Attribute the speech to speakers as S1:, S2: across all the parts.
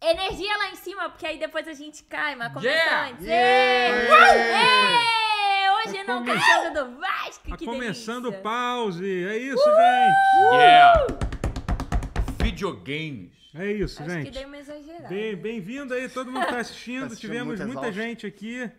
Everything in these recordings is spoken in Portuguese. S1: energia lá em cima, porque aí depois a gente cai, mas começa
S2: Yeah!
S1: antes.
S3: Yeah!
S1: Ê! Ê!
S4: Tá
S1: Hoje não
S2: Come-
S1: cachorro do Vasco,
S2: Tá
S1: que
S2: começando o
S1: delícia. Uh!
S2: pause. É isso, gente.
S3: Yeah! Videogames.
S2: É isso,
S1: Acho que
S2: gente.
S1: dei uma exagerada.
S2: Bem- Bem-vindo aí, todo mundo que tá assistindo.
S3: Tá assistindo
S2: Tivemos
S3: muito
S2: muita
S3: exausto.
S2: gente aqui.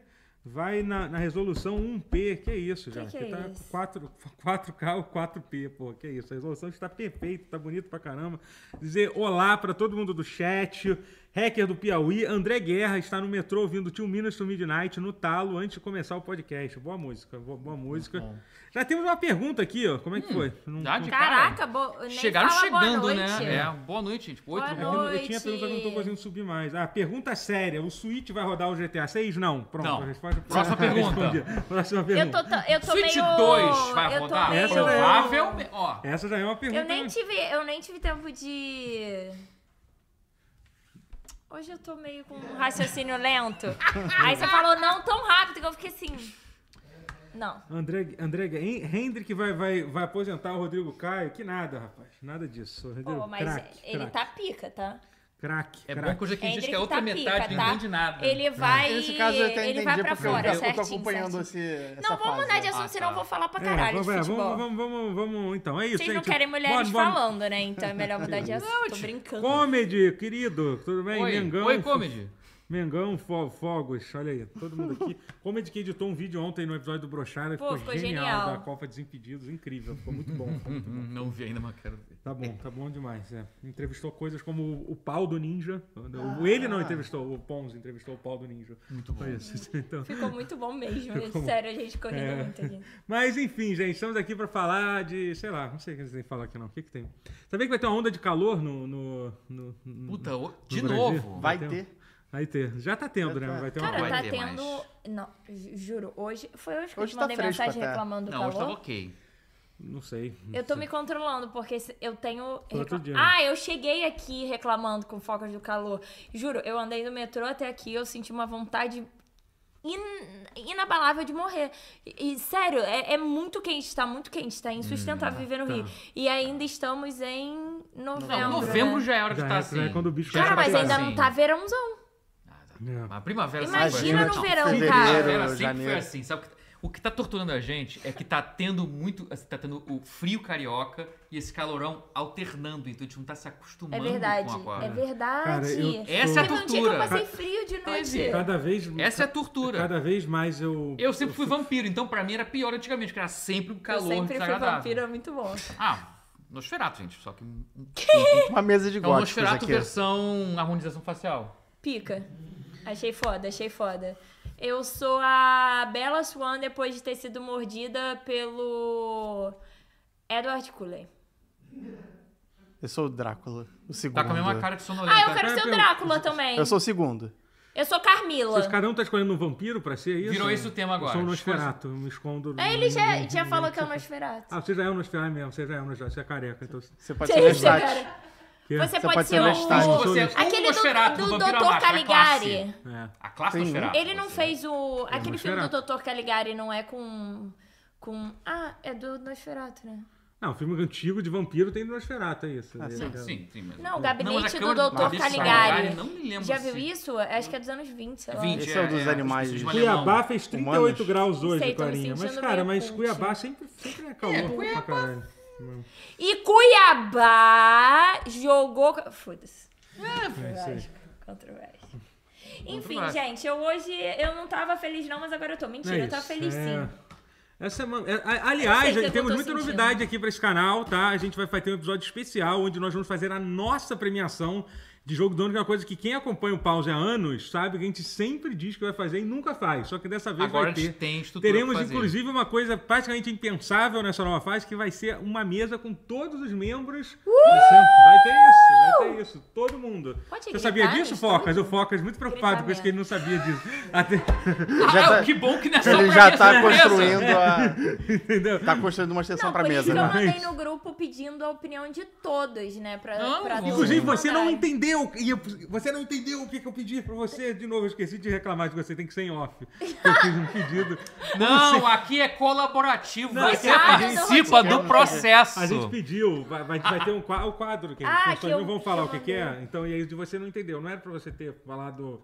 S2: Vai na, na resolução 1P, que é isso, já.
S1: que
S2: Aqui
S1: é
S2: tá
S1: isso?
S2: 4, 4K ou 4P, pô, que é isso. A resolução está perfeita, tá bonito pra caramba. Dizer olá pra todo mundo do chat. Hacker do Piauí, André Guerra está no metrô ouvindo Tio Minas to Midnight no talo antes de começar o podcast. Boa música, boa, boa música. Já temos uma pergunta aqui, ó. Como é que
S3: Hum,
S2: foi? Não-
S4: já de cara.
S1: Caraca, bo... nem
S4: Chegaram
S1: fala
S4: chegando,
S1: boa noite.
S4: né? É, boa noite, gente. Oito
S1: Boa
S2: É que eu
S4: bom.
S2: não- Eu
S1: noite.
S2: tinha perguntado que eu não tô conseguindo subir mais. Ah, pergunta séria. O Switch vai rodar o GTA 6? Não. Pronto.
S4: Não.
S2: a resposta
S4: Próxima pergunta.
S2: respondida. Próxima
S1: Eu tô,
S2: pergunta.
S1: to- eu tô
S4: Switch
S1: meio...
S4: 2 É. vai
S1: eu tô
S4: rodar?
S1: meio-
S2: Essa daí é uma-
S4: Provavelmente. Ó,
S2: Essa já é uma pergunta.
S1: Eu nem tive, eu nem tive tempo de. Hoje eu tô meio com um raciocínio lento. Aí você falou não tão rápido que eu fiquei assim. Não.
S2: André, André Hen- Hendrick vai, vai, vai aposentar o Rodrigo Caio? Que nada, rapaz. Nada disso. O Rodrigo,
S1: Pô, mas
S2: craque,
S1: ele
S2: craque,
S1: tá pica, tá?
S2: Craque,
S4: é bom
S2: craque.
S4: que hoje aqui a gente
S1: Hendrick
S4: que é outra
S1: tá pica,
S4: metade, não
S1: tá?
S4: entende nada.
S1: Ele vai.
S3: Ah. Nesse caso eu até
S1: ele
S3: entendi
S1: vai pra
S3: porque
S1: fora,
S3: eu,
S1: certinho.
S3: eu tô acompanhando
S1: certinho.
S3: esse, essa
S1: Não, vamos
S3: fase. né?
S1: mudar de assunto,
S4: Ah,
S1: senão eu
S4: tá.
S1: vou falar pra
S2: É,
S1: caralho
S2: vamos,
S1: de
S2: vamos,
S1: futebol.
S2: vamos, vamos, vamos- Então, é isso,
S1: Vocês
S2: gente.
S1: não querem mulheres
S2: Bora, bora.
S1: falando, né? Então é melhor mudar de assunto.
S3: tipo,
S1: Tô brincando.
S2: Comedy, querido. Tudo bem?
S4: Oi,
S2: Mengão.
S4: Oi, comedy.
S2: Mengão, fo Fogos, olha aí, todo mundo aqui. Comedy que editou um vídeo ontem no episódio do Brochada,
S1: Pô,
S2: ficou,
S1: ficou
S2: genial,
S1: genial.
S2: da Copa Desimpedidos, incrível, ficou muito bom.
S4: Hum, Não vi ainda, mas quero ver.
S2: tá bom, tá bom demais. é. Entrevistou coisas como o, o pau do ninja. né, O, ele não entrevistou, o Pons entrevistou o pau do ninja. Ah. Muito bom. então,
S1: Ficou muito bom mesmo.
S2: Ficou bom.
S1: Sério, a gente correndo
S2: É.
S1: muito aqui.
S3: então
S2: mas enfim, gente, estamos aqui para falar de, sei lá, não sei o que eles têm que falar aqui não. O que, que tem? Sabia que vai ter uma onda de calor no. no, no- no-
S4: Puta, o- de
S2: Brasil?
S4: novo.
S2: Vai
S3: Vai
S2: ter.
S3: ter.
S2: Vai ter. Já tá tendo,
S3: Já
S2: né?
S3: tá.
S2: Vai ter uma.
S1: Cara,
S4: Vai
S1: tá
S4: ter
S1: tendo.
S4: mais.
S1: Não, ju- juro, hoje. Foi hoje que eu
S3: Hoje
S1: te
S3: tá
S1: mandei
S3: fresco
S1: mensagem
S3: até.
S1: reclamando do
S4: Não, hoje tá
S1: calor.
S4: tava ok.
S2: Não sei. não
S1: Eu tô
S2: sei.
S1: me controlando, porque se- eu tenho.
S2: Foi outro
S1: recla-
S2: dia, né?
S1: Ah, eu cheguei aqui reclamando com focas do calor. Juro, eu andei do metrô até aqui, eu senti uma vontade in- inabalável de morrer. E, e, sério, é, é muito quente, tá muito quente, tá insustentável
S2: Hum,
S1: viver no Rio. E ainda estamos em novembro.
S4: Não, novembro
S1: né?
S4: já é hora de
S2: Já
S4: estar
S2: entra, né,
S4: assim.
S2: quando o bicho
S1: Cara,
S2: Já
S1: mas
S2: tá
S1: ainda
S4: né?
S2: assim.
S1: não tá verãozão.
S4: Ah, tá.
S2: É.
S4: Mas primavera
S1: Imagina
S4: sempre
S1: no
S4: foi assim.
S1: verão,
S4: Não,
S1: cara.
S4: Primavera
S3: Fevereiro,
S4: sempre foi
S3: janeiro.
S4: assim. Sabe o que, o que tá torturando a gente é que tá tendo muito. assim, Tá tendo o frio carioca e esse calorão alternando. Então a gente não tá se
S1: É
S4: acostumando
S1: verdade.
S4: com né? a
S1: É verdade.
S2: Cara, eu-
S4: Essa é a
S1: Teve um dia que eu
S4: tortura.
S1: passei frio de noite.
S4: Teve.
S2: Cada vez.
S4: Essa é a tortura.
S2: Cada vez mais eu.
S4: Eu sempre fui vampiro, então pra mim era pior antigamente, que era sempre o calor
S1: eu sempre fui
S4: desagradável.
S1: vampiro, é muito bom.
S4: Ah, Nosferatu, gente, só que... um- um-
S3: Uma mesa de
S4: É um
S3: góticos
S4: Nosferatu
S3: aqui.
S4: versão harmonização facial.
S1: Pica. Achei foda, achei foda. Eu sou a Bella Swan depois de ter sido mordida pelo Edward Cullen.
S3: Eu sou o Drácula, o segundo.
S4: Tá com a mesma cara de sonolenta.
S1: Ah, eu quero
S2: Cara,
S1: ser o
S2: eu-
S1: Drácula também.
S3: Eu sou o segundo.
S1: Eu sou
S2: Vocês,
S1: Carmila.
S2: cada um tá escolhendo um vampiro pra ser isso?
S4: Virou esse o tema agora.
S2: Eu sou um Nosferatu, eu me escondo.
S1: É, Ele já, já falou que é o Nosferatu.
S2: Ah, você já é um Nosferatu mesmo, você já é um Nosferatu, você é careca. Então...
S3: Você pode
S1: Que
S3: ser
S1: isso,
S3: Lestat.
S1: cara?
S2: Que-
S1: Você
S3: Você
S1: pode
S3: pode
S1: ser
S3: ser
S1: o...
S3: Lestat.
S4: Você é um
S1: Aquele
S4: Nosferatu,
S1: do, do,
S4: um vampiro
S1: Dr.
S4: abaixo, é classe.
S1: Caligari.
S2: É.
S4: A classe
S3: Sim.
S4: Nosferatu.
S1: Ele não
S4: você.
S1: fez o... Aquele filme do
S2: Nosferatu.
S1: Dr. Caligari não é com... Com... Ah, é do Nosferatu, né?
S2: Não, filme antigo de vampiro tem Nosferatu, é isso.
S3: Ah,
S2: É,
S3: sim.
S2: é.
S4: Sim, sim, mas...
S1: Não, o
S4: Não, mas a
S1: gabinete do
S4: Câmara-
S1: Dr.
S4: Gabinete do
S1: Caligari.
S4: Não me lembro
S1: Já viu
S4: se-
S1: isso? Acho que é dos anos 20, sei lá.
S4: 20,
S3: Esse é o dos animais.
S4: os alemão.
S2: Cuiabá fez 38
S3: Humanos.
S2: graus hoje,
S1: Sei, tô me
S2: Clarinha. Mas,
S1: sentindo
S2: cara,
S1: meio
S2: mas
S1: cult.
S2: Cuiabá sempre, sempre é calor pra caralho.
S1: E Cuiabá jogou. Foda-se.
S2: É, isso aí.
S1: Contra o Vasco. Enfim,
S4: Vasco.
S1: gente, eu hoje eu não tava feliz, não, mas agora eu tô. Mentira,
S2: É
S1: eu tava
S2: isso,
S1: feliz
S2: é.
S1: sim.
S2: Essa semana, é, a-
S1: Eu tá sei
S2: aliás,
S1: que eu
S2: temos
S1: tô
S2: muita
S1: sentindo.
S2: novidade aqui pra esse canal, tá? A gente vai fa- ter um episódio especial onde nós vamos fazer a nossa premiação de jogo do ano, que é uma coisa que quem acompanha o Pause há anos sabe que a gente sempre diz que vai fazer e nunca faz. Só que dessa vez
S4: Agora
S2: vai
S4: a gente
S2: ter.
S4: tem estrutura
S2: Teremos,
S4: pra fazer.
S2: inclusive, uma coisa praticamente impensável nessa nova fase, que vai ser uma mesa com todos os membros. Vai ser- Vai ter isso, vai ter isso. Todo mundo.
S1: Uh! Pode
S2: Você sabia
S1: gritar
S2: disso,
S1: nisso
S2: Focas? O Focas, muito
S1: Gritar
S2: preocupado com isso, que ele não sabia disso. Até... um
S4: Ah,
S3: Já tá-
S4: que bom que não é só
S3: Ele
S4: pra
S3: já
S4: minha
S3: tá
S4: surpresa.
S3: construindo a.
S2: Entendeu?
S3: Tá construindo uma extensão
S1: Não,
S3: pra
S1: por isso
S3: mesa,
S1: que eu
S3: né?
S1: mandei no grupo pedindo a opinião de todos, né? Pra,
S4: Não,
S1: pra
S4: não.
S1: todos
S2: Inclusive, você não
S1: mandarem.
S2: entendeu entendeu. E eu- você não entendeu o que, que eu pedi pra você. De novo, eu esqueci de reclamar de você. Tem que ser em off. Eu fiz um pedido.
S4: Não, aqui é colaborativo.
S1: Não,
S2: é
S4: você
S1: cara,
S4: participa
S1: não,
S4: do
S1: não.
S4: processo.
S2: A gente pediu, vai, vai- vai ter um qua- o quadro que
S1: Ah,
S2: as
S1: que
S2: pessoas
S1: eu-
S2: não vão falar o que,
S1: que
S2: que
S1: eu
S2: é.
S1: mandei.
S2: Então, e aí você não entendeu. Não era pra você ter falado.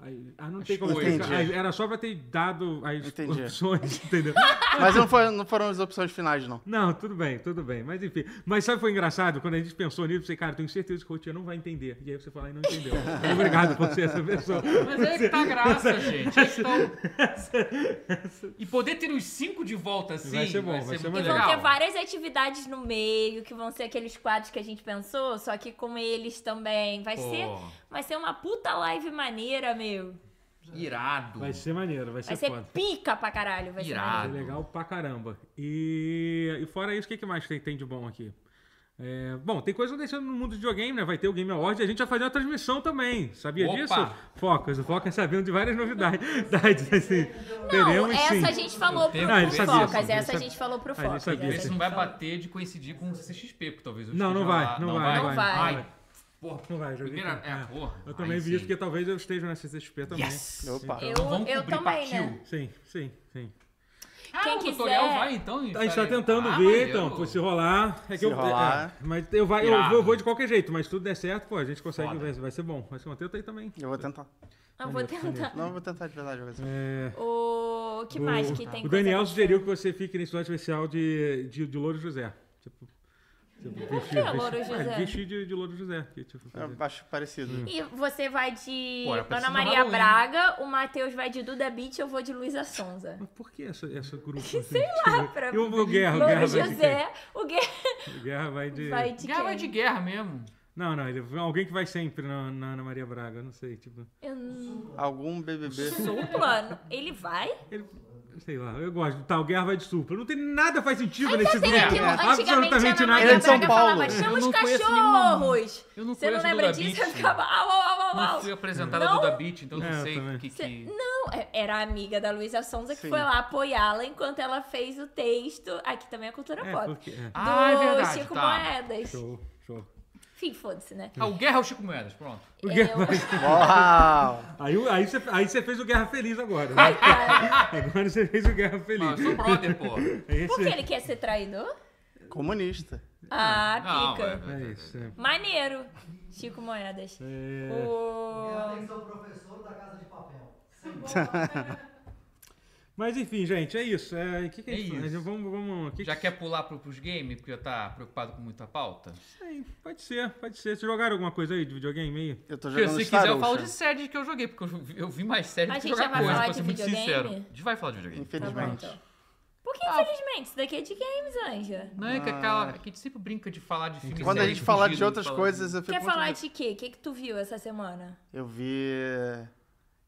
S2: aí- Ah, não tem
S4: As
S2: como
S4: coisas.
S2: explicar. Aí Era só pra ter dado as
S3: Entendi.
S2: opções, entendeu?
S3: Mas não foram, não foram as opções finais, não.
S2: Não, tudo bem, tudo bem. Mas enfim. Mas sabe o que foi engraçado? Quando a gente pensou nisso, eu pensei, cara, tenho certeza que o Routier não vai entender. E aí você fala, "Ai, não entendeu. Então, Obrigado por ser essa pessoa.
S4: Mas aí que tá a graça, gente. Aí que tá o- E poder ter os cinco de volta assim
S2: Vai ser bom, vai ser
S1: E
S4: muito
S2: maneiro.
S1: vão
S4: legal.
S1: ter várias atividades no meio, que vão ser aqueles quadros que a gente pensou, só que com eles também. Vai,
S4: Pô.
S1: ser, vai ser uma puta live maneira, meu.
S4: Irado.
S2: Vai ser maneiro, vai ser,
S1: Vai ser
S2: foda.
S1: pica pra caralho. Vai ser
S4: Irado.
S1: maneiro.
S2: É legal pra caramba. E, e fora isso, o que, que mais tem, tem de bom aqui? É, bom, tem coisa acontecendo no mundo de videogame, né? Vai ter o Game Awards e a gente vai fazer uma transmissão também. Sabia
S4: Opa!
S2: disso? Focas, o Focas sabendo de várias novidades. Dades, assim,
S1: Não,
S2: teremos
S1: essa
S2: sim.
S1: a gente falou pro,
S4: Não,
S1: pro
S4: ele
S2: sabia,
S1: Focas.
S2: sabia,
S1: essa a
S2: sabia.
S1: gente falou pro
S2: gente
S1: Focas.
S2: sabia.
S1: essa a
S4: Esse
S1: gente
S4: não vai
S1: falou.
S4: bater de coincidir com o CCXP, porque talvez eu
S2: Não, não
S4: esteja
S2: vai,
S4: lá.
S2: não vai,
S1: não vai.
S4: Ai, porra.
S2: Não vai, joguei.
S4: Primeira, é,
S2: É.
S4: porra.
S2: Eu também
S4: Aí
S2: vi
S4: sim.
S2: isso, porque talvez eu esteja na CCXP também.
S4: Yes!
S3: Opa.
S1: Eu-
S4: Então vamos
S1: eu
S4: cobrir,
S1: também,
S4: partiu.
S1: né?
S2: Sim, sim, sim.
S4: Ah,
S1: Quem
S4: o
S1: quiser-
S4: tutorial vai, então?
S2: A gente tá tentando
S4: Ah,
S2: ver,
S4: maneiro.
S2: então, pô, se rolar. É que
S3: Se
S2: eu, é,
S3: rolar.
S2: mas eu, vai, eu,
S4: Irado.
S2: eu vou de qualquer jeito, mas se tudo der certo, pô, a gente consegue,
S4: Foda.
S2: vai, vai ser bom. Vai ser uma tenta aí também.
S3: Eu vou tentar.
S1: Eu vou tentar.
S3: Não, eu vou tentar de verdade. eu vou tentar.
S2: É,
S1: O que mais que tem
S2: o
S1: coisa
S2: Daniel
S1: acontecendo?
S2: sugeriu que você fique nesse lote especial de, de, de Louro José. Tipo, tipo, vestir-
S1: que Louro
S2: vestir-
S1: José?
S2: ah, vestir de, de Louro José. que, tipo,
S4: Uhum.
S2: fazer-
S3: Eu acho parecido.
S1: E você vai de
S4: Bora, precisa
S1: Ana
S4: do
S1: Maria
S4: Halloween.
S1: Braga, o Matheus vai de Duda Beat, eu vou de Luísa Sonza.
S2: Mas por que essa, essa grupo? Assim, Sei lá,
S1: pra-
S2: E o, o Guerra, o
S1: Louro
S2: Guerra vai de quem?
S1: José, o Guerra
S2: O Guerra vai de...
S1: vai de
S4: Guerra
S1: quem?
S4: é de guerra mesmo.
S2: Não, não, ele, alguém que vai sempre na, na Ana Maria Braga, não sei, tipo...
S1: Eu não-
S3: Algum BBB.
S1: Supla? não- Ele vai?
S2: Ele, sei lá, eu gosto. Tá, o Guerra vai de supla. Não tem nada faz sentido nesse
S1: Tem
S2: grupo.
S4: É,
S1: aquilo,
S4: é,
S1: antigamente a Ana
S3: Ele é
S1: Maria
S3: de São
S1: Braga
S3: Paulo.
S1: falava, chama
S4: Eu
S1: os
S4: não conheço
S1: cachorros.
S4: Eu não
S1: Você não
S4: conheço
S1: lembra
S4: Duda
S1: disso?
S4: Beat.
S1: Você ficava, au, au, au, au,
S4: Não
S1: au.
S4: fui apresentada
S1: Não?
S4: do Da Beat, então
S2: É,
S4: não
S2: eu
S4: sei
S2: também.
S4: o que
S1: Cê-
S4: que...
S1: Não, é- era amiga da Luísa Sonza que
S3: Sim.
S1: foi lá apoiá-la enquanto ela fez o texto. Aqui também é cultura
S2: É,
S1: pop.
S2: porque- é.
S1: Do
S4: Ah, é verdade,
S1: Chico
S4: tá.
S1: Moedas.
S2: Show, show.
S1: Enfim, foda-se, né?
S4: Ah, o Guerra é o Chico Moedas, pronto.
S2: O Guerra
S1: Eu-
S2: vai...
S3: Uau!
S2: Aí o- aí você aí você fez o Guerra Feliz agora. né?
S1: Ah,
S2: Agora você fez o Guerra Feliz.
S4: Não, eu Ah, sou brother, pô.
S2: É isso.
S1: Por que ele quer ser traidor?
S3: Comunista.
S1: Ah,
S4: Não,
S1: pica.
S4: é-
S2: É isso. é.
S1: Maneiro. Chico Moedas.
S4: É.
S1: O...
S5: Tem que ser o professor da Casa de Papel.
S2: Mas enfim, gente, é isso. É, o que que a
S4: É
S2: gente faz?
S4: isso.
S2: Vamos, vamos. o que que-
S4: Já quer pular pro, pros games, porque tá preocupado com muita pauta?
S2: É, pode ser, pode ser. Vocês jogaram alguma coisa aí de videogame aí?
S3: Eu tô
S4: Porque
S3: jogando
S4: se quiser,
S3: Star
S4: eu falo de
S3: Ocean.
S4: séries que eu joguei, porque eu, ju- eu vi mais séries
S1: Mas
S4: do que
S1: a gente
S4: jogar
S1: já vai
S4: coisa,
S1: falar
S4: pra ser
S1: de
S4: muito
S1: videogame?
S4: sincero. A gente vai falar de videogame.
S1: Tá bom,
S3: Infelizmente.
S1: então. Por que
S4: Ah.
S1: infelizmente? Isso daqui é de games, Anja.
S4: Não é que aquela. que a gente sempre brinca de falar de filme.
S3: Ah. Quando a
S4: série,
S3: gente falar de
S4: fugido,
S3: outras
S4: falar
S3: coisas, eu fico
S1: Quer
S3: muito
S1: falar
S3: nervoso.
S1: de quê? O que, que tu viu essa semana?
S3: Eu vi...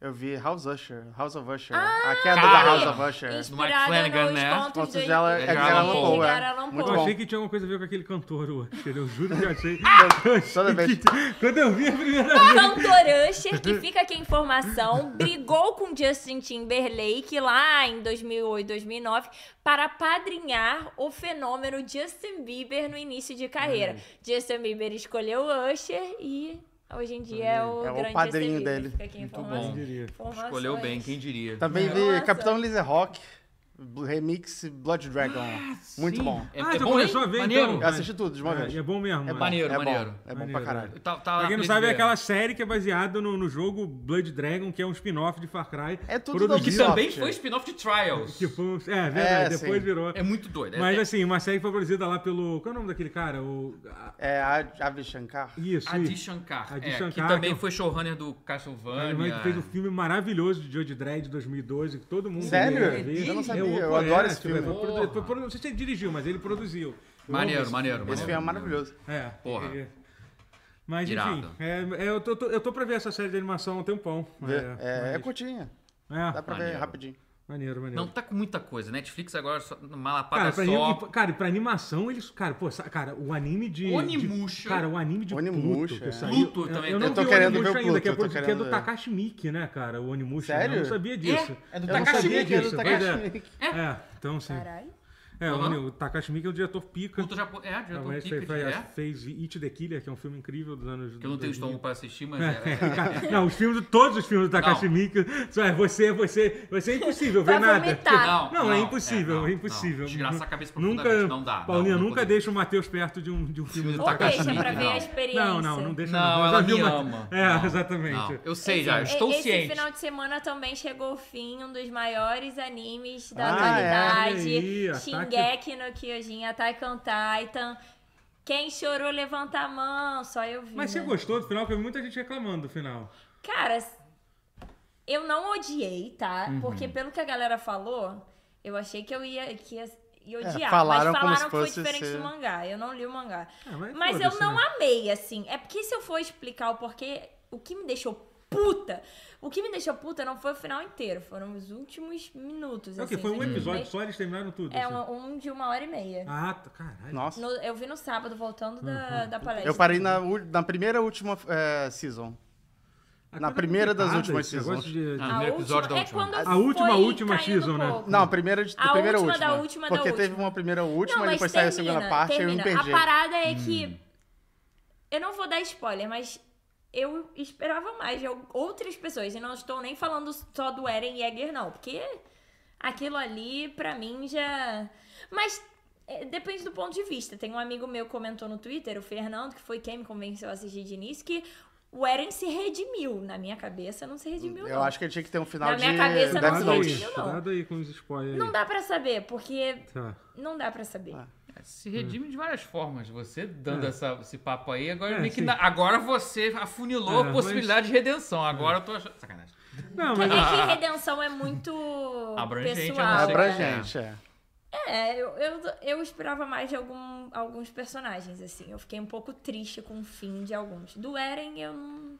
S3: Eu vi House Usher. House of Usher. é a queda
S4: Cara!
S3: da Ah, House of Usher.
S4: Do Mike Flanagan,
S1: nos
S4: né?
S1: contos de
S3: Contos de Edgar
S4: Allan Poe,
S1: Edgar
S3: é.
S1: Allan
S3: Muito
S1: Poe.
S2: Eu
S3: bom.
S2: achei que tinha alguma coisa a ver com aquele cantor, o Usher. Eu juro que eu achei.
S4: Ah!
S3: Toda vez.
S2: Quando eu vi a primeira
S1: Cantor Usher, um que fica aqui a informação, brigou com Justin Timberlake lá em 2008, 2009 para padrinhar o fenômeno Justin Bieber no início de carreira. Justin Bieber escolheu o Usher e hoje em dia é o
S3: É o
S1: grande
S3: padrinho
S1: Justin Bieber.
S3: dele.
S1: Fica aqui a
S4: Muito
S1: informação.
S4: bom.
S2: diria.
S1: Informações.
S4: Escolheu bem, quem diria. É.
S3: Também
S1: Nossa.
S3: vi Capitão Lizzie Rock, remix Blood Dragon. Muito
S4: Sim.
S3: bom.
S4: É,
S2: Ah,
S4: é
S2: já
S4: bom,
S2: começou
S4: hein?
S2: a ver,
S4: Maneiro.
S2: então.
S3: Eu assisti tudo de uma
S2: É,
S3: vez.
S2: e é bom mesmo.
S4: É
S2: né?
S4: maneiro,
S3: é
S4: maneiro.
S3: Bom, é bom
S2: Maneiro,
S3: pra caralho.
S4: Tá, tá
S2: Pra
S4: na
S2: quem não
S4: Play
S2: sabe, é
S4: Vieira.
S2: aquela série que é baseada no, no jogo Blood Dragon, que é um spin-off de Far Cry.
S3: É tudo
S4: E que
S2: produzido,
S3: da
S4: também
S3: Soft.
S4: foi spin-off de Trials.
S2: que foi um- É, verdade,
S3: É,
S2: depois
S3: sim.
S2: virou.
S4: É muito doido. é-
S2: Mas
S4: é-
S2: assim, uma série que foi produzida lá pelo. Qual é o nome daquele cara? O. a-
S3: É a Avi Shankar.
S2: Isso,
S4: Adi
S2: isso.
S4: Shankar,
S2: Adi
S4: é, que
S2: Shankar,
S4: também
S2: que-
S4: foi showrunner do
S2: Ele
S4: Castlevania.
S2: Mike fez um filme maravilhoso de Judge Dredd de 2012, que todo mundo
S3: Sério?
S2: deveria ver.
S4: Eu não
S3: sabia,
S2: É, o-
S3: eu adoro esse
S2: tipo, ele
S3: filme.
S2: foi produ- ele foi
S4: Porra.
S2: produ- Não sei se ele dirigiu, mas ele produziu. Eu amo
S4: Maneiro,
S2: esse
S4: maneiro,
S3: Esse filme é maravilhoso.
S2: É.
S4: Porra.
S2: é- Mas enfim,
S4: Irado.
S2: é, é, eu, tô, tô- eu tô pra ver essa série de animação há um tempão.
S3: Vê. É, é
S2: mas-
S3: curtinha.
S2: é,
S3: Dá pra ver
S4: Maneiro.
S3: rapidinho.
S2: maneiro, maneiro.
S4: Não tá com muita coisa. Netflix agora, só, uma lapada
S2: Cara, pra,
S4: só.
S2: anim- cara, pra animação, eles. Cara, pô, sa- cara, o anime de.
S4: Onimusha.
S2: de- Cara, o anime de
S3: Onimusha,
S2: Pluto. Que
S3: é.
S2: saiu,
S4: Pluto
S2: eu,
S4: também
S2: Eu
S4: tem. um
S2: não
S4: Eu
S2: vi
S4: tô
S2: o
S3: querendo ver o
S2: Onimusha ainda, que é,
S3: Pluto,
S2: produ-
S3: eu tô
S2: que é do
S3: querendo ver.
S2: Takashi Miike, né, cara? O Onimusha.
S3: Sério?
S2: Eu não sabia disso.
S4: É do
S2: eu não
S4: Takashi
S2: sabia
S4: Miike, é do
S2: disso. pois
S3: Takashi
S2: é.
S3: Miike.
S2: É, então sim.
S1: Caralho.
S2: É, o
S4: Uhum.
S2: Neo- o Takashi Miike é o diretor pica.
S4: Puta Japão. É, diretor
S2: Talvez
S4: Pica
S2: fe- fe-
S4: é.
S2: fez It the Killer, que é um filme incrível dos anos.
S4: Que eu não tenho
S2: 2000.
S4: estômago pra assistir, mas é. é-
S2: Cara, Não, os filmes, todos os filmes do Takashi
S4: Não.
S2: Miike, só é você, você, você é impossível ver
S1: Pra
S2: nada.
S1: vomitar.
S4: Não,
S2: Não,
S4: não,
S2: é impossível,
S4: é, não,
S2: é impossível.
S4: não. Desgraça a cabeça
S2: nunca,
S4: profundamente, não dá, não,
S2: Paulinha,
S4: não
S2: nunca
S4: podemos.
S2: deixa o Matheus perto de um, de um filme do
S1: Ou
S4: Takashi
S2: Takashi
S1: deixa pra
S4: Miike,
S1: ver
S4: não.
S1: a experiência.
S2: Não, não, não deixa
S4: Não,
S2: Mas
S4: ela
S2: já viu
S4: me
S2: uma-
S4: ama.
S2: É,
S4: Não,
S2: exatamente.
S4: não. Eu sei
S1: Esse-
S4: já, Ah, eu estou
S1: esse
S4: ciente.
S1: final de semana também chegou o fim, um dos maiores animes da
S2: é,
S3: Ah,
S2: olha aí,
S1: atualidade.
S2: Ataque-
S1: Shingeki no Kyojin, Attack on Titan. Quem chorou, levanta a mão, só eu vi.
S2: Mas você
S1: né?
S2: gostou do final? Porque eu vi muita gente reclamando do final.
S1: Cara, eu não odiei, tá?
S4: Uhum.
S1: Porque pelo que a galera falou, eu achei que eu ia, que ia, ia
S3: É,
S1: odiar.
S3: falaram
S1: mas
S3: como
S1: falaram
S3: se
S1: que foi
S3: fosse
S1: diferente
S3: ser-
S1: do mangá. Eu não li o mangá.
S2: Ah, mas
S1: mas eu
S2: foda-se,
S1: não
S2: né?
S1: amei, assim. É porque se eu for explicar o porquê, o que me deixou puta. O que me deixou puta não foi o final inteiro, foram os últimos minutos.
S2: É o
S1: assim,
S2: quê? Foi
S1: os
S2: um
S1: últimos
S2: episódio
S1: meio-
S2: só, eles terminaram tudo.
S1: É
S2: assim.
S1: um, um de uma hora e meia.
S2: Ah, tá, caralho.
S3: Nossa.
S1: No- eu vi no sábado, voltando da,
S2: Uhum.
S1: da palestra.
S3: Eu parei na, ul- na primeira última é, season.
S2: Ah,
S3: Na
S2: coisa
S3: primeira das
S2: complicada
S3: últimas
S2: esse negócio
S3: seasons.
S2: de- de-
S4: Ah,
S1: A
S4: primeiro
S1: última,
S4: episódio da
S1: é
S4: última.
S1: quando
S2: A última,
S1: foi
S2: última
S1: caindo
S2: season, né?
S1: pouco.
S3: Não, a primeira, de-
S1: A
S3: primeira
S1: última
S3: última.
S1: da última da
S3: porque teve
S1: última.
S3: uma primeira última,
S1: não, mas
S3: depois
S1: termina,
S3: saiu a segunda parte, aí eu me
S1: termina.
S3: perdi.
S1: A parada é que. Eu não vou dar spoiler, mas eu esperava mais de al- outras pessoas. E não estou nem falando só do Eren Yeager, não. Porque aquilo ali, pra mim, já. Mas. é, Depende do ponto de vista. Tem um amigo meu que comentou no Twitter, o Fernando, que foi quem me convenceu a assistir de início, que o Eren se redimiu. Na minha cabeça, não se redimiu,
S3: Eu
S1: não.
S3: acho que ele tinha que ter um final
S1: Na
S3: de
S1: minha cabeça, não
S3: Death
S2: Cuidado aí,
S1: sei.
S3: Note.
S1: Não.
S2: cuidado aí com os spoilers.
S1: Não
S2: aí.
S1: dá pra saber, porque
S2: Tá.
S1: não dá pra saber.
S3: Ah.
S4: Se redime de várias formas. Você dando
S2: É.
S4: essa- esse papo aí, agora
S2: É,
S4: meio que
S2: sim.
S4: na- agora você afunilou
S2: É,
S4: a possibilidade de redenção. Agora eu tô achando. Sacanagem.
S2: Não,
S1: É
S2: mas
S1: que redenção é muito
S4: Abrangente, eu não
S1: pessoal.
S3: É
S4: sei.
S1: né?
S3: abrangente, é.
S1: É, eu, eu, eu esperava mais de algum, alguns personagens, assim. Eu fiquei um pouco triste com o fim de alguns. Do Eren, eu não.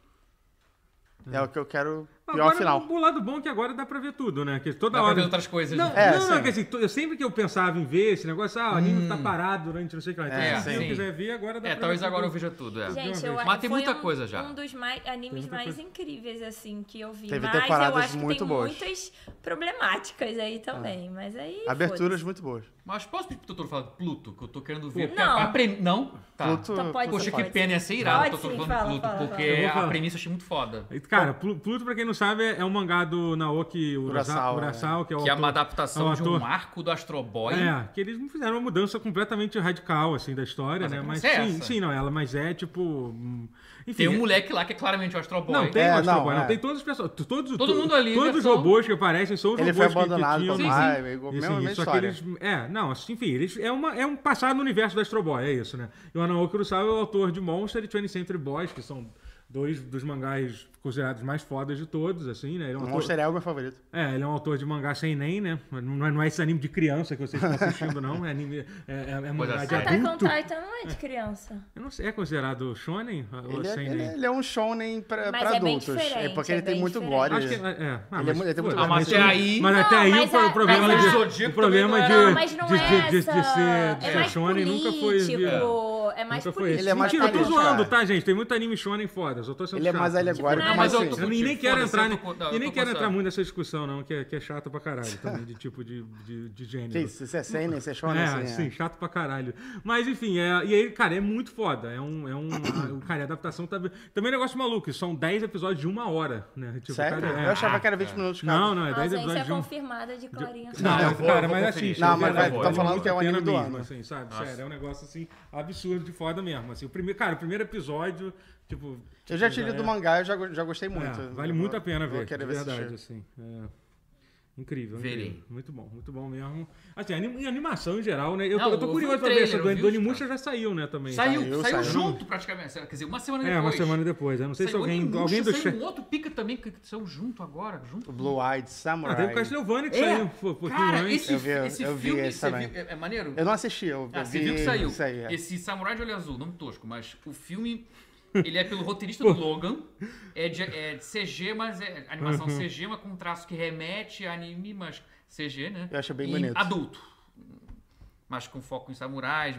S3: É o que eu quero. Pior
S2: agora
S3: final.
S2: o lado bom é que agora dá pra ver tudo, né? Que toda
S4: Dá pra
S2: hora.
S4: ver outras coisas.
S2: Não,
S4: né?
S3: É,
S2: não, não,
S3: sim.
S2: que assim, to- eu sempre que eu pensava em ver esse negócio, ah, o anime tá parado durante não sei o que lá. Então,
S3: É,
S2: se eu
S4: Hum. sim.
S2: quiser ver, agora dá
S4: É,
S2: pra
S4: talvez
S2: ver
S4: agora eu
S2: tudo.
S4: veja tudo. É.
S1: Gente, eu
S4: Mas tem
S1: foi
S4: muita
S1: um-
S4: coisa já.
S1: Um dos mais, animes
S2: muita
S1: mais
S2: coisa.
S1: incríveis, assim, que eu vi.
S3: Teve
S1: mas eu
S3: temporadas
S1: acho que
S3: muito
S1: tem
S3: boas.
S1: muitas problemáticas aí também. Mas aí.
S2: É.
S3: Aberturas muito boas.
S4: Mas posso pedir pro doutor falar de Pluto, que eu tô querendo ver. porque
S1: Não.
S4: A, a pre... Não? Tá.
S3: Pluto-
S1: foda-se. Então pode,
S4: Poxa, que
S1: pode.
S4: pena, ia ser irado,
S1: Pode
S4: doutor
S1: sim,
S4: falando
S1: fala,
S4: de Pluto,
S1: fala, fala.
S2: Eu
S4: porque
S2: vou falar.
S4: a premissa eu achei muito foda.
S2: E, Cara, Plu- Pluto, pra quem não sabe, é é um mangá do Naoki Urasawa,
S3: Urasawa, né?
S2: Urasawa que é o
S4: Que é
S2: autor-
S4: uma
S2: é
S4: adaptação
S2: um
S4: de um
S2: ator-
S4: arco do Astro Boy.
S2: É, que eles fizeram uma mudança completamente radical, assim, da história,
S4: Mas
S2: né?
S4: é
S2: Mas
S4: essa?
S2: sim, sim, não, ela, mas é tipo. hum, Enfim,
S4: Tem
S2: é-
S4: um moleque lá que é claramente o Astro Boy.
S2: Não, tem
S3: É,
S2: o Astro
S3: não,
S2: Boy, não,
S3: é.
S2: tem todas as pessoas. t- Todos,
S4: Todo mundo é ali,
S2: Todos os
S4: versão-
S2: robôs que aparecem são os
S3: Ele foi
S2: robôs que-
S3: abandonado
S2: que tinham.
S3: pela
S4: Sim, sim.
S3: Marvel, igual-
S2: Sim,
S3: mesma
S2: sim,
S3: mesma
S2: só que
S3: história.
S2: eles. É, não, assim, enfim, eles, é, uma, é um passado no universo do Astro Boy, é isso, né? E o Anaoki Kurosawa é o autor de Monster e 20th Century Boys, que são dois dos mangás considerados mais fodas de todos, assim, né? Ele é um
S3: O
S2: autor-
S3: Monster é o meu favorito.
S2: é, ele é um autor de mangá sem nem, né? Não é, não é esse anime de criança que vocês estão assistindo, não. É anime. É, é, é mangá de
S4: séria.
S1: Attack on
S2: adulto.
S1: Titan não é de criança.
S2: Eu não sei, é considerado shonen ou
S3: Ele é,
S2: sem
S3: ele,
S2: nem?
S3: ele é um shonen pra,
S1: Mas
S3: pra
S1: é bem
S3: adultos.
S1: diferente,
S3: É porque
S1: é
S3: ele tem
S1: bem
S3: muito
S1: diferente.
S3: gore.
S2: Acho que. É, é. Ah,
S3: Ele
S2: mas,
S3: é mu- ele tem muito
S2: pô,
S3: mais-
S4: Ah, mas até aí-
S2: Mas até
S1: Não,
S2: aí
S1: mas
S2: foi
S1: a-
S2: o problema
S1: mas a-
S2: de.
S4: Zodíaco
S2: O problema de.
S4: também não
S1: Não, mas não
S2: de,
S1: é
S2: de, de, de
S1: essa.
S2: ser, de
S1: é
S2: ser
S1: mais
S2: shonen
S1: político.
S2: nunca foi.
S1: É mais
S2: nunca foi
S1: político.
S2: isso.
S3: Ele é mais
S2: Mentira, eu tô
S3: político,
S2: zoando,
S3: cara.
S2: tá, gente? Tem muito anime shonen foda. Só tô sendo
S3: Ele é
S2: chato.
S3: mais alegórico,
S1: Tipo,
S3: mais
S4: mas eu
S3: assim.
S4: tô-
S2: Eu nem, nem
S4: Foda-se,
S2: quero entrar,
S4: eu
S2: ne-
S4: tô com- não, eu
S2: e nem
S4: tô
S2: quero
S4: com
S2: entrar
S4: essa-
S2: muito nessa discussão, não, que é, que é chato pra caralho também, de tipo de, de, de gênero.
S3: Que isso, isso é seinen, isso é shonen,
S2: É,
S3: assim, é.
S2: sim, chato pra caralho. Mas enfim, é- e aí, cara, é muito foda. É um. É um a- cara, a adaptação tá. Também é um negócio maluco, são 10 episódios de uma hora, né? Tipo,
S3: Sério?
S2: cada- é.
S3: Eu achava que era 20 minutos cada.
S2: Não, não, é
S1: A
S2: 10
S1: ausência
S2: episódios de um. Ah,
S1: confirmada de Clarinha.
S2: Não,
S4: Não, eu vou-
S2: cara,
S4: eu vou
S2: mas
S4: conferir.
S2: assiste.
S3: Não,
S2: é
S3: mas
S2: verdade,
S4: vai-
S2: vale
S4: tão falando
S2: muito
S3: que é o
S2: a pena
S3: anime do
S2: mesmo,
S3: ano.
S2: Assim, sabe?
S4: Nossa.
S2: Sério, é um negócio assim, absurdo de foda mesmo. Assim, o primeiro, cara, o primeiro episódio, tipo.
S3: Eu já
S2: tipo,
S3: tirei do
S2: é-
S3: mangá, eu já, go- já gostei
S2: é,
S3: muito.
S2: vale
S3: Eu
S2: muito
S3: vou-
S2: a pena
S3: eu vou
S2: ver, de
S3: querer
S2: verdade,
S3: assistir.
S2: assim. é. Incrível,
S4: Verei.
S2: incrível. Muito bom, muito bom mesmo. Assim, anim- em animação em geral, né? Eu,
S4: Não,
S2: tô- eu tô
S4: eu vi
S2: curioso
S4: o
S2: pra ver
S4: trailer,
S2: essa
S4: eu
S2: do,
S4: vi
S2: do
S4: os-
S2: Animusha já saiu, né, também.
S4: Saiu,
S3: Saiu,
S4: saiu,
S3: saiu.
S4: junto praticamente. Quer dizer, uma semana
S2: É,
S4: depois.
S2: uma semana depois. Eu não sei se
S4: Saiu
S2: alguém.
S4: Onimusha,
S2: Alguém do
S4: saiu
S2: chat.
S4: um outro pica também que que saiu junto agora, junto.
S3: O Blue-Eyed
S2: Ah,
S3: Samurai.
S2: teve o Castlevania que
S4: É,
S2: saiu um po- pouquinho
S4: Cara,
S2: antes.
S4: esse,
S3: Eu vi-
S4: esse
S3: eu vi
S4: filme,
S3: esse
S4: você
S3: também.
S4: viu? É, é maneiro?
S3: Eu não assisti, eu
S4: Ah,
S3: eu
S4: você
S3: vi
S4: viu que saiu.
S3: isso aí, é.
S4: Esse Samurai de Olho Azul, nome tosco, mas o filme, ele é pelo roteirista do Logan. É de, é de CG, mas é animação
S3: Uhum.
S4: CG, mas com um traço que remete a anime, mas CG, né?
S3: Eu achei bem
S4: E
S3: bonito. Uhum.
S4: adulto. Mas com foco em samurais.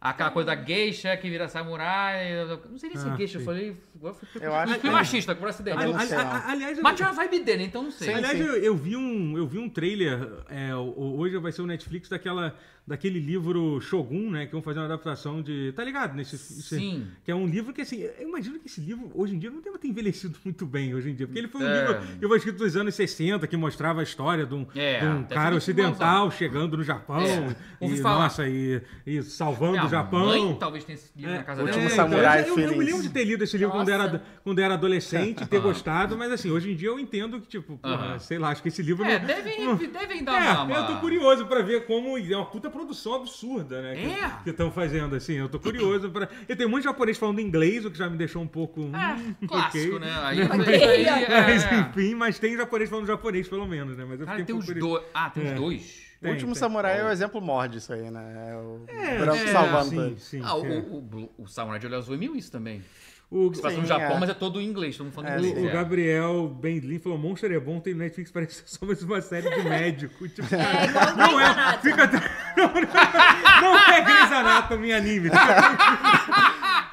S4: Aquela coisa da geisha que vira samurai. eu- Não sei nem se é
S2: Ah,
S4: geisha, eu
S2: sim.
S4: falei. Agora foi
S3: Eu acho que-
S4: fui machista por acidente.
S3: Ah,
S4: Eu-
S3: não sei lá.
S2: aliás, eu-
S4: Mas tinha uma vibe dele, então não sei.
S3: Sim.
S2: Aliás, eu, eu vi um, eu vi um trailer, é, o- hoje vai ser o Netflix, daquela, daquele livro Shogun, né? Que vão fazer uma adaptação de. Tá ligado? Nesse, esse-
S4: Sim.
S2: Que é um livro que, assim, eu imagino que esse livro, hoje em dia, não deve ter envelhecido muito bem, hoje em dia. Porque ele foi um
S4: É.
S2: livro que foi escrito nos anos 60, que mostrava a história de um,
S4: É,
S2: de um
S4: até
S2: cara
S4: foi
S2: ocidental chegando no Japão.
S4: tá? É, ouvi
S2: E,
S4: falar.
S2: nossa, e, e salvando
S4: Minha
S2: o Japão.
S4: Mãe, tá talvez tenha esse livro
S2: É,
S4: na casa
S3: Último
S4: dela.
S2: então,
S3: Samurai
S2: eu, eu, eu me
S3: Feliz.
S2: lembro de ter lido esse livro quando
S1: Nossa.
S2: era, quando era adolescente, ter gostado, mas assim, hoje em dia eu entendo que, tipo, porra,
S4: Aham.
S2: sei lá, acho que esse livro
S4: É,
S2: não-
S4: devem, devem dar
S2: é,
S4: uma, uma.
S2: eu tô curioso pra ver como. É uma puta produção absurda, né? que-
S4: É.
S2: Que estão fazendo, assim. Eu tô curioso pra. E tem muito japonês falando inglês, o que já me deixou um pouco. hum,
S4: É, clássico,
S2: ok.
S4: né? Aí, aí,
S1: Ok.
S4: aí, é,
S2: Mas
S4: é.
S2: enfim, mas tem japonês falando japonês, pelo menos, né? Mas eu
S4: Cara,
S2: fiquei
S4: tem
S2: um
S4: uns
S2: pouco
S4: dois. Ah, tem uns
S2: É.
S4: dois?
S2: Tem,
S3: o último
S2: tem.
S3: samurai é o exemplo morde isso aí, né? É o
S2: É,
S3: branco
S2: é,
S3: salvando.
S2: Sim,
S3: ele.
S2: sim.
S4: Ah,
S2: é.
S4: o, o, Blu- o Samurai de Olho Azul é meio isso também.
S2: O-
S4: Se passa no
S3: Sim,
S4: Japão,
S3: é.
S4: mas é todo em inglês, todo mundo falando
S3: É,
S4: inglês. é.
S2: O Gabriel Bendlin falou: Monster é bom, tem Netflix, parece só mais uma série de médico. Tipo,
S1: É igual o
S2: não
S1: Grey's
S2: é.
S1: Anatomy.
S2: Fica. Não, não, não é Grey's Anatomy anime. Cara.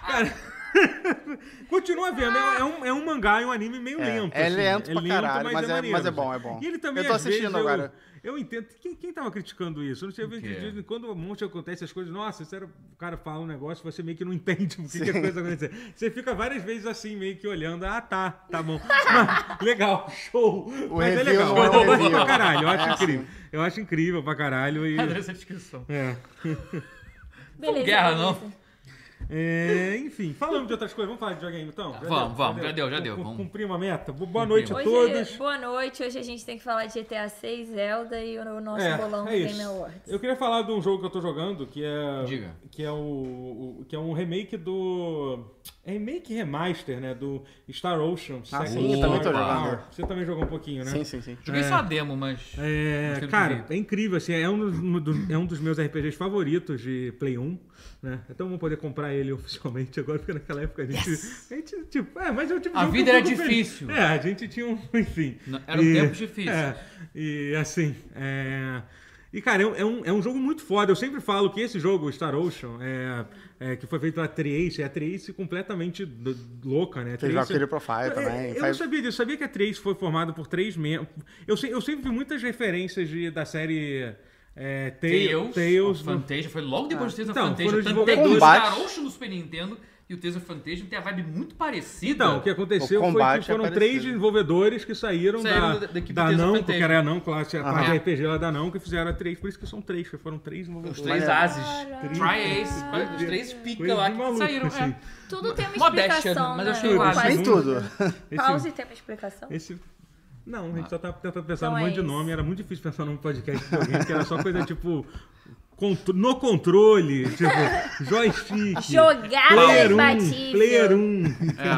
S2: Continua vendo, é, é um, é um mangá e um anime meio
S3: É,
S2: lento.
S3: é
S2: assim.
S3: lento pra caralho, mas é-
S2: maneiro,
S3: mas é bom,
S2: assim.
S3: é bom.
S2: E ele também
S3: Eu tô
S2: às vezes,
S3: assistindo
S2: eu-
S3: agora.
S2: Eu entendo. Quem, quem tava criticando isso? Eu não sei, eu vejo
S4: quê?
S2: de vez em quando um monte acontece as coisas. Nossa, sério, o cara fala um negócio, você meio que não entende o que, que a coisa aconteceu. Você fica várias vezes assim, meio que olhando. Ah, tá, tá bom. Mas, legal, show. Mas é
S3: review
S2: legal.
S3: não é
S2: Eu gosto
S3: review.
S2: pra caralho, eu acho
S3: É, sim.
S2: incrível. Eu acho incrível pra caralho. E,
S4: Adorei essa descrição.
S2: é.
S1: Beleza.
S4: guerra,
S1: beleza.
S2: É, enfim, falando de outras coisas, vamos falar de videogame então? Já
S4: Vamos,
S2: deu,
S4: vamos, já deu, já deu,
S2: Cum-
S4: vamos.
S2: Cumprimos a meta. Bo- Boa noite a
S1: Hoje, é
S2: todos.
S1: Boa noite. Hoje a gente tem que falar de GTA 6, Zelda e o nosso
S2: É,
S1: bolão
S2: é
S1: do
S2: isso.
S1: Game Awards.
S2: Eu queria falar de um jogo que eu tô jogando, que é.
S4: Diga.
S2: Que é, o, o- que é um remake do. É remake remaster, né? Do Star Ocean.
S3: Ah,
S2: Second
S3: sim,
S4: eu também tô
S2: Star
S4: jogando.
S2: Power. Você também jogou um pouquinho, né?
S3: Sim, sim, sim.
S4: Joguei só a demo, mas.
S2: É,
S4: Gostei do
S2: cara,
S4: jeito.
S2: é incrível, assim, é um, dos, um dos- é um dos meus RPGs favoritos de Play 1, né? Então vamos poder comprar ele oficialmente agora, porque naquela época a gente. A gente, tipo, é, mas eu tipo.
S4: A
S2: jogo que
S4: vida
S2: eu
S4: era
S2: fico feliz.
S4: difícil.
S2: É, a gente tinha um. Enfim.
S4: Não, eram tempos difíceis.
S2: é, e assim. é, e, cara, é um- é um, é um jogo muito foda. Eu sempre falo que esse jogo, o Star Ocean, é, é, que foi feito pela Trace, é a Trace completamente do- louca, né? A
S3: Teve
S2: Trace-
S3: Valkyrie Profile É, também.
S2: eu
S3: faz-
S2: não sabia disso. Eu sabia que a 3 foi formada por três membros. Eu, sei- eu sempre vi muitas referências de- da série é, Ta-
S4: Tales,
S2: Tales.
S4: of
S2: do-
S4: Fantasia, foi logo depois do Tales of
S2: Então,
S4: Fantasia.
S2: foram
S4: Tanto é que o
S3: desenvolvedores-
S4: Star Ocean no Super Nintendo e o Tales of Fantasia tem a vibe muito parecida.
S2: Então, o que aconteceu
S3: O
S2: foi que
S3: combate é
S2: foram
S3: parecido.
S2: três desenvolvedores que saíram,
S4: Saíram
S2: da,
S4: da- da equipe
S2: da
S4: Tales of
S2: Anão,
S4: Fantasia.
S2: porque era Anão, classe, a parte
S4: Aham.
S2: de RPG lá da Anão, que fizeram a três. Por isso que são três, que foram
S4: Os
S2: três desenvolvedores.
S4: três
S3: Olha.
S4: ases. Try Ace, os três pica
S2: Coisa
S4: lá
S2: de
S4: que
S2: maluco,
S4: saíram.
S2: assim.
S4: É.
S1: Tudo tem uma
S4: Modéstia,
S1: explicação,
S4: mas eu
S1: né?
S4: achei o
S1: Quase-
S4: Asus.
S3: Nem tudo.
S2: Esse,
S1: Pause tem uma explicação.
S2: esse- Não, a gente só tá tentando pensar
S1: Então
S2: num
S1: é
S2: monte de
S1: isso.
S2: nome. Era muito difícil pensar num podcast de alguém, que era só coisa tipo. contro- No controle, tipo, joystick.
S1: Jogada
S2: Player 1,
S1: imbatível.
S2: Player 1,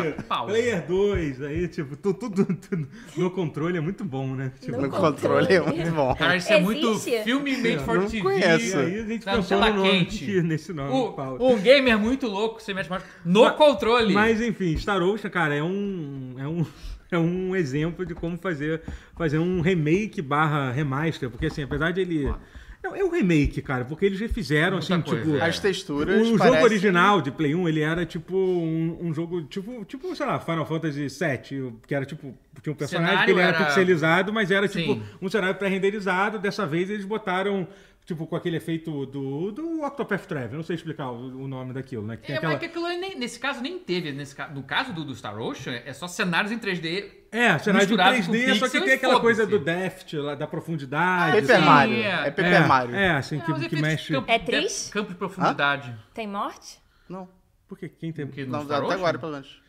S4: É, pau.
S2: Player 2, aí, tipo, tu- tudo, tudo no controle é muito bom, né? Tipo,
S3: No
S1: No
S3: controle é
S1: controle.
S3: muito bom.
S4: Cara, isso é muito
S1: Existe?
S4: filme made for
S3: não
S4: TV.
S2: e
S3: conheço.
S2: aí a gente
S4: Na
S2: pensou
S4: tela
S2: no nome
S4: quente.
S2: que- nesse nome, Paulo.
S4: O, um gamer muito louco, você mexe mais no controle.
S2: Mas enfim, Star Ocean, cara, é um, é um, é um exemplo de como fazer, fazer um remake barra remaster, porque assim, apesar de ele. É é um remake, cara, porque eles refizeram,
S4: Muita
S2: assim,
S4: coisa,
S2: tipo.
S4: é.
S3: As texturas.
S2: O jogo
S3: parecem-
S2: original de Play 1, ele era tipo um, um jogo, tipo, tipo, sei lá, Final Fantasy VII, que era tipo, tinha um personagem
S4: cenário
S2: que ele era,
S4: era-
S2: pixelizado, mas era tipo
S4: Sim.
S2: um cenário pré-renderizado. Dessa vez eles botaram, tipo, com aquele efeito do, do Octopath Travel, não sei explicar o, o nome daquilo, né? Que tem
S4: É,
S2: aquela...
S4: mas que aquilo aí nem- nesse caso nem teve. Nesse, ca- no caso do, do Star Ocean, é só cenários em 3D.
S2: É, cenário de
S4: misturado com
S2: 3D, só que
S4: pixel
S2: tem
S4: e
S2: aquela coisa do
S4: foda-se.
S2: deft, lá, da profundidade.
S3: Paper
S4: Sim,
S3: Mario.
S4: é.
S3: É
S2: É,
S3: Paper Mario.
S2: É, assim,
S4: os
S2: que, que
S4: efeitos
S2: mexe...
S4: campo-
S1: É triste?
S4: de- Campo de profundidade.
S1: Tem morte?
S3: Não,
S2: Por que, quem tem...
S4: Porque no
S3: não
S4: Star
S3: até
S4: Ocean-
S3: agora, pelo menos.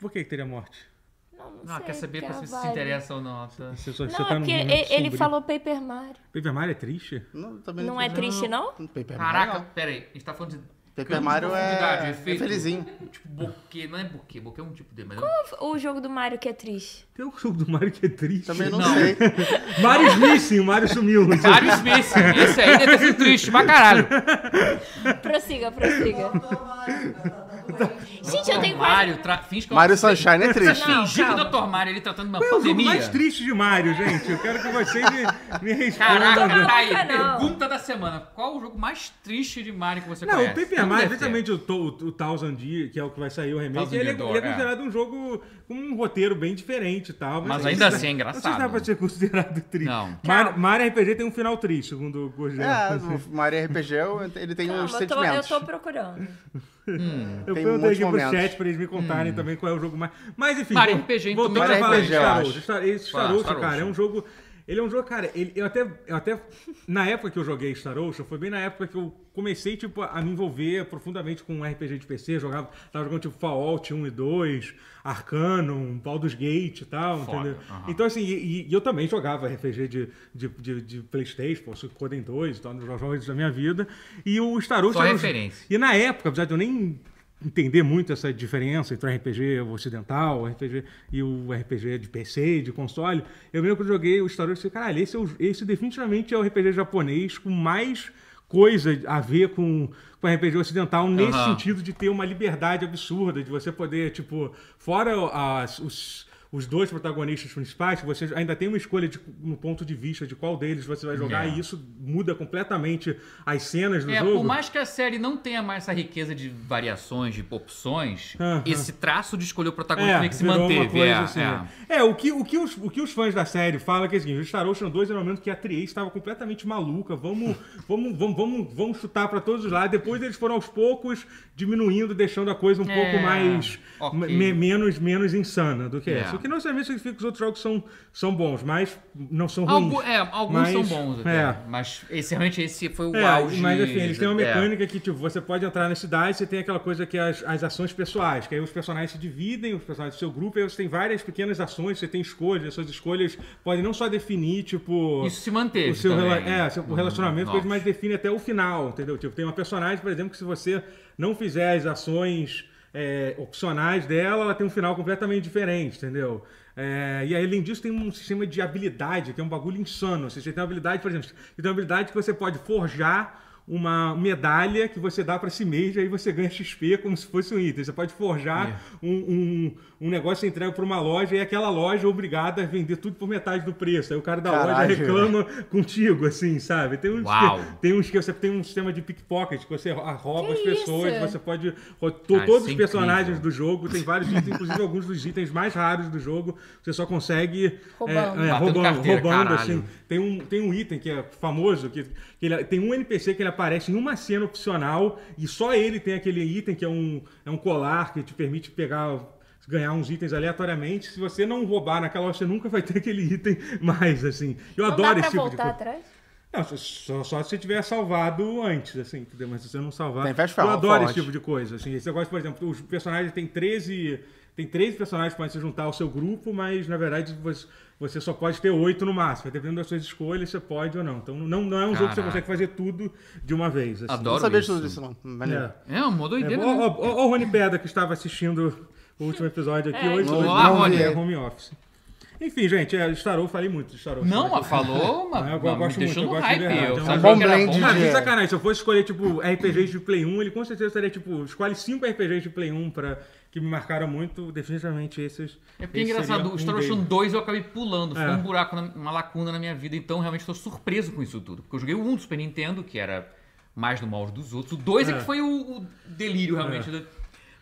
S2: Por que que teria morte?
S1: Não, não
S4: Não,
S1: sei.
S4: quer saber
S1: porque
S4: pra
S2: é
S4: se
S1: a
S4: se
S1: vibe-
S4: interessa ou não. tá?
S2: Você, só- você
S1: Não,
S2: tá
S1: é
S2: num
S1: porque
S2: momento
S1: ele, ele
S2: sombrio.
S1: falou Paper Mario.
S2: Paper Mario é triste?
S3: Não, também
S1: Não é triste, não?
S2: é
S3: Paper
S4: Caraca,
S3: Mario.
S4: pera aí, a gente tá falando de.
S3: Paper
S4: campo de
S3: Mario é-
S4: profundidade,
S3: é
S4: efeito-
S3: felizinho.
S4: Tipo, bokeh, não é bokeh, bokeh é um tipo de. Mas
S1: O jogo do Mario que é triste.
S2: Tem um jogo do Mario que é triste.
S3: Também não,
S4: Não.
S3: sei.
S2: Mario Smith, o Mario sumiu.
S4: Mario Smith, esse aí deve ter sido triste pra caralho.
S1: Prossiga, prossiga.
S5: Tá, tá, tá doente.
S1: Gente, eu tem
S4: Mario, tra... finge que eu-
S3: Mario Sunshine é triste.
S1: Não,
S4: Fingir que o
S1: calma.
S4: Dr. Mario ele tratando uma
S2: Qual é o jogo
S4: pandemia.
S2: mais triste de Mario, gente? Eu quero que vocês me, me respondam.
S4: Caraca, tá aí.
S1: Não, não, não.
S4: Pergunta da semana. Qual o jogo mais triste de Mario que você
S2: Não,
S4: conhece?
S2: o Paper Mario,
S4: deve ter.
S2: principalmente o, To- o Thousand Year, que é o que vai sair o remake,
S4: Thousand
S2: ele, é-
S4: Year Door,
S2: ele é
S4: é.
S2: considerado um jogo com um roteiro bem diferente e tal.
S4: Mas
S2: não
S4: ainda
S2: sei se-
S4: assim é
S2: Não sei se dá
S4: engraçado.
S2: pra ser considerado triste.
S4: Não.
S2: Mario, Mario RPG tem um final triste, segundo o Gojão.
S3: É, o Mario RPG, eu- ele tem um os
S1: Calma, eu tô, eu
S3: sentimentos.
S1: tô procurando.
S2: Eu perguntei aqui
S3: Tem muitos
S2: pro
S3: momentos.
S2: chat pra eles me contarem
S4: Hum.
S2: também qual é o jogo mais. Mas enfim,
S4: Mario
S2: vol-
S4: RPG, então.
S2: voltando a
S3: Mario
S2: falar de
S3: RPG, eu
S2: Star
S3: acho.
S2: Wars. Star, esse Star
S4: Fala,
S2: Ocean,
S4: Star
S2: cara, é
S4: Ocean.
S2: um jogo. Ele é um jogo, cara, ele- eu, até, eu até. Na época que eu joguei Star Ocean, foi bem na época que eu comecei, tipo, a me envolver profundamente com um RPG de PC. Jogava, tava jogando, tipo, Fallout 1 e 2, Arcanum, Baldur's Gate e tal,
S4: Foda,
S2: entendeu?
S4: aham.
S2: Então, assim, e, e eu também jogava RPG de, de, de, de PlayStation, pô, Suicoden 2, então, nos jogos da minha vida. E o Star Ocean.
S4: Só
S2: era um-
S4: referência.
S2: e na época, apesar de eu nem entender muito essa diferença entre o RPG ocidental o RPG e o RPG de PC, de console, eu lembro que eu joguei o Star Wars e falei, caralho, esse, é o- esse definitivamente é o RPG japonês com mais coisa a ver com com o RPG ocidental nesse
S4: Aham.
S2: sentido de ter uma liberdade absurda, de você poder, tipo, fora as- os, os dois protagonistas principais, você ainda tem uma escolha de- no ponto de vista de qual deles você vai jogar,
S4: É.
S2: e isso muda completamente as cenas do
S4: É,
S2: jogo.
S4: por mais que a série não tenha mais essa riqueza de variações, de opções,
S2: Aham.
S4: esse traço de escolher o protagonista meio tá que se
S2: É, virou uma
S4: manteve.
S2: coisa
S4: é,
S2: assim,
S4: é.
S2: né? É, o, que, o, que os, o que os fãs da série falam é que é o seguinte, o Star Ocean 2 era o momento que a Trieste estava completamente maluca, vamos, vamos, vamos, vamos, vamos chutar para todos os lados. Depois eles foram aos poucos diminuindo, deixando a coisa um
S4: É,
S2: pouco mais...
S4: ok.
S2: me- menos, menos insana do que
S4: É.
S2: essa. O que não necessariamente significa que os outros jogos são, são bons, mas não são ruins.
S4: Algu- é, alguns
S2: Mas-
S4: são bons até.
S2: é.
S4: Mas esse, realmente esse foi o
S2: É,
S4: auge.
S2: mas assim, eles têm uma
S4: é.
S2: mecânica que, tipo, você pode entrar na cidade, você tem aquela coisa que é as, as ações pessoais, que aí os personagens se dividem, os personagens do seu grupo, aí você tem várias pequenas ações, você tem escolhas, as suas escolhas podem não só definir, tipo.
S4: Isso se manteve.
S2: O seu, rela-
S4: também.
S2: é, seu- o
S4: Uhum,
S2: relacionamento,
S4: nossa.
S2: coisa, mas define até o final, entendeu? Tipo, tem uma personagem, por exemplo, que se você não fizer as ações é, opcionais dela, ela tem um final completamente diferente, entendeu? É, e aí, além disso, tem um sistema de habilidade, que é um bagulho insano. Ou seja, Você tem uma habilidade, por exemplo, você tem uma habilidade que você pode forjar uma medalha que você dá pra si mesmo e aí você ganha XP como se fosse um item. Você pode forjar
S4: É.
S2: um, um, um negócio, você entrega pra uma loja e aquela loja é obrigada a vender tudo por metade do preço. Aí o cara da loja
S3: Caralho.
S2: reclama problema contigo, assim, sabe? Tem uns,
S4: Uau.
S2: que, tem uns que você tem um sistema de pickpocket, que você ro-
S1: Que
S2: rouba as pessoas,
S1: isso?
S2: você pode. ro- to-
S4: Ah,
S2: todos
S4: isso
S2: os
S4: é
S2: personagens
S4: incrível.
S2: do jogo, tem vários itens, inclusive alguns dos itens mais raros do jogo, você só consegue.
S1: Roubando.
S2: É, é,
S4: Batendo
S2: roubando,
S4: carteira,
S2: roubando,
S4: caralho.
S2: assim. Tem um, tem um item que é famoso, que, que ele- tem um NPC que ele aparece em uma cena opcional e só ele tem aquele item que é um, é um colar que te permite pegar ganhar uns itens aleatoriamente. Se você não roubar naquela hora, você nunca vai ter aquele item mais, assim. Eu
S1: Não
S2: adoro
S1: dá pra
S2: esse tipo de
S1: voltar
S2: coisa.
S1: atrás?
S2: Não, só- só, só se você tiver salvado antes, assim, entendeu? Mas se você não salvar.
S3: Tem fast
S2: eu
S3: forward.
S2: adoro esse tipo de coisa. Assim, esse negócio, por exemplo, os personagens tem 13. Tem 13 personagens que podem se juntar ao seu grupo, mas na verdade você, você só pode ter oito no máximo. Dependendo das suas escolhas, você pode ou não. Então não, não é um jogo que você
S4: Caraca.
S2: consegue fazer tudo de uma vez. Assim.
S4: Adoro
S3: Não sabia de
S4: isso.
S3: tudo isso, não. Maneiro.
S2: É.
S4: É, uma doideira. né?
S2: É, ó, ó, ó o Rony Pedra que estava assistindo o último episódio aqui.
S1: É.
S2: hoje hoje,
S4: Olá,
S2: não,
S4: Rony.
S2: é home office. Enfim, gente, é, Starou, falei muito de Starou.
S4: Não, mas é falou,
S2: Ah,
S4: mas
S2: eu
S4: eu me
S2: gosto muito,
S4: deixou
S2: eu
S4: no
S2: gosto de
S4: hype.
S2: verdade. É
S4: Eu
S2: um
S4: sabia
S3: bom
S4: que era
S3: blend
S4: bom.
S2: Não, mas
S4: mas-
S2: sem
S3: de-
S2: sacanagem, se eu fosse escolher, tipo, RPGs de Play 1, ele com certeza estaria, tipo, escolhe 5 RPGs de Play 1 pra, que me marcaram muito, definitivamente esses.
S4: É porque é
S2: esse
S4: engraçado,
S2: seria
S4: o
S2: um
S4: Star Ocean
S2: deles.
S4: 2 eu acabei pulando, foi
S2: É.
S4: um buraco, na- uma lacuna na minha vida, então realmente estou surpreso com isso tudo. Porque eu joguei o 1 do Super Nintendo, que era mais no molde dos outros, o 2 é,
S2: É.
S4: que foi o, o delírio realmente.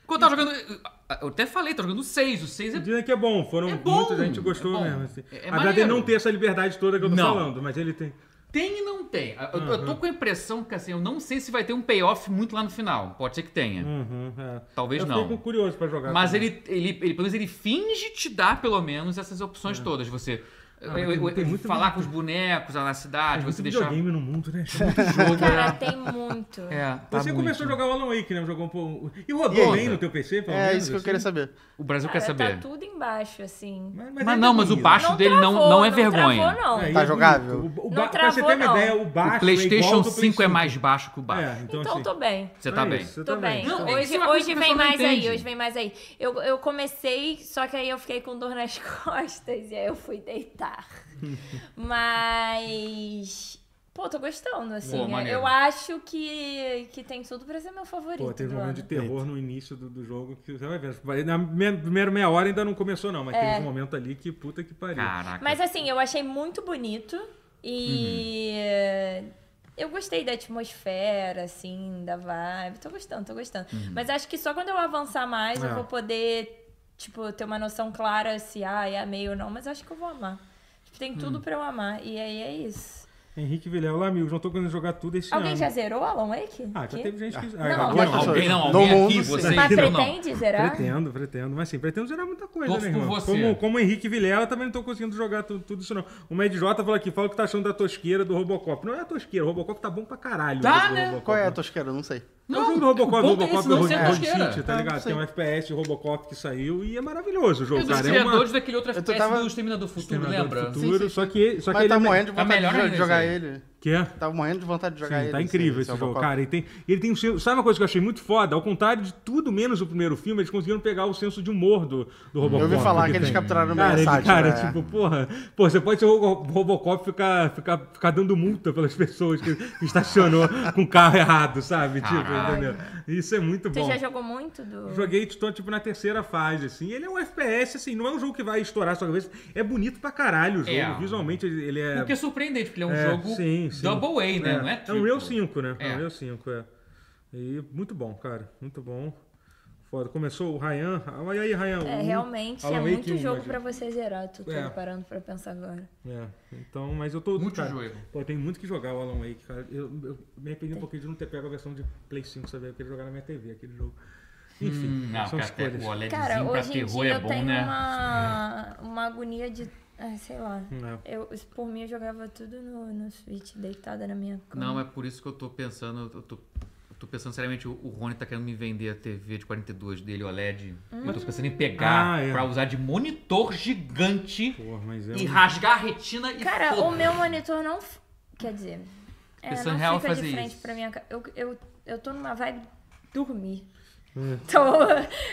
S4: Quando eu tava jogando, eu até falei, tava jogando o 6, o 6 é...
S2: Dizem que é bom, foram
S4: É bom,
S2: muita gente gostou
S4: é bom.
S2: mesmo. Assim.
S4: É- é
S2: Apesar de ele
S4: maneiro.
S2: não ter essa liberdade toda que eu tô
S4: Não.
S2: falando, mas ele tem.
S4: tem e não tem. Eu, eu
S2: Uhum.
S4: tô com a impressão que assim, eu não sei se vai ter um payoff muito lá no final, pode ser que tenha.
S2: Uhum, é.
S4: Talvez
S2: eu
S4: não.
S2: fiquei curioso pra jogar.
S4: Mas
S2: também.
S4: ele, ele, ele- pelo menos ele finge te dar, pelo menos, essas opções todas. Você
S2: É. Ah, mas
S4: eu- eu-
S2: tem- tem muito-
S4: falar com os bonecos lá na cidade,
S2: Tem muito
S4: é você deixar
S2: videogame no mundo, né?
S4: jogo.
S1: Cara,
S4: né?
S1: tem muito.
S4: É,
S2: Você
S3: muito.
S2: começou a jogar o Alan Wake, né? Jogou um pouco. E
S3: E
S2: rodou
S3: aí?
S2: bem no teu PC, pelo menos?
S3: É isso que eu
S2: assim?
S3: queria saber.
S4: o Brasil
S1: Cara,
S4: quer saber.
S1: Tá tudo embaixo, assim.
S2: Mas,
S4: Mas
S2: é
S4: não, mas o
S2: bonito.
S4: baixo dele não- não é vergonha.
S1: Travou, não.
S2: Aí
S3: Tá
S2: é
S3: jogável?
S2: bonito. O, o
S1: Não
S2: ba- pra você
S1: travou,
S2: ter uma
S1: não.
S2: ideia, o baixo.
S4: O
S2: é igual
S4: PlayStation
S2: ao do
S4: 5 é
S2: Play
S4: mais baixo que o baixo.
S2: É, então,
S1: Então
S2: assim,
S1: tô bem.
S4: Você tá
S2: é
S4: bem.
S2: isso, você
S1: Tô
S2: tá
S1: bem.
S4: Não, é
S1: hoje
S4: isso é uma coisa
S1: hoje
S4: que o
S1: vem
S4: pessoal não
S1: mais aí,
S4: entende.
S1: hoje vem mais aí. Eu, eu comecei, só que aí eu fiquei com dor nas costas e aí eu fui deitar. Mas. Pô, tô gostando, assim.
S4: Pô,
S1: Eu-
S4: maneiro.
S1: eu acho que, que tem tudo pra ser meu favorito.
S2: Pô, teve um
S1: do
S2: momento de
S1: ano.
S2: terror no início do, do jogo que você vai ver. Vai- Na me- primeira meia hora ainda não começou,
S1: É.
S2: não, mas teve um momento ali que puta que pariu.
S4: Caraca.
S1: Mas assim, eu achei muito bonito e eu gostei da atmosfera, assim, da vibe. Tô gostando, tô gostando. Mas acho que só quando eu avançar mais
S2: Uhum. É.
S1: eu vou poder, tipo, ter uma noção clara se ah, é amei ou não, mas acho que eu vou amar. Tipo, tem tudo
S2: Hum.
S1: pra eu amar. E aí é isso.
S2: Henrique Vilela, olá, amigos, não tô conseguindo jogar tudo esse
S1: Alguém
S2: ano.
S1: já zerou Alan Wake?
S2: Ah, já
S1: Que?
S2: teve gente que.
S1: Não,
S2: alguém-
S1: não.
S4: Não, alguém não,
S3: No
S4: alguém aqui,
S3: mundo, sim.
S4: vocês
S1: é
S2: né?
S1: Mas
S4: não, não.
S1: pretende zerar?
S2: Pretendo, pretendo. Mas sim, pretendo zerar muita coisa,
S4: Tô
S2: né,
S4: com
S2: irmão?
S4: você.
S2: Como, como Henrique Vilela, também não tô conseguindo jogar tu- tudo isso, não. O Mad J fala aqui, fala o que tá achando da tosqueira do Robocop. Não é a tosqueira, o Robocop tá bom pra caralho.
S4: Tá,
S2: o jogo do
S4: né?
S2: Robocop,
S3: Qual é a tosqueira? Eu Não sei.
S2: Não, o jogo do Robocop,
S4: o
S2: o
S4: ponto é
S2: Robocop
S4: esse,
S2: é
S4: não ser
S2: Road- Road City,
S4: tosqueira.
S2: tá
S3: Ah,
S2: ligado?
S3: não sei.
S2: Tem um FPS de Robocop que saiu e é maravilhoso o jogo,
S4: Eu dos
S2: cara. É uma...
S4: criadores daquele outro
S3: Eu tô
S4: FPS
S3: tava-
S4: do Exterminador do Futuro,
S2: Exterminador do
S4: lembra?
S2: Futuro,
S3: Sim, sim,
S2: Só que, só que
S3: Mas
S2: ele
S3: tá
S2: é-
S3: morrendo de
S4: Tá
S3: vontade
S4: melhor
S3: de jo-
S4: ainda,
S3: jogar
S4: esse
S3: ele.
S2: Que é?
S3: Tava morrendo de vontade de jogar
S2: Sim,
S3: ele. é
S2: tá incrível esse, jogo,
S3: Robocop.
S2: cara. Ele tem, ele tem um senso. Sabe uma coisa que eu achei muito foda? Ao contrário de tudo menos o primeiro filme, eles conseguiram pegar o senso de humor do, do Robocop.
S3: Eu ouvi falar que
S2: tem.
S3: eles capturaram
S2: Cara,
S3: meio
S2: ele,
S3: sátira.
S2: cara,
S3: é.
S2: tipo, porra, pô, você pode ser o Robo- Robocop e ficar, ficar, ficar dando multa pelas pessoas que estacionou com o carro errado, sabe? Tipo,
S4: Caralho.
S2: entendeu? Isso é muito
S1: Tu
S2: bom.
S1: já jogou muito do.
S2: Joguei, tô, tipo, na terceira fase, assim. Ele é um FPS, assim, não é um jogo que vai estourar a sua cabeça. É bonito pra caralho o jogo.
S4: É.
S2: Visualmente, ele ele é...
S4: O que é surpreendente, porque ele é um
S2: É,
S4: jogo
S2: sim, sim.
S4: Double A, né? Não é
S2: É um Real
S4: triple.
S2: 5, né? É
S4: É.
S2: um Real 5, é. E muito bom, cara. Muito bom. Foda. Começou o Ryan. Olha aí, Ryan.
S1: É,
S2: um-
S1: realmente
S2: Alan
S1: é
S2: Wake
S1: muito
S2: um,
S1: jogo
S2: mas-
S1: pra você zerar. Tô, tô
S2: É.
S1: parando pra pensar agora.
S2: É. Então, mas eu tô.
S4: Muito
S2: cara,
S4: jogo.
S2: Pô, tem muito que jogar o Alan Wake, cara. Eu, eu me arrependi um pouquinho de não ter pego a versão de Play 5, sabe? Eu queria jogar na minha TV aquele jogo. Enfim,
S4: Hum, Não,
S2: são
S4: porque até
S2: escolhas.
S4: o
S1: Cara,
S4: OLEDzinho pra
S1: hoje em
S4: terror
S1: dia
S4: é
S1: eu
S4: bom,
S1: tenho
S4: né? É.
S1: uma, uma agonia de. Ah, sei lá.
S2: É.
S1: Eu, por mim, eu jogava tudo no, no Switch, deitada na minha cama.
S4: Não, é por isso que eu tô pensando, eu tô, eu tô pensando seriamente, o o Rony tá querendo me vender a TV de 42 dele, OLED.
S1: Hum.
S4: Eu tô pensando em pegar
S2: Ah, é.
S4: pra usar de monitor gigante
S2: Porra, mas é.
S4: e
S2: um-
S4: rasgar a retina e
S1: Cara, o
S4: foda.
S1: meu monitor não. f- Quer dizer. É,
S4: Pensando
S1: não
S4: real,
S1: fica de
S4: fazer
S1: frente
S4: isso.
S1: pra minha cama. Eu, eu, eu tô numa vibe dormir.
S4: É.
S1: Então,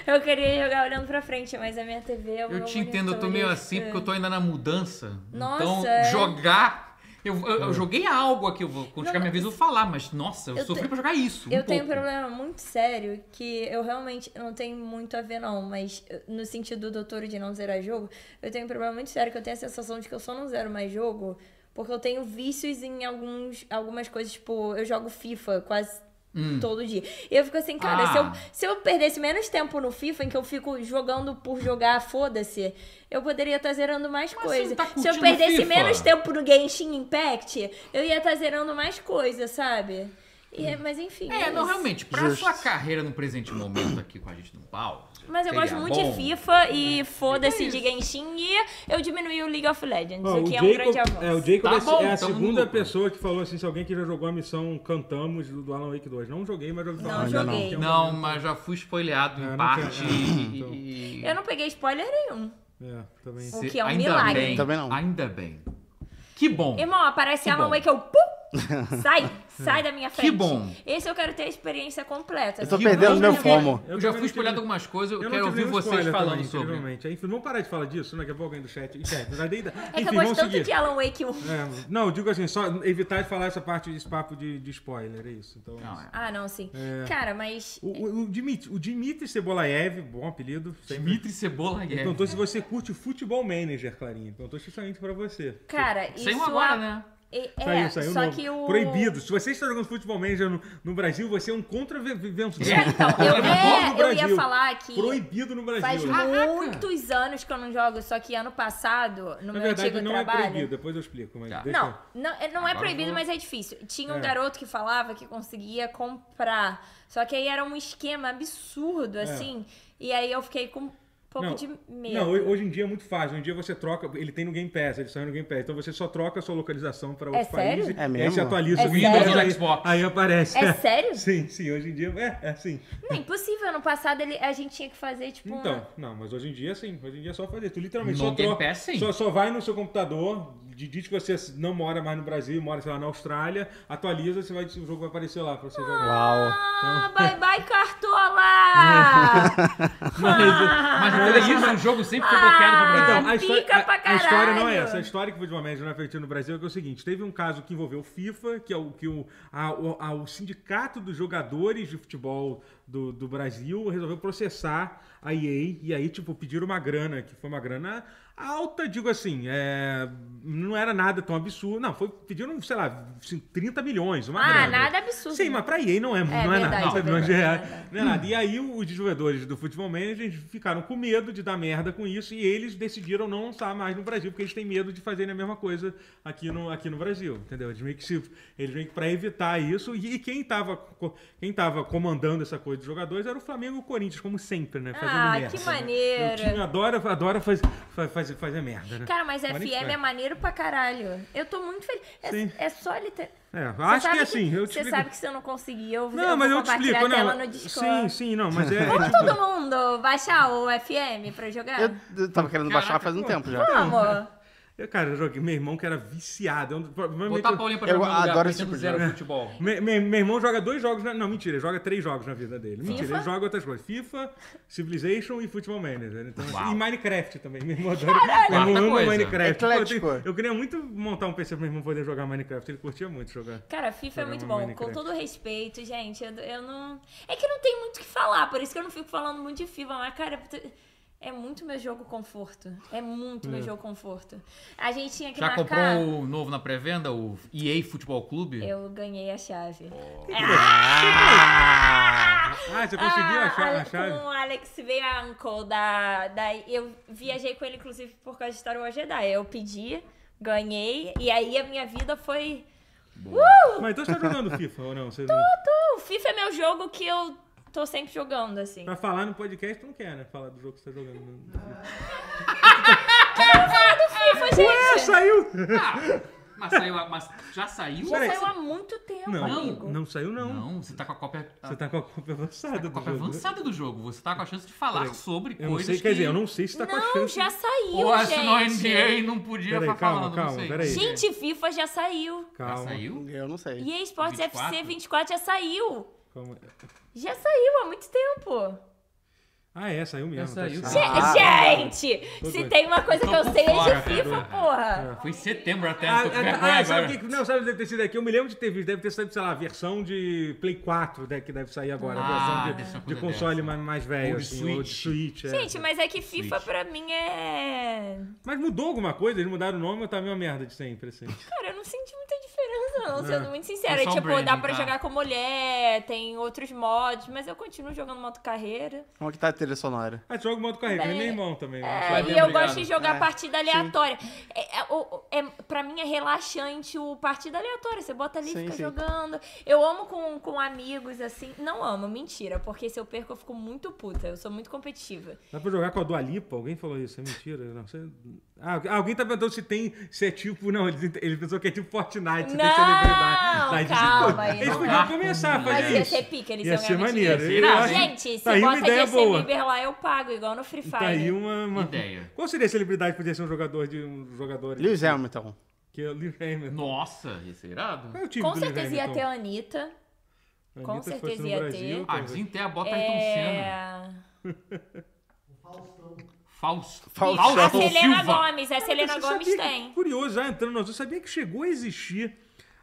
S1: eu queria jogar olhando pra frente, mas a minha TV.
S4: Eu te entendo, eu tô meio assim porque eu tô ainda na mudança.
S1: é Nossa,
S4: então,
S1: é.
S4: jogar. Eu, eu-
S2: É.
S4: eu joguei algo aqui, eu vou, quando chegar minha vez eu vou falar, mas nossa, eu,
S1: eu
S4: sofri
S1: te-
S4: pra jogar isso.
S1: Eu
S4: um
S1: tenho um
S4: pouco.
S1: problema muito sério que eu realmente não tem muito a ver, não, mas eh, no sentido do doutor de não zerar jogo, eu tenho um problema muito sério que eu tenho a sensação de que eu só não zero mais jogo porque eu tenho vícios em alguns, algumas coisas, tipo, eu jogo FIFA quase. Todo dia. E eu fico assim, cara,
S4: Hum. Ah.
S1: se, eu, se eu perdesse menos tempo no FIFA, em que eu fico jogando por jogar, foda-se, eu poderia estar zerando mais
S4: Mas você
S1: coisa.
S4: não tá
S1: se eu
S4: curtindo
S1: perdesse
S4: FIFA?
S1: menos tempo no Genshin Impact, eu ia estar zerando mais coisa, sabe? E é- mas enfim.
S4: É, não,
S1: isso.
S4: realmente, pra sua carreira no presente momento aqui com a gente no pau.
S1: Mas eu
S4: seria
S1: gosto muito
S4: bom.
S1: de FIFA e foda-se
S4: É isso.
S1: de Genshin e eu diminui o League of Legends,
S2: Ó,
S1: o que é um grande avanço.
S2: é, o Jacob
S4: Tá
S2: é,
S4: bom,
S2: é a
S4: tamo no
S2: segunda
S4: lucro.
S2: pessoa que falou assim: se alguém que já jogou a missão Cantamos do, do Alan Wake 2. Não um-" joguei, mas joguei
S1: Não joguei.
S4: Não, mas já fui spoileado
S2: É,
S4: em
S2: não
S4: parte.
S2: quero-
S4: e-
S2: então.
S4: e-
S1: Eu não peguei spoiler nenhum.
S2: É, também.
S1: O
S4: se-
S1: que é um
S4: ainda
S1: milagre.
S4: Bem,
S3: Também não.
S4: Ainda bem. Que bom.
S1: Irmão, aparece
S4: Que
S1: Alan
S4: bom.
S1: Wake, eu... Pum, sai, sai da minha
S4: Que
S1: frente.
S4: bom.
S1: Esse eu quero ter a experiência completa. né? É
S3: Eu tô
S1: Que
S3: perdendo
S1: bom.
S3: meu
S1: Eu-
S3: fomo.
S4: Eu,
S2: Eu
S4: já
S2: também
S4: fui
S2: não
S4: spoileado
S2: tive-
S4: algumas coisas, eu,
S2: não
S4: quero
S2: tive
S4: ouvir
S2: nenhum
S4: vocês
S2: spoiler
S4: falando
S2: também,
S4: sobre.
S2: incrivelmente. É, Enfim, vamos parar de falar disso, daqui a pouco alguém do chat. Enfim, já dei ideia.
S1: É que
S2: Enfim,
S1: eu gosto
S2: vamos
S1: tanto
S2: seguir.
S1: de Alan Wake 1.
S2: É, não, digo assim, só evitar de falar essa parte desse papo de, de spoiler, é isso. Então,
S4: Não, é.
S1: Ah, não, sim.
S2: É.
S1: Cara, mas...
S2: o, o, o Dimitri, o Dimitri Cebolaev, bom apelido. sempre.
S4: Dimitri Cebola
S2: Ele
S4: é.
S2: perguntou se você curte o Futebol Manager, Clarinha. Perguntou especialmente pra você.
S1: Cara, isso...
S4: Saiu agora,
S1: a-
S4: né?
S1: É,
S2: Saiu, saiu
S1: só
S2: novo.
S1: que o...
S2: Proibido. Se você está jogando Futebol Manager no, no Brasil, você é um contraventor.
S1: É, então, eu,
S2: Proibido no
S1: é, eu
S2: Brasil.
S1: ia falar que...
S2: Proibido no Brasil. né?
S1: Faz
S2: Na
S1: muitos anos que eu não jogo, só que ano passado, no meu
S2: verdade,
S1: antigo
S2: não
S1: trabalho.
S2: é proibido. Depois eu explico. Mas
S4: Tá.
S2: deixa-
S1: Não, não, é- não é
S4: Agora
S1: proibido,
S4: vou-
S1: mas é difícil. Tinha um
S2: É.
S1: garoto que falava que conseguia comprar. Só que aí era um esquema absurdo, assim. E aí eu fiquei com um pouco
S2: É. Não,
S1: de medo.
S2: Não, ho- hoje em dia é muito fácil. Hoje em dia você troca, ele tem no Game Pass, ele saiu no Game Pass. Então você só troca a sua localização para outro
S1: sério?
S2: país. e
S3: É
S2: Aí
S3: mesmo?
S2: você atualiza
S1: É
S2: o
S1: sério?
S2: Windows,
S4: Windows
S2: aí,
S4: Xbox.
S2: aí aparece.
S1: É sério?
S2: Sim, sim, hoje em dia é, é assim.
S1: Não, impossível. Ano passado ele, a gente tinha que fazer, tipo, uma-
S2: Então, não, mas hoje em dia sim, hoje em dia é só fazer. Tu literalmente
S4: No
S2: só
S4: Game
S2: troca,
S4: Pass, sim.
S2: Só, só vai no seu computador, de- diz que você não mora mais no Brasil, mora, sei lá, na Austrália, atualiza, você vai, o jogo vai aparecer lá pra você jogar.
S3: Uau.
S1: Ah, bye bye, Cartola! Ah!
S4: Mas então é isso, o jogo sempre foi bloqueado pro Brasil.
S1: Ah, pica pra
S2: Então, a, a história não é
S1: caralho.
S2: essa. A história que o futebol médio não é feito no Brasil é, que é o seguinte: teve um caso que envolveu o FIFA, que é o que o, a- o- a- o sindicato dos jogadores de futebol do, do Brasil resolveu processar a EA e aí, tipo, pediram uma grana, que foi uma grana alta, digo assim, é, não era nada tão absurdo. Não, foi, pediram, sei lá, 30 milhões, uma
S1: Ah,
S2: grana.
S1: nada absurdo.
S2: Sim, mas pra EA não é, não é
S1: verdade,
S2: nada.
S1: verdade,
S2: Não é
S1: verdade.
S2: nada. Não é nada. E aí os desenvolvedores do Futebol Manager ficaram com medo de dar merda com isso e eles decidiram não lançar mais no Brasil, porque eles têm medo de fazerem a mesma coisa aqui no, aqui no Brasil, entendeu? Eles meio que, se, eles meio que pra evitar isso. E, e quem, tava, co- quem tava comandando essa coisa dos jogadores era o Flamengo e o Corinthians, como sempre, né? Fazendo
S1: Ah,
S2: merda.
S1: que maneiro.
S2: O time adora, adora faz, faz, faz- fazer merda, né?
S1: Cara, mas
S2: Olha que
S1: FM é
S2: foi.
S1: maneiro pra caralho. Eu tô muito feliz.
S2: Sim.
S1: É, é só liter...
S2: É,
S1: Você
S2: acho
S1: sabe
S2: que é assim. eu te
S1: Você
S2: explico.
S1: sabe que se eu não conseguir, eu,
S2: Não,
S1: eu
S2: mas
S1: vou
S2: eu te
S1: compartilhar
S2: explico.
S1: a tela
S2: Não,
S1: no Discord.
S2: sim, sim, não, mas é.
S1: Vamos todo mundo baixar o FM pra jogar?
S3: Eu, eu tava querendo baixar
S4: Caraca,
S3: faz um
S2: pô.
S3: tempo já.
S1: Vamos.
S2: Eu, cara, eu joguei. Meu irmão que era viciado. é um do- provavelmente
S4: Botar a
S2: eu-
S4: Paulinha pra
S3: Eu
S4: jogar no lugar,
S3: adoro esse
S4: perdendo
S3: tipo de
S4: zero
S3: jogo.
S4: futebol.
S2: Me- me- meu irmão joga dois jogos. Na... Não, mentira, ele joga três jogos na vida dele. Mentira,
S1: FIFA?
S2: ele joga outras coisas: FIFA, Civilization e Football Manager. Então,
S4: Uau.
S2: e Minecraft também. Meu irmão adora. Meu irmão
S4: Quarta
S2: ama
S4: coisa.
S2: Minecraft. Pô, eu, tenho-
S3: Eclético.
S2: eu queria muito montar um PC pro meu irmão poder jogar Minecraft. Ele curtia muito jogar.
S1: Cara, FIFA é muito
S2: Programa
S1: bom. Com
S2: Minecraft.
S1: todo respeito, gente, eu, eu não. É que não tem muito o que falar, por isso que eu não fico falando muito de FIFA, mas, cara. tu- É muito meu jogo conforto. É muito meu jogo conforto. A gente tinha que
S4: Já
S1: marcar.
S4: comprou o novo na pré-venda, o EA Futebol Clube?
S1: Eu ganhei a chave.
S2: Oh. Ah, você conseguiu achar a
S1: Ale-
S2: chave?
S1: Com o Alex Bianco da, da. Eu viajei com ele, inclusive, por causa de Star Wars Jedi. Eu pedi, ganhei, e aí a minha vida foi.
S2: Mas então você tá jogando FIFA ou não? Você não...
S1: O FIFA é meu jogo que eu tô sempre jogando, assim.
S2: Pra falar no podcast, tu não quer, né? Falar do jogo que você tá jogando. né?
S1: FIFA, gente!
S2: Ah, saiu!
S4: Ah, mas, saiu, a- mas já saiu?
S1: Já
S2: Peraí.
S1: saiu há muito tempo,
S2: Não,
S1: amigo.
S2: não saiu, não.
S4: Não, você tá com a cópia, a
S2: Você tá com a cópia avançada do
S4: cópia
S2: jogo. né?
S4: avançada do jogo. Você tá com a chance de falar sobre
S2: Eu não
S4: coisas
S2: sei,
S4: que...
S2: quer dizer, eu não sei se tá com a
S1: Não,
S2: chance.
S1: já saiu,
S4: Ou assinou
S2: é
S4: a
S1: gente.
S4: NDA e não podia
S2: Peraí,
S4: ficar
S2: calma,
S4: falando,
S2: calma,
S4: não sei.
S2: peraí.
S1: Gente, FIFA já saiu.
S4: Já
S2: Calma,
S4: saiu?
S3: Eu não sei.
S1: EA Sports
S4: 24?
S1: FC 24 já saiu.
S2: calma.
S1: Já saiu há muito tempo.
S2: Ah, Então é, saiu mesmo. tá
S4: saiu.
S2: certo.
S1: Ge-
S3: Ah,
S1: gente,
S2: Tô
S1: se
S2: doido.
S1: tem uma coisa
S4: Tô
S1: que eu
S4: por
S1: sei é
S4: fora,
S2: né,
S1: de FIFA,
S4: cara.
S2: É.
S1: porra.
S4: Foi em setembro até,
S2: Ah,
S4: não tô com
S2: ah,
S4: vergonha
S2: ah,
S4: agora.
S2: sabe o que, não, sabe o que deve ter sido aqui? Eu me lembro de ter visto, deve ter saído, sei lá, a versão de Play 4 né, que deve sair agora,
S4: Ah,
S2: a
S4: deve ser
S2: versão
S4: uma
S2: de, de
S4: coisa
S2: console
S4: dessa.
S2: mais, mais velho,
S4: Ou de
S2: assim, ou de Switch. é.
S1: Gente, mas é que FIFA pra mim é.
S2: Mas mudou alguma coisa? Eles mudaram o nome ou tá a mesma merda de sempre, assim?
S1: Cara, eu não senti muita diferença, não, sendo muito sincera.
S4: É só um
S1: Tipo, dá
S4: branding,
S1: pra
S4: tá?
S1: jogar com mulher, tem outros mods, mas eu continuo jogando modo carreira.
S3: Como é que tá a trilha sonora?
S2: Ah, joga o modo carrega,
S1: Bem,
S2: meu irmão também. né?
S1: É,
S4: Vai
S1: e
S4: bem,
S1: eu
S4: obrigado.
S1: gosto de jogar
S3: É,
S1: partida aleatória. É, é, o- é, pra mim é relaxante o partida aleatória. Você bota ali e
S3: Sim,
S1: fica
S3: sim.
S1: jogando. Eu amo com, com amigos, assim. Não amo, mentira. Porque se eu perco, eu fico muito puta. Eu sou muito competitiva.
S2: Dá pra jogar com a Dua Lipa? Alguém falou isso? É mentira? Não, você... ah, alguém- alguém tá perguntando se tem. Se é tipo. Não, ele, ele pensou que é tipo Fortnite, se
S1: Não,
S2: tem celebridade.
S1: calma,
S2: Eles
S1: ele não
S2: podiam
S4: vai.
S2: começar a
S1: Mas
S2: fazer
S1: ia
S2: isso.
S1: ser pica, eles
S2: Ia
S1: iam
S2: ser
S1: ganhar muito
S2: maneiro,
S1: dinheiro.
S4: eu acho-
S1: Gente, se
S2: tá aí uma
S1: bota
S2: ideia
S1: Justin
S2: boa.
S1: Bieber lá, eu pago, igual no Free Fire.
S2: Tá aí uma, uma-
S4: Ideia.
S2: Qual seria a celebridade que podia ser um jogador de um jogador?
S3: Lewis Hamilton.
S2: Que é o Lewis Hamilton.
S4: Nossa, ia ser irado.
S2: Qual é o time
S1: Com
S2: do
S1: certeza
S2: Lewis
S1: ia ter
S2: Hamilton?
S1: a Anitta. com
S2: Anitta fosse
S1: certeza
S2: no
S1: ia ter.
S2: Brasil,
S4: Ah,
S2: talvez.
S4: desenterra, bota Ayrton Senna.
S1: É...
S5: O Faustão.
S4: Fausto.
S3: Faustão.
S1: A
S4: Fausto
S1: Selena
S4: Silva.
S1: Gomes, a
S2: Cara,
S1: Selena
S2: Ah, você
S1: Gomes
S2: sabia que-
S1: tem.
S2: Curioso, já entrando no assunto, sabia que chegou a existir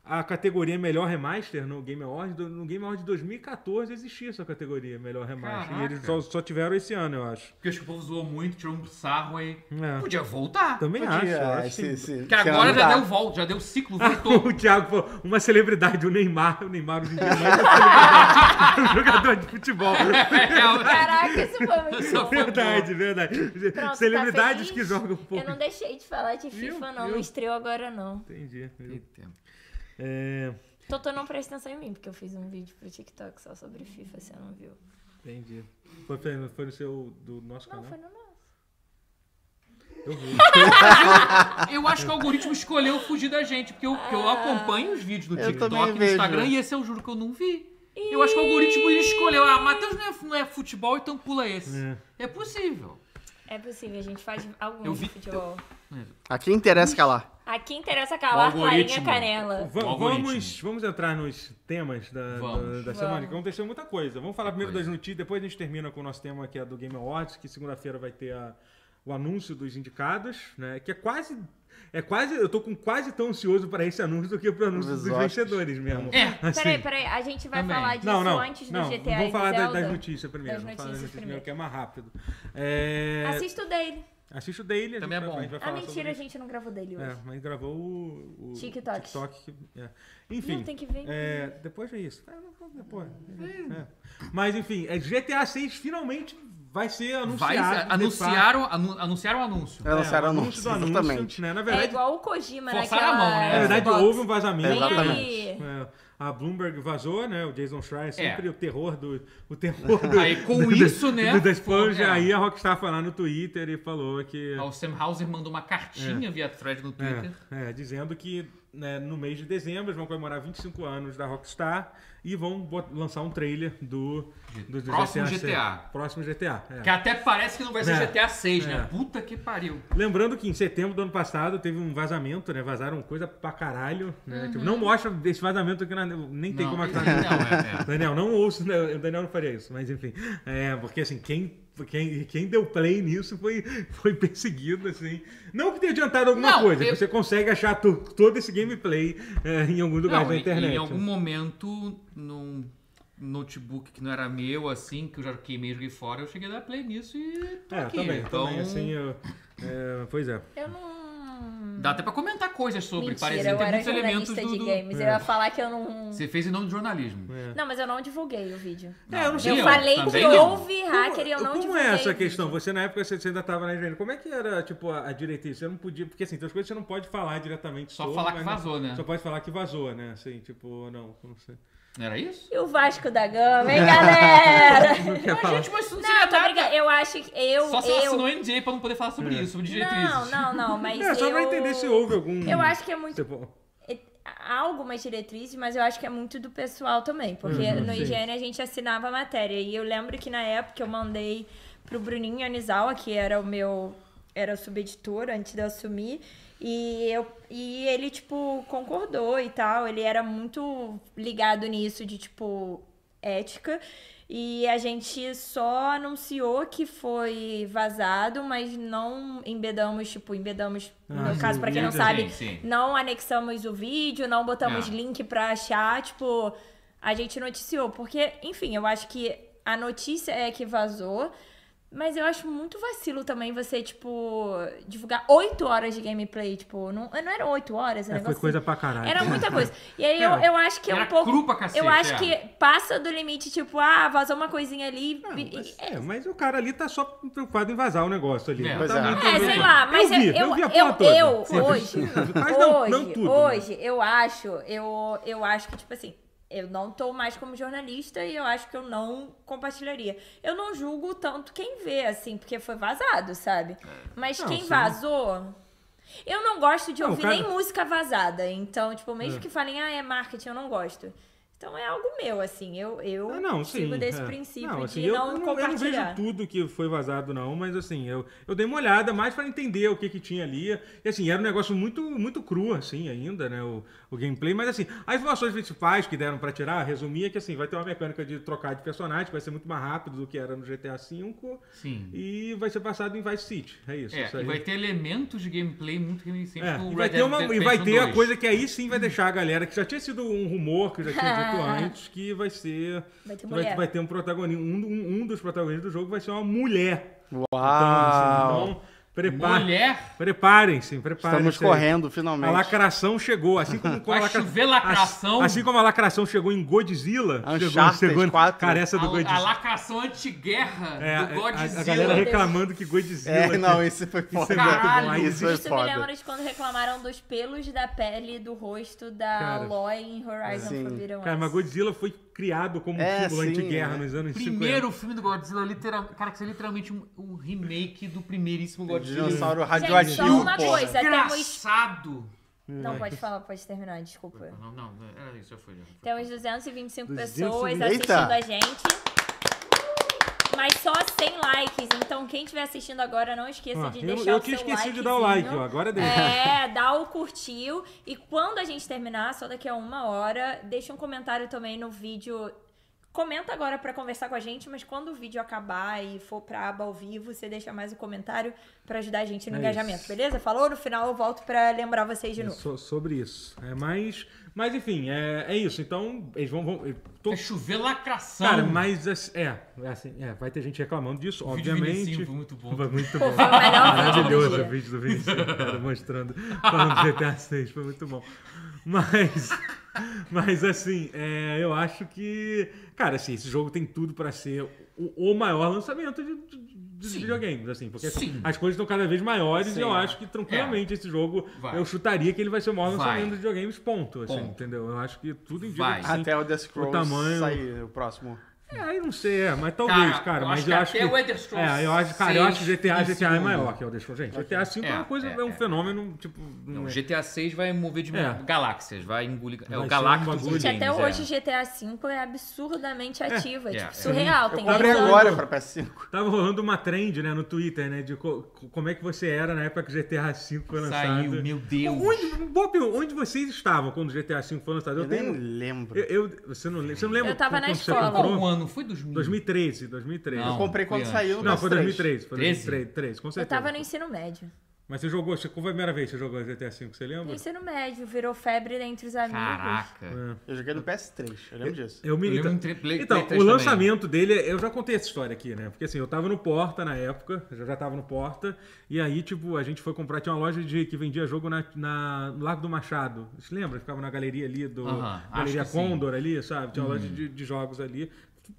S2: a categoria Melhor Remaster no Game Awards? Do- No Game Awards de 2014 existia essa categoria Melhor Remaster. E
S4: Caraca.
S2: eles só, só tiveram esse ano, eu acho.
S4: Porque acho que o povo zoou muito, tirou um sarro aí.
S2: É.
S4: Podia voltar.
S2: Também
S3: Podia,
S2: acho. eu acho
S3: esse- tá
S2: que-
S3: esse-
S4: Porque
S3: sei lá,
S4: agora
S3: não
S4: já
S3: dá.
S4: deu volta, já deu ciclo, voltou.
S2: O Thiago falou, uma celebridade, o Neymar. O Neymar hoje em dia é mais uma celebridade que um jogador de futebol.
S4: É,
S1: Caraca, isso foi muito
S4: Só
S1: bom.
S4: foi-
S2: Verdade, verdade.
S1: Pronto, tá
S2: Celebridades
S1: feliz?
S2: que jogam pouco.
S1: Eu não deixei de falar de FIFA, não. Não
S2: viu?
S1: estreou agora, não.
S2: Entendi. viu?
S4: Eita.
S2: É,
S1: Totô não presta atenção em mim, porque eu fiz um vídeo pro TikTok só sobre FIFA, você não viu.
S2: entendi. Foi, foi- foi no seu, do nosso
S1: Não,
S2: canal?
S1: foi no nosso.
S2: Eu vi.
S4: Eu acho que o algoritmo escolheu fugir da gente, porque eu, porque eu acompanho os vídeos do
S3: Ah, Eu
S4: TikTok,
S3: também
S4: no
S3: vejo.
S4: Instagram, e esse eu juro que eu não vi. Eu acho que o algoritmo escolheu. Ah, Matheus não é, não é futebol, então pula esse. É, possível.
S1: É possível, a gente faz algum
S4: Eu vi-
S1: de futebol.
S3: Aqui interessa é calar.
S1: Aqui interessa calar
S4: O
S1: Clarinha
S4: algoritmo.
S1: Canela.
S2: Va-
S4: O algoritmo.
S2: vamos, vamos entrar nos temas da, da,
S4: Vamos.
S2: da semana,
S1: Vamos.
S2: que aconteceu muita coisa. Vamos falar primeiro das
S4: Coisa.
S2: notícias, depois a gente termina com o nosso tema que é do Game Awards, que segunda-feira vai ter a- o anúncio dos indicados, né? Que é quase. É quase. Eu tô com quase tão ansioso para esse anúncio do que para o anúncio
S3: Os
S2: dos
S3: Oscars.
S2: vencedores mesmo.
S4: É,
S2: Assim,
S1: Peraí, peraí, a gente vai
S4: Também.
S1: falar disso
S2: Não, não.
S1: antes do
S2: não,
S1: GTA e
S2: vamos
S1: do
S2: falar da-
S1: Zelda.
S2: das notícias primeiro.
S1: Das
S2: vamos falar das
S1: notícias
S2: notícias primeiro,
S1: primeiro.
S2: que é mais rápido. É,
S1: Assisto dele.
S2: Assiste o Daily. a
S4: Também
S2: gente
S4: é
S2: vai-
S4: bom.
S2: a gente vai
S1: Ah,
S2: falar sobre
S1: mentira, a
S2: isso.
S1: gente não gravou dele
S2: É,
S1: hoje.
S2: mas gravou o, o
S1: TikTok.
S2: que- é. Enfim.
S1: Não, tem que ver.
S2: é, depois é isso. É, não, depois. É. Mas enfim, é, GTA 6 finalmente vai ser
S4: vai,
S2: anunciado. de
S4: anunciaram, anu- anunciaram o anúncio.
S2: fato. É,
S3: Anunciaram
S2: o
S3: o
S2: anúncio do
S3: anúncio,
S2: anúncio,
S3: exatamente.
S2: né? Na
S1: É
S2: verdade,
S1: igual o Kojima
S4: Forçaram
S1: naquela...
S4: a mão, né?
S2: na verdade
S1: É, Xbox.
S2: houve um vazamento.
S1: Vem
S3: Exatamente.
S1: aí.
S2: É, a Bloomberg vazou, né? O Jason Schreier sempre
S4: É.
S2: o terror do. O terror do
S4: Aí com
S2: do- do-
S4: isso, né?
S2: Do, do Sponge,
S4: É.
S2: aí a Rockstar foi lá no Twitter e falou que.
S4: Ah, O Sam Hauser mandou uma cartinha via thread no Twitter.
S2: É, é, dizendo que né, no mês de dezembro eles vão comemorar 25 anos da Rockstar e vão bot- lançar um trailer do, do, do
S4: Próximo
S2: GTA.
S4: GTA.
S2: Próximo GTA. é.
S4: Que até parece que não vai ser
S2: É.
S4: GTA 6,
S2: É.
S4: né? Puta que pariu.
S2: Lembrando que em setembro do ano passado teve um vazamento, né? Vazaram coisa pra caralho. né? Tipo, não mostra esse vazamento aqui, na, nem tem
S4: Uhum. não,
S2: como
S4: não,
S2: achar.
S4: é, é.
S2: Daniel, não ouço, né? o Daniel não faria isso, mas enfim. É, porque assim, quem, quem, quem deu play nisso foi, foi perseguido, assim. Não que tenha adiantado alguma
S4: Não,
S2: coisa,
S4: eu-
S2: você consegue achar to- todo esse gameplay é, em algum lugar
S4: Não,
S2: da
S4: e-
S2: internet.
S4: Em algum momento, num notebook que não era meu, assim, que eu já queimei e joguei fora, eu cheguei a dar play nisso e tô
S2: É,
S4: aqui.
S2: também,
S4: então,
S2: também, assim, eu- é, pois é.
S1: Eu não...
S4: dá até pra comentar coisas sobre,
S1: Mentira,
S4: parecendo
S1: eu
S4: tem
S1: era
S4: muitos elementos
S1: jornalista
S4: do...
S1: de
S4: do-
S1: games.
S2: É.
S1: Eu ia falar que eu não...
S4: Você fez em nome de jornalismo.
S1: Não, mas eu não divulguei o vídeo.
S2: É, eu não sei.
S1: Eu falei
S4: também
S1: que
S4: não.
S1: houve hacker e eu Ah, não
S2: Como
S1: divulguei.
S2: é essa
S1: o vídeo.
S2: questão? Você na época você, você ainda estava na engenharia. Como é que era, tipo, a, a diretriz? Você não podia. Porque assim, tem as coisas que você não pode falar diretamente
S4: Só
S2: sobre,
S4: falar que
S2: mas não-
S4: vazou, né?
S2: Só pode falar que vazou, né? Assim, tipo, não, não sei.
S4: Não era isso?
S1: E o Vasco da Gama, hein, galera?
S2: Não quer falar.
S4: Gente, mas isso não
S1: Não,
S4: seria
S1: tô
S2: é
S4: nada.
S1: brincando. Eu acho que eu.
S4: Só se ela
S1: eu...
S4: assinou NJ pra não poder falar sobre isso, sobre
S1: Não,
S4: diretrizes.
S1: não, não, mas.
S2: É, só
S1: eu...
S2: pra entender se houve algum.
S1: Eu acho que é muito.
S2: Tipo,
S1: é- Há algumas diretrizes, mas eu acho que é muito do pessoal também. Porque no
S2: Uhum, sim.
S1: IGN a gente assinava a matéria. E eu lembro que na época eu mandei pro Bruninho Anizawa, que era o meu. Era o subeditor antes de eu assumir. E, eu, e ele, tipo, concordou e tal. Ele era muito ligado nisso de, tipo, ética. E a gente só anunciou que foi vazado, mas não embedamos, tipo, embedamos,
S2: Ah,
S1: no caso,
S2: sim,
S1: pra quem não
S2: sim,
S1: sabe,
S4: sim.
S1: não anexamos o vídeo, não botamos
S4: Ah.
S1: link pra achar, tipo, a gente noticiou. Porque, enfim, eu acho que a notícia é que vazou, mas eu acho muito vacilo também você, tipo, divulgar oito horas de gameplay, tipo, não, não eram oito horas,
S2: é,
S1: era assim.
S2: foi coisa pra caralho.
S1: Era muita coisa. E aí eu,
S2: É.
S1: eu acho que é um
S4: Era
S1: pouco.
S4: cru pra cacete,
S1: eu acho
S4: é.
S1: que passa do limite, tipo, ah, vazou uma coisinha ali.
S2: Ah,
S1: e-
S2: mas,
S1: e-
S2: é, mas o cara ali tá só preocupado em vazar o negócio ali.
S4: É.
S2: Tá
S4: Pois
S3: é.
S2: muito
S1: É,
S2: bem.
S1: sei lá, mas
S2: eu vi,
S1: eu-
S2: vi a
S1: eu-
S2: porra toda.
S1: eu,
S2: Foda-se.
S1: hoje-
S2: Mas não,
S1: hoje,
S2: não tudo. né?
S1: hoje, eu acho, eu, eu acho que, tipo assim, eu não tô mais como jornalista e eu acho que eu não compartilharia. Eu não julgo tanto quem vê, assim, porque foi vazado, sabe? Mas
S2: É. Não,
S1: quem
S2: sim.
S1: vazou. Eu não gosto de
S2: Não, o
S1: ouvir
S2: cara-
S1: nem música vazada. Então, tipo, mesmo que falem, ah, é marketing, eu não gosto. Então é algo meu, assim. Eu, eu
S2: Ah, não, sim,
S1: sigo desse
S2: é.
S1: princípio
S2: Não, assim,
S1: de
S2: eu,
S1: não,
S2: eu não, eu não vejo
S1: compartilhar.
S2: tudo que foi vazado, não, mas assim, eu, eu dei uma olhada mais pra entender o que, que tinha ali. E assim, era um negócio muito, muito cru, assim, ainda, né? O, o gameplay, mas assim, as informações principais que deram pra tirar, resumia que assim, vai ter uma mecânica de trocar de personagem, que vai ser muito mais rápido do que era no GTA V.
S4: Sim.
S2: E vai ser passado em Vice City. É isso. isso
S4: É,
S2: aí.
S4: e vai ter elementos de gameplay muito reminiscentes
S2: É,
S4: do Tipo
S2: e
S4: Red
S2: vai ter,
S4: Dead
S2: uma, e
S4: Redemption
S2: vai ter a
S4: 2.
S2: coisa que aí sim vai deixar a galera, que já tinha sido um rumor que eu já tinha dito antes, que vai ser.
S1: Vai ter
S2: vai,
S1: mulher.
S2: vai ter um protagonista. Um, do- um- um dos protagonistas do jogo vai ser uma mulher.
S3: Uau!
S2: Então, prepare-
S4: Mulher
S2: preparem-se, preparem-se.
S3: Estamos
S2: aí.
S3: correndo,
S2: A
S3: finalmente.
S2: lacração chegou, assim como quando a
S4: Vai chover lacração.
S2: Assim, assim como a lacração chegou em Godzilla, chegou,
S3: Uncharted
S2: chegou
S3: 4.
S2: cara essa
S4: a,
S2: do
S4: a
S2: Godzilla.
S4: lacração antiguerra
S2: É, a,
S4: do
S2: a- a
S4: Godzilla.
S2: galera reclamando que Godzilla.
S3: É, não,
S2: que-
S3: esse foi
S2: Isso
S3: foda.
S2: é muito bom.
S4: Caralho,
S2: Aí
S3: isso
S2: existe-
S3: é
S1: Isso me
S3: foda.
S1: lembra de quando reclamaram dos pelos da pele do rosto da
S2: Cara,
S1: Aloy em Horizon
S3: sim.
S1: Forbidden
S2: Cara,
S1: West.
S2: mas Godzilla foi criado como um
S3: É,
S2: símbolo
S3: sim,
S2: anti-guerra
S3: é.
S2: nos anos 50.
S4: Primeiro filme do Godzilla, literal, cara, que isso é literalmente um, um remake do primeiríssimo Godzilla.
S3: Dinossauro
S1: Gente,
S3: radioativo,
S1: só uma
S3: porra.
S1: coisa, temos...
S4: Engraçado.
S1: Não, pode falar, pode terminar, desculpa.
S4: Não, não, era isso, já foi. Já foi.
S1: Temos 225 pessoas
S2: 225.
S1: assistindo
S3: Eita.
S1: a gente. mas só 100 likes. Então, quem estiver assistindo agora, não esqueça
S2: Ó,
S1: de
S2: Ah, eu
S1: deixar
S2: eu
S1: o seu
S2: tinha esquecido de dar o like, ó.
S1: likezinho.
S2: Agora deu.
S1: É, dá o curtiu. E quando a gente terminar, só daqui a uma hora, deixa um comentário também no vídeo. Comenta agora pra conversar com a gente, mas quando o vídeo acabar e for pra aba ao vivo, você deixa mais um comentário pra ajudar a gente no
S2: É
S1: engajamento,
S2: isso.
S1: beleza? Falou? No final eu volto pra lembrar vocês de
S2: É
S1: novo.
S2: so- sobre isso. É, mas, mas, enfim, é, é isso. Então, eles vão. vão eu tô-
S4: É chover lacração.
S2: cara, mas. assim, É, é assim, é, vai ter gente reclamando disso,
S4: O vídeo do
S2: obviamente.
S4: Vinicinho foi muito bom.
S2: Foi muito
S1: Pô,
S2: bom.
S1: foi o melhor vídeo do
S2: Maravilhoso o
S1: dia.
S2: vídeo do Vinicius, cara, mostrando, falando do GTA 6, foi muito bom. Mas, mas assim, é, eu acho que, cara, assim, esse jogo tem tudo pra ser o, o maior lançamento de, de- de
S4: Sim.
S2: videogames, assim, porque
S4: Sim.
S2: as coisas estão cada vez maiores e
S3: Sim,
S2: eu
S3: é.
S2: acho que tranquilamente esse jogo,
S4: Vai.
S2: eu chutaria que ele vai ser o maior
S4: Vai.
S2: lançamento de videogames, ponto, assim,
S4: Ponto.
S2: entendeu? Eu acho que tudo indica
S4: Vai.
S2: que sim.
S3: Até o The Scrolls
S2: tamanho-
S3: sair, o próximo.
S2: É, aí não sei, é, mas talvez, cara,
S4: eu
S2: mas
S4: acho que
S2: eu acho que...
S4: até o Elder Scrolls
S2: É, eu acho, cara, eu acho que
S4: seis
S2: GTA,
S4: em
S2: GTA é
S4: segundo.
S2: maior que o Elder Scrolls. Gente, GTA V é,
S4: É,
S2: uma coisa, é,
S4: é,
S2: um
S4: é.
S2: fenômeno, tipo...
S4: Não,
S2: é-
S4: GTA 6 vai mover de
S2: É.
S4: galáxias, vai engolir. É
S2: Vai ser
S4: o
S2: um
S4: Galactus
S2: bagulho.
S4: dos
S1: Gente, até
S4: games,
S1: hoje
S4: é.
S1: GTA V é absurdamente ativa,
S4: É,
S1: tipo,
S4: é.
S1: surreal. Tem
S3: Eu comprei
S1: dois anos.
S3: agora pra PS5.
S2: Tava rolando uma trend, né, no Twitter, né, de co- co- como é que você era na época que o GTA V foi lançado.
S4: Saiu, meu Deus.
S2: Onde, boa pergunta, onde vocês estavam quando o GTA V foi lançado?
S3: Eu,
S2: Eu,
S3: nem
S2: tenho...
S3: lembro.
S2: Eu,
S3: Eu,
S2: eu- você, não, le- você não lembra?
S1: Eu tava na
S2: quando você
S1: escola.
S4: Qual
S2: comprou?
S4: um ano? Foi 2000.
S2: 2013, 2013.
S4: Não,
S3: comprei quando
S4: foi
S3: saiu.
S4: antes.
S2: Não,
S3: nas
S2: foi
S3: três.
S2: 2013, foi
S4: 13?
S2: 2013, com
S1: Eu
S2: certeza.
S1: tava no ensino médio.
S2: Mas você jogou, você- qual foi a primeira vez que você jogou GTA V, você
S1: No
S2: lembra?
S1: ensino médio, virou febre entre os amigos.
S4: Caraca.
S2: É.
S3: joguei no PS3, eu lembro disso.
S2: Eu me
S4: Eu lembro
S2: então,
S4: em tre- Play-
S2: então,
S4: Play três
S2: o
S4: também.
S2: lançamento dele, é, eu já contei essa história aqui, né? Porque assim, eu tava no Porta na época, eu já tava no Porta, e aí, tipo, a gente foi comprar, tinha uma loja de, que vendia jogo na, na- no Largo do Machado. Você lembra? Ficava na galeria ali do.
S4: Aham, acho
S2: galeria
S4: que sim. Uhum.
S2: Condor ali, sabe? Tinha uma loja de, de jogos ali.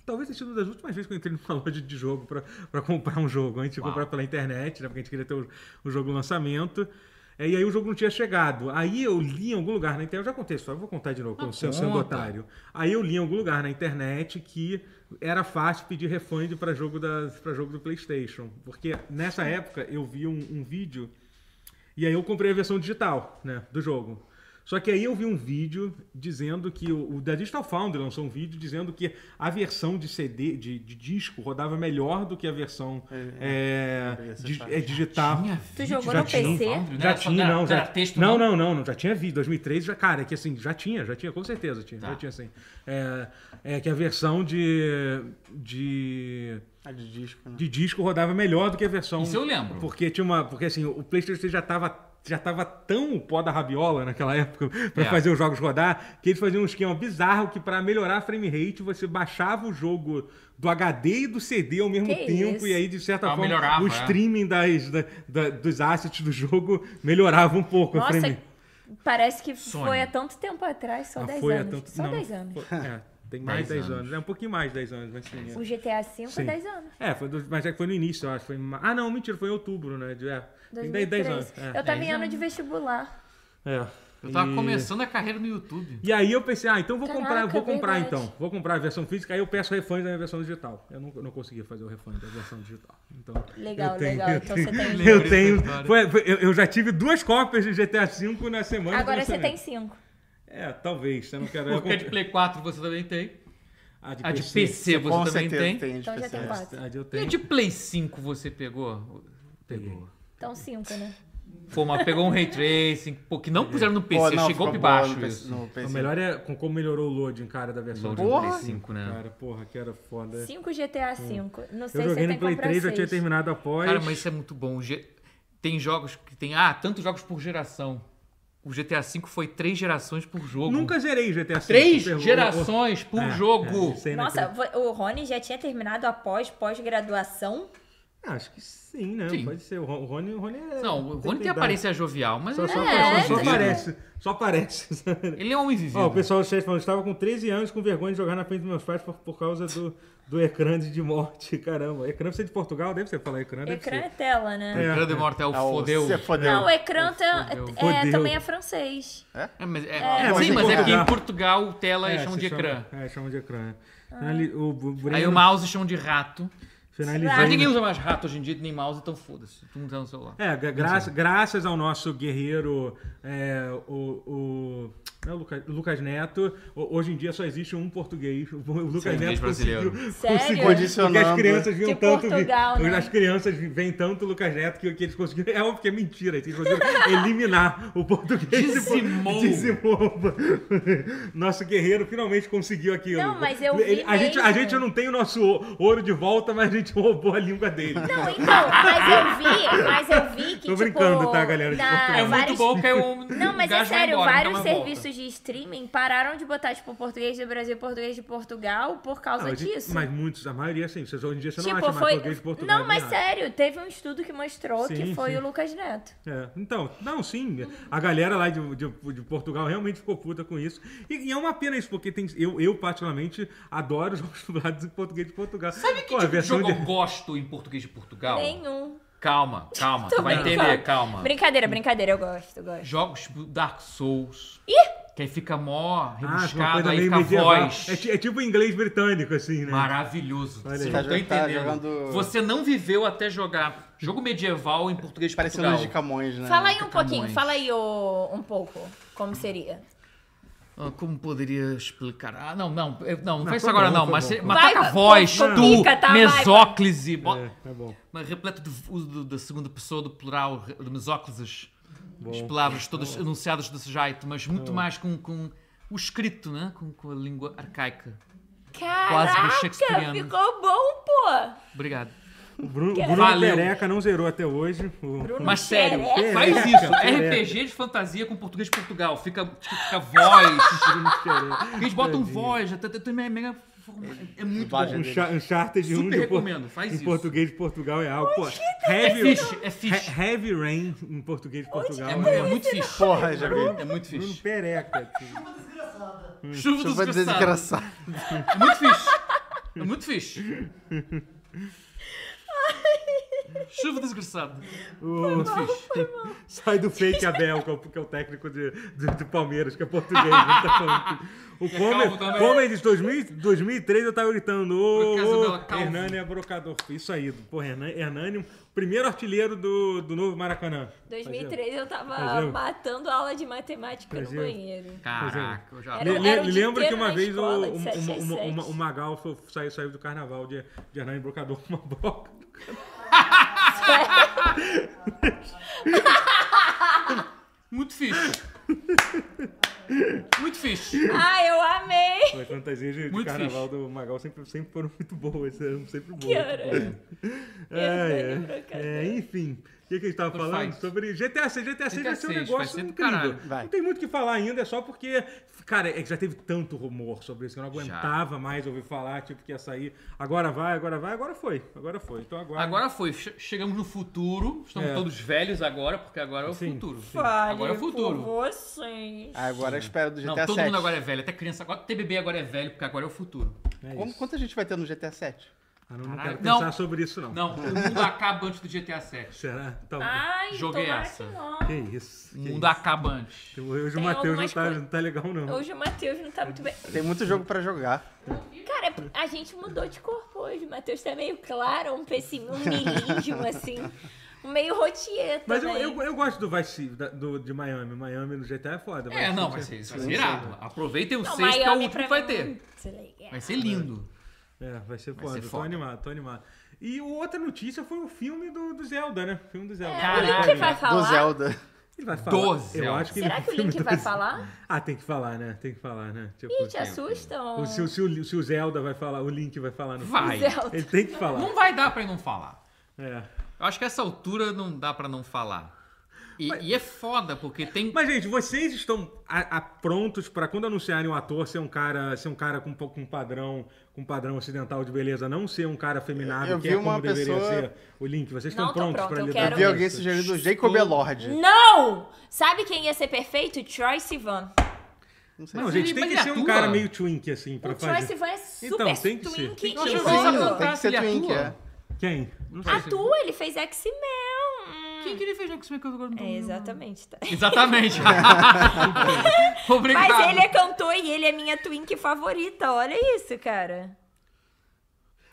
S2: Talvez tenha sido uma das últimas vezes que eu entrei numa loja de jogo pra, pra comprar um jogo. Antes de
S4: Uau.
S2: comprar pela internet, né? Porque a gente queria ter o, o jogo no lançamento. É, E aí o jogo não tinha chegado. Aí eu li em algum lugar na internet, eu já contei isso, eu vou contar de novo,
S4: Ah,
S2: com- sendo, sendo
S4: conta.
S2: é um otário. Aí eu li em algum lugar na internet que era fácil pedir refund para jogo, da- pra jogo do PlayStation. Porque nessa época eu vi um, um vídeo e aí eu comprei a versão digital né, do jogo. Só que aí eu vi um vídeo dizendo que. O, o da Digital Foundry lançou um vídeo dizendo que a versão de CD, de, de disco, rodava melhor do que a versão é,
S3: eu vi essa
S2: di-
S3: parte.
S2: é,
S4: Tá.
S2: digital.
S1: Tu jogou
S2: Já
S1: no
S2: tinha.
S1: PC?
S2: Já tinha, não. Já,
S4: né? Era texto,
S2: não, não, não, não, já tinha vídeo. 2013, já, cara, que assim, já tinha, já tinha, com certeza tinha.
S4: Tá.
S2: Já tinha, assim. É, é que a versão de, de,
S3: Ah, de disco, né?
S2: de disco rodava melhor do que a versão...
S4: Isso eu lembro.
S2: Porque tinha uma... Porque assim, o PlayStation 3 já tava... Já tava tão o pó da rabiola naquela época pra
S4: É.
S2: fazer os jogos rodar, que eles faziam um esquema bizarro que pra melhorar a frame rate você baixava o jogo do HD e do CD ao mesmo
S1: Que
S2: tempo
S1: isso.
S2: e aí de certa
S4: Ah,
S2: forma
S4: melhorava,
S2: o
S4: é.
S2: streaming das, da- da- dos assets do jogo melhorava um pouco a frame
S1: Nossa, parece que foi
S4: Sônia.
S1: há tanto tempo atrás, só
S2: Ah,
S1: 10
S2: foi há
S1: anos.
S2: tanto-
S1: Só
S2: não,
S1: 10 anos.
S2: foi- é, tem mais de 10
S4: 10
S2: anos.
S4: anos.
S2: É um pouquinho mais de 10 anos, mas sim. é.
S1: O GTA V
S2: Sim.
S1: é 10 anos.
S2: É, É, foi do- mas é que foi no início, eu acho. Foi, em ma- ah, não, mentira, foi em outubro, né? De- É, tem 10, 10 anos.
S1: 2003. Eu
S2: É.
S1: tava em
S4: 10
S1: ano de
S4: anos.
S1: vestibular.
S2: É.
S4: Eu tava
S2: E-
S4: começando a carreira no YouTube.
S2: E aí eu pensei, ah, então vou
S1: Caraca,
S2: comprar, vou comprar
S1: verdade.
S2: então. Vou comprar a versão física, aí eu peço refund da minha versão digital. Eu não, não consegui fazer o refund da versão digital. Então,
S1: Legal,
S2: eu tenho-
S1: legal.
S2: eu
S1: Então
S2: tenho-
S1: você tem.
S4: Lembro
S2: Eu
S4: dessa
S2: tenho.
S4: história.
S2: foi- foi- eu, eu já tive duas cópias de GTA V na semana. do
S1: Agora você tem
S2: lançamento.
S1: 5.
S2: É, talvez. Eu não quero. eu
S4: Porque a de
S2: comp-
S4: Play 4 você também tem.
S2: A de
S4: A de
S2: PC.
S4: PC
S3: Com
S4: você também
S3: certeza
S4: tem.
S3: tem. de
S1: Então já
S3: PC.
S1: tem 4.
S2: A de eu
S4: E a
S2: tenho.
S4: de Play 5 você pegou? Pegou.
S1: Então 5, né?
S4: Pô, mas pegou um ray tracing, pô, que não puseram no
S3: Pô,
S4: PC,
S3: não,
S4: chegou
S3: ficou
S4: por
S3: boa
S4: baixo
S3: no PC,
S4: isso.
S3: no PC.
S2: O melhor é com como melhorou o loading, cara, da versão
S4: Loading
S2: de
S4: do
S3: Porra!
S4: Play 5, né?
S2: Cara, porra, que era foda.
S1: 5 GTA V. Não sei
S2: É. Hum. Eu
S1: se
S2: joguei
S1: você
S2: no
S1: tem
S2: Play
S1: comprar
S2: 3, já tinha
S1: 6.
S2: terminado após.
S4: Cara, mas isso é muito bom. O G- Tem jogos que tem. Ah, tantos jogos por geração. O GTA V foi três gerações por jogo.
S2: Nunca zerei GTA 5.
S4: Três gerações por
S2: É,
S4: jogo.
S2: é, isso aí não é
S1: Nossa,
S2: que-
S1: vo- o Rony já tinha terminado após pós-graduação?
S2: Ah, acho que sim, né?
S4: Sim.
S2: Pode ser. O Ron- o Rony, o Rony é.
S4: Não, o Rony tem
S2: idade.
S4: aparência jovial, mas
S2: Só,
S4: ele
S2: só,
S1: É,
S2: só, só
S4: vivido.
S2: parece. Só parece.
S4: Ele é um homem vivido.
S2: Ó, o pessoal do chat falando, estava com 13 anos com vergonha de jogar na frente dos meus pais por, por causa do, do ecrã de morte. Caramba, ecrã você é de Portugal? Deve ser falar ecrã, deve
S1: Ecrã
S2: ser.
S1: é tela, né?
S4: O
S2: É.
S4: Grande Mortel
S3: Ah, o-
S4: fodeu.
S3: Você fodeu.
S1: Não, o ecrã tá-
S4: Fudeu.
S1: é-
S2: Fudeu.
S1: também é francês.
S4: É, mas é-
S2: É, mas
S4: sim,
S2: em
S4: mas é que
S2: Portugal- É,
S4: em Portugal tela eles chamam
S2: se
S4: de ecrã.
S1: Ah.
S2: Chama, é, chamam de ecrã. Ali, o, o Breno, Tá.
S4: Aí o mouse chamam de rato.
S2: Finalizando.
S4: Mas ninguém usa mais rato hoje em dia, nem mouse, então foda-se. Tu não tá no celular.
S2: É, gra- graça- graças ao nosso guerreiro, é, o, o, não é o Lucas, Lucas Neto, ho- hoje em dia só existe um português. O Lucas
S4: Só inglês
S2: Neto
S4: brasileiro.
S2: conseguiu-
S1: Sério?
S2: conseguiu- Porque as
S3: Condicionando.
S2: crianças viam
S1: De
S2: tanto. vi-
S1: Portugal, né?
S2: As crianças vi- veem tanto o Lucas Neto que, que eles conseguiram. É óbvio que é mentira. Eles conseguiram eliminar o português.
S4: Dizimou.
S2: Dizimou. Nosso guerreiro finalmente conseguiu aquilo.
S1: Não, mas eu vi
S2: Ele- a, gente, a
S1: mesmo.
S2: gente não tem o nosso o- ouro de volta, mas a gente roubou a língua dele.
S1: Não, então, mas eu vi, mas eu vi que,
S2: Tô
S1: tipo,
S2: brincando, tá, galera? De
S1: na-
S2: Portugal.
S4: É muito
S1: Ah, vários-
S4: bom porque
S2: um
S4: o
S1: Não, mas
S4: o
S1: é
S4: gás vai
S1: sério,
S4: embora,
S2: então
S4: não dá
S1: vários
S4: mais volta.
S1: serviços de streaming pararam de botar, tipo, português do Brasil, português de Portugal por causa
S2: Não, a gente-
S1: disso.
S2: Ah, Mas muitos, a maioria assim. Vocês, hoje em dia você não
S1: tipo,
S2: acha mais
S1: foi.
S2: português de Portugal. é
S1: Não,
S2: nem
S1: mas
S2: acha.
S1: sério, teve um estudo que mostrou
S2: Sim,
S1: que foi
S2: sim.
S1: o Lucas Neto.
S2: É, Então, não, sim. A galera lá de, de- de Portugal realmente ficou puta com isso. E, e é uma pena isso, porque tem, eu, eu, particularmente, adoro os jogos dublados em português de Portugal.
S4: Sabe que
S2: Pô, a
S4: tipo de
S2: versão
S4: jogo eu
S2: de-
S4: gosto em português de Portugal?
S1: Nenhum.
S4: Calma, calma.
S1: Tô
S4: tu vai
S1: brincando.
S4: entender, calma.
S1: Brincadeira, brincadeira, eu gosto, eu gosto.
S4: Jogos tipo Dark Souls. Que aí fica mó
S2: Ah, uma
S4: rebuscado,
S2: coisa
S4: aí
S2: meio
S4: fica a
S2: medieval.
S4: voz.
S2: É, ti- é tipo inglês britânico, assim, né?
S4: Maravilhoso.
S2: Olha
S4: Você
S2: aí.
S4: não
S3: Tá
S4: tá
S3: jogando- tá
S4: entendendo.
S3: jogando-
S4: Você não viveu até jogar jogo medieval em português de
S3: Pareceu
S4: Portugal.
S3: Luiz de Camões, né?
S1: Fala aí um pouquinho,
S4: Ah, Camões.
S1: fala aí ô, um pouco como seria.
S4: Ah, Como poderia explicar? Ah, não, não, eu- não, não faz isso
S2: foi
S4: agora
S2: bom,
S4: não,
S2: foi
S4: mas,
S2: bom,
S4: você-
S2: foi
S4: mas
S1: bom.
S4: taca a
S1: Vai,
S4: voz,
S1: vai,
S4: tu,
S1: complica, tá? Vai,
S4: mesóclise, bota-
S2: É, tá bom.
S4: mas repleto de uso do- da segunda pessoa do plural, de mesóclises, as palavras todas enunciadas desse jeito, mas muito mais com, com o escrito, né? com, com a língua arcaica.
S1: Caraca,
S4: shakespeariano.
S1: ficou bom, pô!
S4: Obrigado.
S2: O Bruno, o
S1: Que-
S2: Bruno
S4: Valeu.
S2: Pereca não zerou até hoje. O-
S1: Bruno
S4: Mas sério,
S1: Pereira.
S4: faz
S2: Pereca,
S4: isso.
S2: pereca.
S4: RPG de fantasia com português de Portugal. Fica, tipo, fica voz.
S2: Bruno Pereca.
S4: Porque eles botam voz. até- até- até é mega forma- É muito
S3: Dublagem
S4: bom.
S2: Um
S3: deles.
S2: cha- Uncharted
S4: Super
S2: 1 de, por-
S4: recomendo, faz
S2: em
S4: isso.
S2: português de Portugal é algo. Pô,
S4: É
S2: heavy,
S4: fixe, é fixe.
S2: he- heavy Rain em português de Portugal. né?
S4: É, mu- é muito fixe.
S3: Porra, já vi.
S4: É muito
S2: Bruno
S4: fixe.
S2: Pereca. tio.
S5: Desgraçada.
S4: Chuva
S3: Chuva
S4: do desgraçado.
S3: desgraçada.
S4: É muito fixe. É muito fixe. Chuva desgraçado.
S2: O-
S4: Muito fixe.
S2: Sai do fake Abel, que é o, que é o técnico de, de- de Palmeiras, que é português. não tá falando. O
S4: calvo é também.
S2: Comer de 2000 2003 eu tava gritando.
S4: Por acaso,
S2: Ô,
S4: Abel, é
S2: ô,
S4: calvo."
S2: Hernani é brocador. Isso aí, pô, Hernani, Hernani, o primeiro artilheiro do, do novo Maracanã.
S4: é.
S1: 2003 eu tava
S2: Fazia-
S1: matando aula de matemática
S2: Fazia-
S1: no banheiro.
S4: Caraca, eu já.
S1: Era-
S2: Le- le-
S1: o dia
S2: lembro que
S1: inteiro
S2: uma
S1: na
S2: vez o,
S1: escola, de
S2: o-
S1: sete,
S2: uma-
S1: seis,
S2: uma-
S1: sete.
S2: uma- o Magal foi- saiu, saiu do carnaval de, de Hernani Brocador com uma broca.
S4: Muito fixe. Muito fixe.
S1: Ah, eu amei!
S2: As fantasias de, de
S4: Muito
S2: carnaval do Magal sempre, sempre foram muito boas. eram Sempre boas.
S1: Que hora.
S2: É,
S1: Hernani
S2: é.
S1: Brocador.
S2: É, enfim. O que, que a gente tava
S4: Tanto
S2: falando?
S4: faz.
S2: Sobre GTA 6. GTA 6 vai ser um
S4: GTA VI, vai
S2: negócio
S4: ser do
S2: incrível.
S4: caralho.
S3: Vai.
S2: Não tem muito o que falar ainda, é só porque, cara, é que já teve tanto rumor sobre isso que eu não
S4: Já.
S2: aguentava mais ouvir falar, tipo, que ia sair. Agora vai, agora vai, agora foi. Agora foi. Então agora.
S4: Agora foi, che- chegamos no futuro, estamos
S2: É.
S4: todos velhos agora, porque agora é o
S2: Sim,
S4: futuro.
S1: Fale
S4: Agora é o futuro.
S1: por vocês.
S3: Agora eu espero do
S4: Não,
S3: GTA
S4: todo
S3: 7.
S4: mundo agora é velho, até criança agora, até bebê agora é velho, porque agora é o futuro.
S2: É
S3: Como-
S2: isso.
S3: Quanto a gente vai ter no GTA 7?
S2: Ah, não, não
S4: Caralho.
S2: quero pensar
S4: Não.
S2: sobre isso, não.
S4: Não, Ah. o mundo acaba antes do GTA VII.
S2: Será? Tá bom.
S1: Ai,
S4: Joguei
S1: tomara
S4: essa.
S1: que não.
S2: Que isso.
S4: O
S2: que
S4: mundo acaba antes.
S2: isso. Hoje o
S1: Tem
S2: Matheus não
S1: algumas
S2: tá,
S1: coisas-
S2: não tá legal, não.
S1: Hoje o Matheus não tá muito bem.
S3: Tem muito jogo pra jogar.
S1: Cara, a gente mudou de corpo hoje. O Matheus tá meio claro, um pessimismo, um nilismo, assim. Meio né? rotier
S2: Mas eu,
S1: também.
S2: eu, eu gosto do Vice City, da- do, de Miami. Miami no GTA é foda.
S4: É, não, vai
S2: Vice
S4: ser,
S2: City
S4: isso vai ser irado. Aproveitem o
S1: Não,
S4: 6, que é o
S1: Miami
S4: último
S1: pra
S4: que vai
S1: mim,
S4: ter.
S1: muito legal.
S4: Vai ser lindo.
S2: É, vai ser
S4: Vai
S2: foda.
S4: ser
S2: tô
S4: foda.
S2: animado, tô animado. E o- outra notícia foi o filme do, do Zelda, né? O filme do Zelda.
S1: É, o
S4: Caralho.
S1: Link vai
S3: Do
S1: falar?
S3: Zelda.
S2: Ele vai falar.
S4: Do
S2: Eu
S4: Zelda.
S2: acho que
S1: Será
S2: ele...
S1: que o Link vai falar?
S2: Ah, tem que falar, né? Tem que falar, né? Tipo,
S1: Ih, te assustam.
S2: o- se, o- se o, se o Zelda vai falar, o Link vai falar no
S4: Vai.
S1: Zelda.
S2: filme. Ele tem que falar.
S4: Não vai dar pra não falar.
S2: É.
S4: Eu acho que essa altura não dá pra não falar. E, e é foda, porque tem...
S2: Mas, gente, vocês estão a- a- prontos pra quando anunciarem um ator ser um cara, ser um cara com, po- com padrão, com um padrão ocidental de beleza, não ser um cara feminado,
S3: Eu
S2: que
S3: vi
S2: é como
S3: uma
S2: deveria
S3: pessoa-
S2: ser o Link. Vocês
S1: Não,
S2: estão
S1: tô
S2: prontos
S1: pronta,
S2: pra
S1: eu
S2: lidar
S1: quero
S2: com
S3: Vi alguém
S2: isso?
S3: sugerindo o Jacob Elord.
S1: Não! Sabe quem ia ser perfeito? Troy Sivan.
S3: Não sei.
S2: Não,
S4: Mas
S2: gente,
S4: ele-
S2: tem que
S4: mas
S2: ser
S4: ele
S2: um
S4: atua.
S2: cara meio twink, assim, pra
S1: O Troy
S2: fazer.
S1: Sivan é super
S2: Então, tem que ser.
S1: twink
S2: Tem que
S1: e
S4: ser.
S1: loiro.
S4: Mas ele não
S3: Tem que ser
S4: Ele
S3: Twink,
S4: atua?
S3: é.
S2: Quem? Não sei.
S1: Atua, ele fez X-Men.
S4: Quem que ele fez no X-Men que eu agora não tô
S1: É,
S4: lembrando?
S1: exatamente. Tá.
S4: Exatamente. Obrigado.
S1: é Mas ele é cantor e ele é minha twink favorita. Olha isso, cara.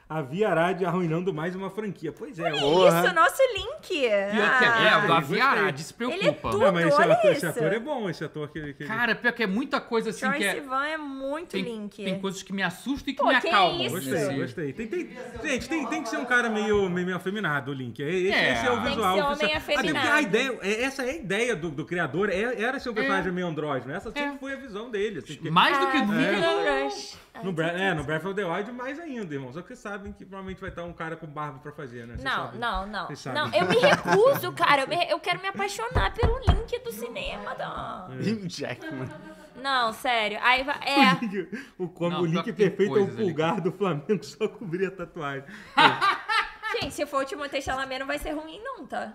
S2: Havia Arad arruinando mais uma franquia. Pois é, o-
S3: Porra.
S1: Isso, nosso link.
S4: Pior que é,
S1: Ah,
S4: é o Davi
S2: gostei.
S4: Arad, se preocupa.
S1: Ele é tudo.
S2: Não, mas esse,
S1: olha
S2: ator, esse
S1: isso.
S2: ator é bom, esse ator que. que-
S4: Cara, pior que é muita coisa assim
S1: Joyce
S4: que é.
S1: Van é muito
S4: Tem,
S1: link.
S4: tem coisas que me assustam e que
S1: Pô,
S4: me
S1: que
S4: acalmam.
S1: isso?
S2: Gostei,
S4: assim.
S2: gostei. Tem, tem- gente, tem, tem que ser um cara meio, meio afeminado, o Link. É- Esse,
S4: É.
S2: esse é o
S4: Tem que
S2: visual.
S1: ser homem
S2: oficial. Até porque a
S1: afeminado.
S2: ideia, é- essa é a ideia do, do criador. é- era ser um personagem meio andrógeno. Essa sempre
S4: É.
S2: foi a visão dele. assim, porque-
S4: Mais do que
S1: Ah,
S4: nunca.
S1: Vanilla Rush.
S2: no Bra é, no Breath of the Wild mais ainda, irmão. Só que sabem que provavelmente vai estar um cara com barba pra fazer, né? Vocês
S1: Não,
S2: sabem.
S1: não, não.
S2: Vocês sabem.
S1: Não, eu me recuso, cara. Eu, me- eu quero me apaixonar pelo link do cinema. Não,
S3: Hugh Jackman.
S1: não sério. Aí vai- é.
S2: O, como,
S4: Não,
S2: o
S4: pior
S2: link
S4: que tem
S2: perfeito é o
S4: coisas ali.
S2: pulgar do Flamengo só cobrir a tatuagem.
S1: Gente, se for o Timothée Chalamet, não vai ser ruim, não, tá?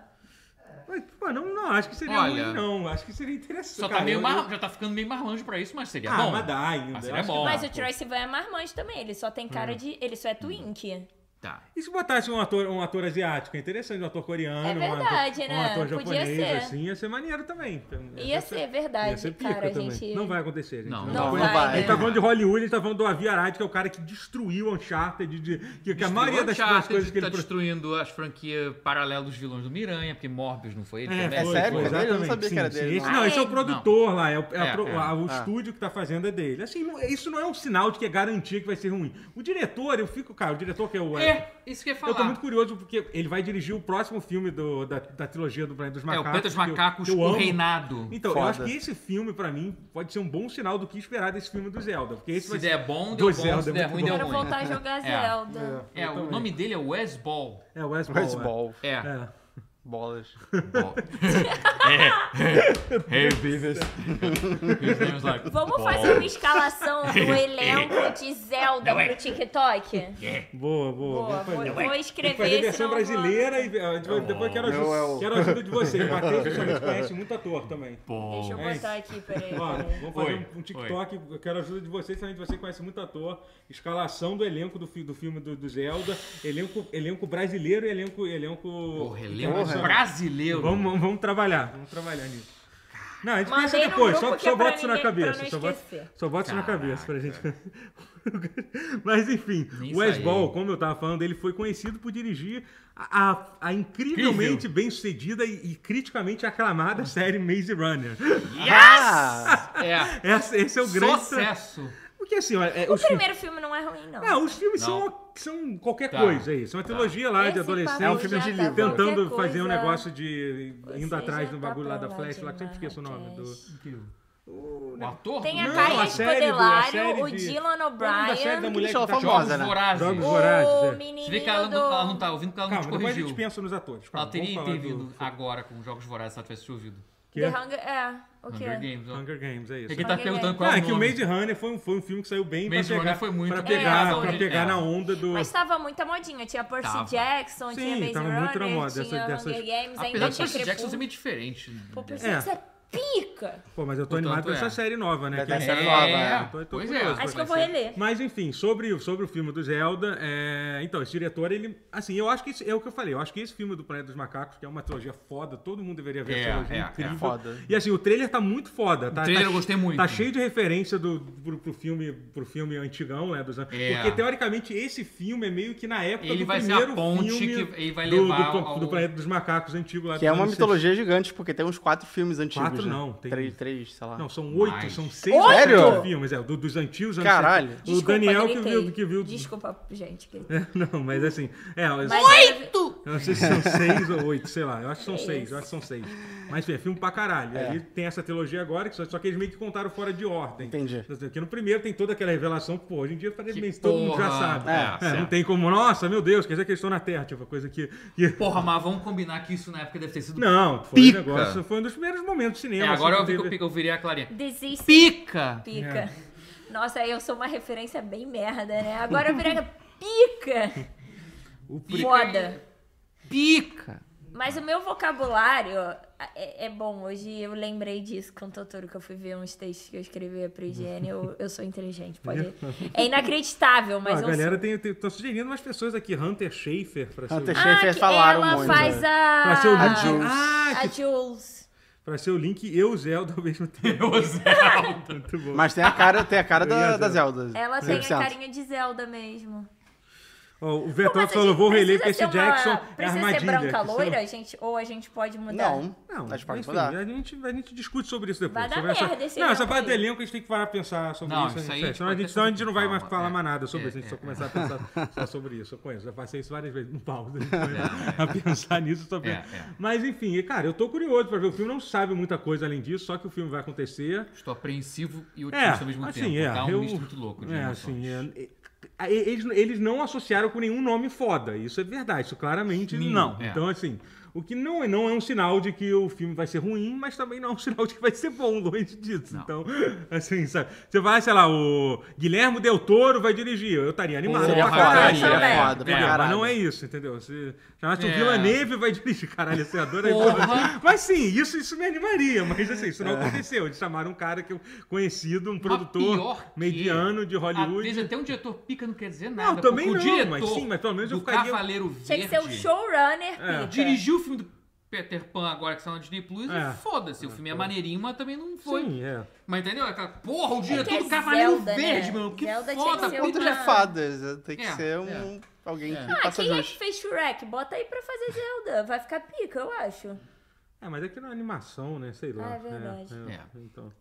S2: Mas, pô, não, não, acho que seria
S4: Olha.
S2: ruim, não. Acho que seria interessante.
S4: Só tá
S2: Cara,
S4: meio
S2: eu-
S4: mar... Já tá ficando meio marmanjo pra isso, mas seria
S2: Ah,
S4: bom.
S2: mas dá ainda.
S4: Mas
S2: eu
S4: seria
S2: acho que
S4: bom.
S2: dá,
S1: Mas o
S2: pô. Hum.
S1: Troy Sivan é marmanjo também. Ele só tem cara de. Ele só é twink.
S4: Tá.
S2: E se botasse um ator, um ator asiático? É interessante, um ator coreano,
S1: É verdade,
S2: um ator,
S1: né?
S2: um ator
S1: Podia
S2: japonês,
S1: ser.
S2: assim, ia ser maneiro também. então.
S1: Ia ser verdade,
S2: ia ser pica
S1: cara,
S2: também.
S1: gente.
S2: Não vai acontecer, gente.
S4: Não,
S1: Não
S3: Não
S1: vai.
S3: vai.
S2: A gente
S1: né?
S2: tá falando de Hollywood, a gente tá falando do Avi Arad, que é o cara que destruiu o Uncharted, de, que, que a maioria das, das coisas que
S4: tá
S2: ele... pro-
S4: destruindo as franquias paralelas dos vilões do Miranha, porque Morbius não foi ele também.
S3: É sério?
S2: foi,
S3: Eu não
S2: exatamente,
S3: sabia que era
S2: sim, sim.
S3: dele,
S2: Esse,
S1: não.
S2: não, esse é o
S1: Ah, é?
S2: produtor lá, é o, é a
S4: É,
S2: pro-
S4: é.
S2: a- o
S3: Ah.
S2: estúdio que tá fazendo é dele. Assim, não- isso não é um sinal de que é garantia que vai ser ruim. O diretor, eu fico, cara, o diretor que é o...
S4: É, isso que eu ia falar.
S2: Eu tô muito curioso porque ele vai dirigir o próximo filme do- da, da trilogia do Planeta dos
S4: É,
S2: Macacos.
S4: o Planeta dos
S2: que eu-
S4: Macacos,
S2: que eu
S4: o
S2: amo.
S4: Reinado.
S2: Então, eu
S3: Foda.
S2: acho que esse filme, pra mim, pode ser um bom sinal do que esperar desse filme do Zelda. Porque esse
S4: Se
S2: vai ser-
S4: der bom,
S2: Do
S4: deu bom.
S2: Zelda,
S4: Se
S2: é
S4: der
S2: muito
S4: ruim,
S2: bom.
S4: deu
S1: Quero
S4: ruim.
S1: voltar a jogar Zelda.
S4: É, o
S2: também.
S4: nome dele é Wes Ball.
S2: É, Wes Ball.
S3: Mas ball.
S4: É.
S2: É. É.
S3: Bolas.
S4: Ball. É. Hey, Beavis. His name's like
S1: Vamos
S4: Ball.
S1: fazer um uma escalação do elenco de Zelda
S4: Não é.
S1: pro TikTok?
S2: Boa, boa.
S1: Boa,
S2: vamos fazer.
S1: vou, vou
S2: é. Tem que fazer a
S1: escrever,
S2: versão
S1: senão
S2: brasileira e a gente vai- depois quero,
S3: Não, é o-
S2: ajuda, quero a ajuda de vocês. O Matheus justamente conhece muito ator também.
S1: vou... Deixa eu
S2: É
S1: botar aqui, peraí.
S2: Ó, vamos fazer
S4: Oi,
S2: um, um TikTok. Eu quero a ajuda de vocês, também você conhece muito ator. Escalação do elenco do, fi- do filme do, do Zelda, elenco, elenco brasileiro e elenco. elenco...
S4: Porra, ele é um
S3: Porra.
S4: brasileiro.
S2: Vamos, vamos, vamos trabalhar, vamos trabalhar nisso. Não, a gente
S1: Mandei
S2: pensa
S1: no
S2: depois,
S1: grupo
S2: só,
S1: que
S2: só
S1: é pra
S2: bota isso na
S1: ninguém- pra
S2: cabeça.
S1: não
S2: Só bota,
S1: esquecer.
S2: só bota isso na
S4: Caraca.
S2: cabeça pra gente. Mas enfim,
S4: Isso
S2: o Wes
S4: aí.
S2: Ball, como eu tava falando, ele foi conhecido por dirigir a, a- a incrivelmente
S4: Incrível.
S2: bem-sucedida e, e criticamente aclamada série Maze Runner.
S3: Ah!
S4: É.
S2: Essa- esse é o grande. tra-
S4: Sucesso.
S2: Porque assim, olha, é,
S1: O
S2: os fi-
S1: primeiro filme não é ruim, não.
S2: não, os filmes
S4: Não.
S2: são, são qualquer
S4: Tá.
S2: coisa aí. São uma trilogia lá de
S1: Esse
S2: adolescente.
S1: papo
S3: É um filme
S1: já
S3: de
S1: tá
S3: livro.
S1: qualquer
S2: Tentando fazer um
S1: coisa.
S2: negócio de. indo
S1: Você
S2: atrás
S1: já
S2: do
S1: tá
S2: bagulho lá
S1: pra
S2: da
S1: lá
S2: Flash,
S1: de
S2: lá que eu sempre esqueço o nome do.
S1: Marrakech.
S4: O ator?
S1: Tem a
S2: Não,
S1: Caia
S2: a série do- a série
S1: Escodelário, o
S2: de-
S1: Dylan
S2: Qual é o nome da série da
S1: O'Brien,
S2: mulher que
S3: Show
S2: tá
S3: famosa,
S2: jogando?
S4: Jogos
S3: né?
S4: Vorazes.
S2: Jogos Vorazes,
S1: o
S2: é.
S4: Você
S1: menininho
S4: vê que ela não, ela não
S1: do...
S4: tá ouvindo porque ela não
S2: Calma,
S4: te
S2: depois a gente
S4: corrigiu.
S2: pensa nos atores. Calma,
S4: Ela teria
S2: vamos falar
S4: intervido
S2: do-
S4: agora com os Jogos Vorazes se ela tivesse te ouvido.
S2: Que?
S1: The Hunger... É, o quê?
S4: Hunger Games. ó.
S2: Hunger Games, é isso.
S4: Ninguém tá
S1: Hunger
S4: perguntando
S1: Games.
S4: qual
S2: Ah,
S4: é
S2: é
S4: o
S2: que o
S4: nome.
S2: Maze Runner foi um, foi um filme que saiu bem
S4: Maze
S2: pra pegar,
S4: Runner foi muito
S2: pra
S4: bem.
S2: pegar,
S4: É,
S2: pra
S4: é.
S2: pegar na onda do...
S1: Mas tava muita modinha. Tinha Percy
S4: Tava.
S1: Jackson, tinha
S2: Sim,
S1: Maze
S2: tava
S1: Runner,
S2: muito na moda
S1: tinha
S2: essas- dessas-
S1: Hunger Games,
S4: Apesar
S1: ainda
S4: de
S1: tinha
S4: Percy Jackson
S1: Crepúsculo.
S4: ser meio diferente. né?
S1: Pô, Percy
S2: É.
S1: Jackson é pica!
S2: Pô, mas eu tô animado com
S4: Portanto, é.
S2: essa série nova, né?
S3: Vai
S2: que é-
S3: ter série
S4: É,
S3: nova,
S4: é.
S2: Tô- tô
S4: Pois é.
S2: curioso.
S1: Acho que eu vou reler.
S2: Mas enfim, sobre, o- sobre o filme do Zelda, é, então, esse diretor, ele. Assim, eu acho que esse- é o que eu falei, eu acho que esse filme do Planeta dos Macacos, que é uma trilogia foda, todo mundo deveria ver
S4: É,
S2: essa trilogia
S4: é, é
S2: incrível.
S3: foda.
S2: E assim, o trailer tá muito foda. Tá,
S4: O trailer
S2: tá-
S4: eu gostei muito.
S2: Tá cheio de referência do, pro, pro filme, pro filme antigão, né? Dos, anos-
S4: É.
S2: Porque teoricamente esse filme é meio que na época
S4: Ele
S2: do
S4: vai ser a
S2: primeiro
S4: ponte
S2: filme
S4: que- ele vai
S2: do- do-
S4: levar
S2: do,
S4: ao-
S2: do Planeta dos Macacos antigo lá
S3: Que
S2: dos
S3: é uma
S2: anos
S3: mitologia gigante, porque tem uns quatro filmes antigos.
S2: Quatro
S3: né?
S2: não, tem-
S3: Três, três, sei lá.
S2: 60. Não, são oito,
S4: Mais.
S2: são seis ou
S3: Sério?
S2: sete filmes, é, do- dos antigos. anos
S3: Caralho.
S2: 70. O
S1: Desculpa,
S2: Daniel que
S1: gritei.
S2: viu, que viu
S1: Desculpa, gente. gritei.
S2: É, Não, mas assim. É, eu-
S1: Mas-
S2: Eu não sei se são seis ou oito, sei lá. Eu acho que são seis, eu acho que são seis. Mas enfim, é filme pra caralho. Aí tem essa trilogia agora, que só, só que eles meio que contaram fora de ordem.
S3: Entendi.
S2: Porque no primeiro tem toda aquela revelação que, pô, hoje em dia praticamente
S4: Que
S2: todo mundo já
S4: porra.
S2: sabe.
S4: É,
S2: É, não
S4: certo.
S2: tem como, nossa, meu Deus, quer dizer que eles estão na Terra, tipo, coisa que. que-
S4: Porra, mas vamos combinar que isso na época deve ter sido.
S2: Não, foi um
S4: Pica.
S2: negócio, foi um dos primeiros momentos do
S4: É,
S2: cinema.
S4: agora
S2: assim,
S4: eu, vi que eu,
S2: teve-
S4: pico- eu virei a Clarinha.
S1: Desiste.
S4: Pica!
S1: Pica.
S2: É.
S1: Nossa, eu sou uma referência bem merda, né? Agora eu virei pica.
S2: o
S4: Pica.
S1: Foda.
S4: Pica!
S1: Mas o meu vocabulário é, é bom. Hoje eu lembrei disso com o Totoro, que eu fui ver uns textos que eu escrevia pro IGN. Eu, eu sou inteligente, pode. É inacreditável,
S2: Ah,
S1: mas
S2: a
S1: eu sou.
S2: galera tem, tem, tô sugerindo umas pessoas aqui, Hunter Schaefer, pra ser,
S3: Hunter
S2: o-
S1: Ah,
S3: Schaefer
S1: que
S3: falaram
S1: ela
S3: muito.
S1: faz a.
S2: pra ser o
S3: A
S2: link.
S3: Jules.
S2: né? Ah,
S1: A
S2: que-
S1: Jules.
S2: pra ser o link e eu, Zelda, ao mesmo tempo.
S4: Eu, Zelda.
S2: Muito bom.
S3: Mas tem a cara, tem a cara
S2: Eu ia
S3: da, da Zelda.
S1: Ela tem a
S3: 100%.
S1: carinha de Zelda mesmo.
S2: Ó, o
S1: Mas a
S2: Vettel
S1: gente
S2: falou, vou reler
S1: precisa
S2: porque esse
S1: ser uma-
S2: Jackson é
S1: Precisa ser
S2: armadilha.
S1: branca loira, gente? Ou a gente pode mudar?
S3: Não,
S2: Não,
S3: a gente pode
S2: enfim, né?
S3: mudar.
S2: a gente, a gente discute sobre isso depois.
S1: Vai dar
S2: Sobre essa-
S1: merda esse
S2: Não, essa
S1: exemplo
S2: parte de
S1: aí.
S2: elenco a gente tem que parar a pensar sobre
S4: Não,
S2: isso.
S4: isso
S2: a
S4: aí
S2: gente,
S4: a gente
S2: senão a
S4: pode
S2: gente, senão a
S4: fazer
S2: gente
S4: com
S2: não vai mais
S4: calma,
S2: falar
S4: é.
S2: mais nada sobre
S4: É,
S2: isso. A gente
S4: é,
S2: só
S4: é.
S2: começar a pensar só sobre isso. Eu conheço, já passei isso várias vezes no pau. A gente começa a pensar nisso sobre.
S4: É, é.
S2: Mas enfim, cara, eu tô curioso pra ver. O filme não sabe muita coisa além disso, só que o filme vai acontecer.
S4: Estou apreensivo e
S2: É,
S4: otimista ao mesmo
S2: assim,
S4: tempo.
S2: é.
S4: Tá um
S2: eu-
S4: misto muito louco de
S2: é,
S4: emoções.
S2: assim, é, e- e- eles, eles não associaram com nenhum nome foda. Isso é verdade, isso claramente
S4: Nenhum,
S2: não.
S4: é.
S2: Então, assim, o que não é, não é um sinal de que o filme vai ser ruim, mas também não é um sinal de que vai ser bom, longe disso.
S4: Não.
S2: Então, assim, sabe? Você vai, sei lá, o Guilherme Del Toro vai dirigir. Eu estaria animado
S4: Seria
S2: pra
S4: foda,
S2: caralho.
S1: seria
S2: É,
S3: foda pra
S2: entendeu? Mas
S3: caralho.
S2: não é isso, entendeu? Se chamasse o
S4: É.
S2: Vila Neve vai dirigir. Caralho, você adora
S4: Porra.
S2: Mas sim, isso, isso me animaria, mas assim, isso
S3: É.
S2: não aconteceu. Eles chamaram um cara que eu conhecido, um produtor
S4: pior que
S2: mediano de
S4: Às vezes
S2: Hollywood.
S4: até um diretor pica não quer dizer nada.
S2: Não, também
S4: porque o
S2: não,
S4: diretor
S2: mas sim, mas pelo menos eu
S4: do
S2: ficaria-
S4: Cavaleiro Verde
S1: Tinha que ser o showrunner, pica.
S4: dirigiu o filme do Peter Pan agora que está na Disney Plus
S2: É.
S4: e foda-se. O filme é maneirinho, mas também não foi.
S2: Sim, é.
S4: Mas entendeu? Aquela porra, o
S1: que
S4: diretor
S1: é
S4: do Cavaleiro
S1: Zelda, né?
S4: Verde, mano. Que
S1: Zelda tinha
S4: foda,
S1: que ser
S4: puta
S1: uma-
S3: Conto de fadas, é tem que
S4: É,
S3: ser um,
S4: é.
S3: alguém que
S1: Ah,
S3: faça
S1: quem é
S3: jus.
S1: que fez Shrek? Bota aí pra fazer Zelda. Vai ficar pica, eu acho.
S2: É, mas é que não é animação, né? Sei lá.
S1: Ah, é verdade.
S2: É, é.
S4: É.
S2: Então.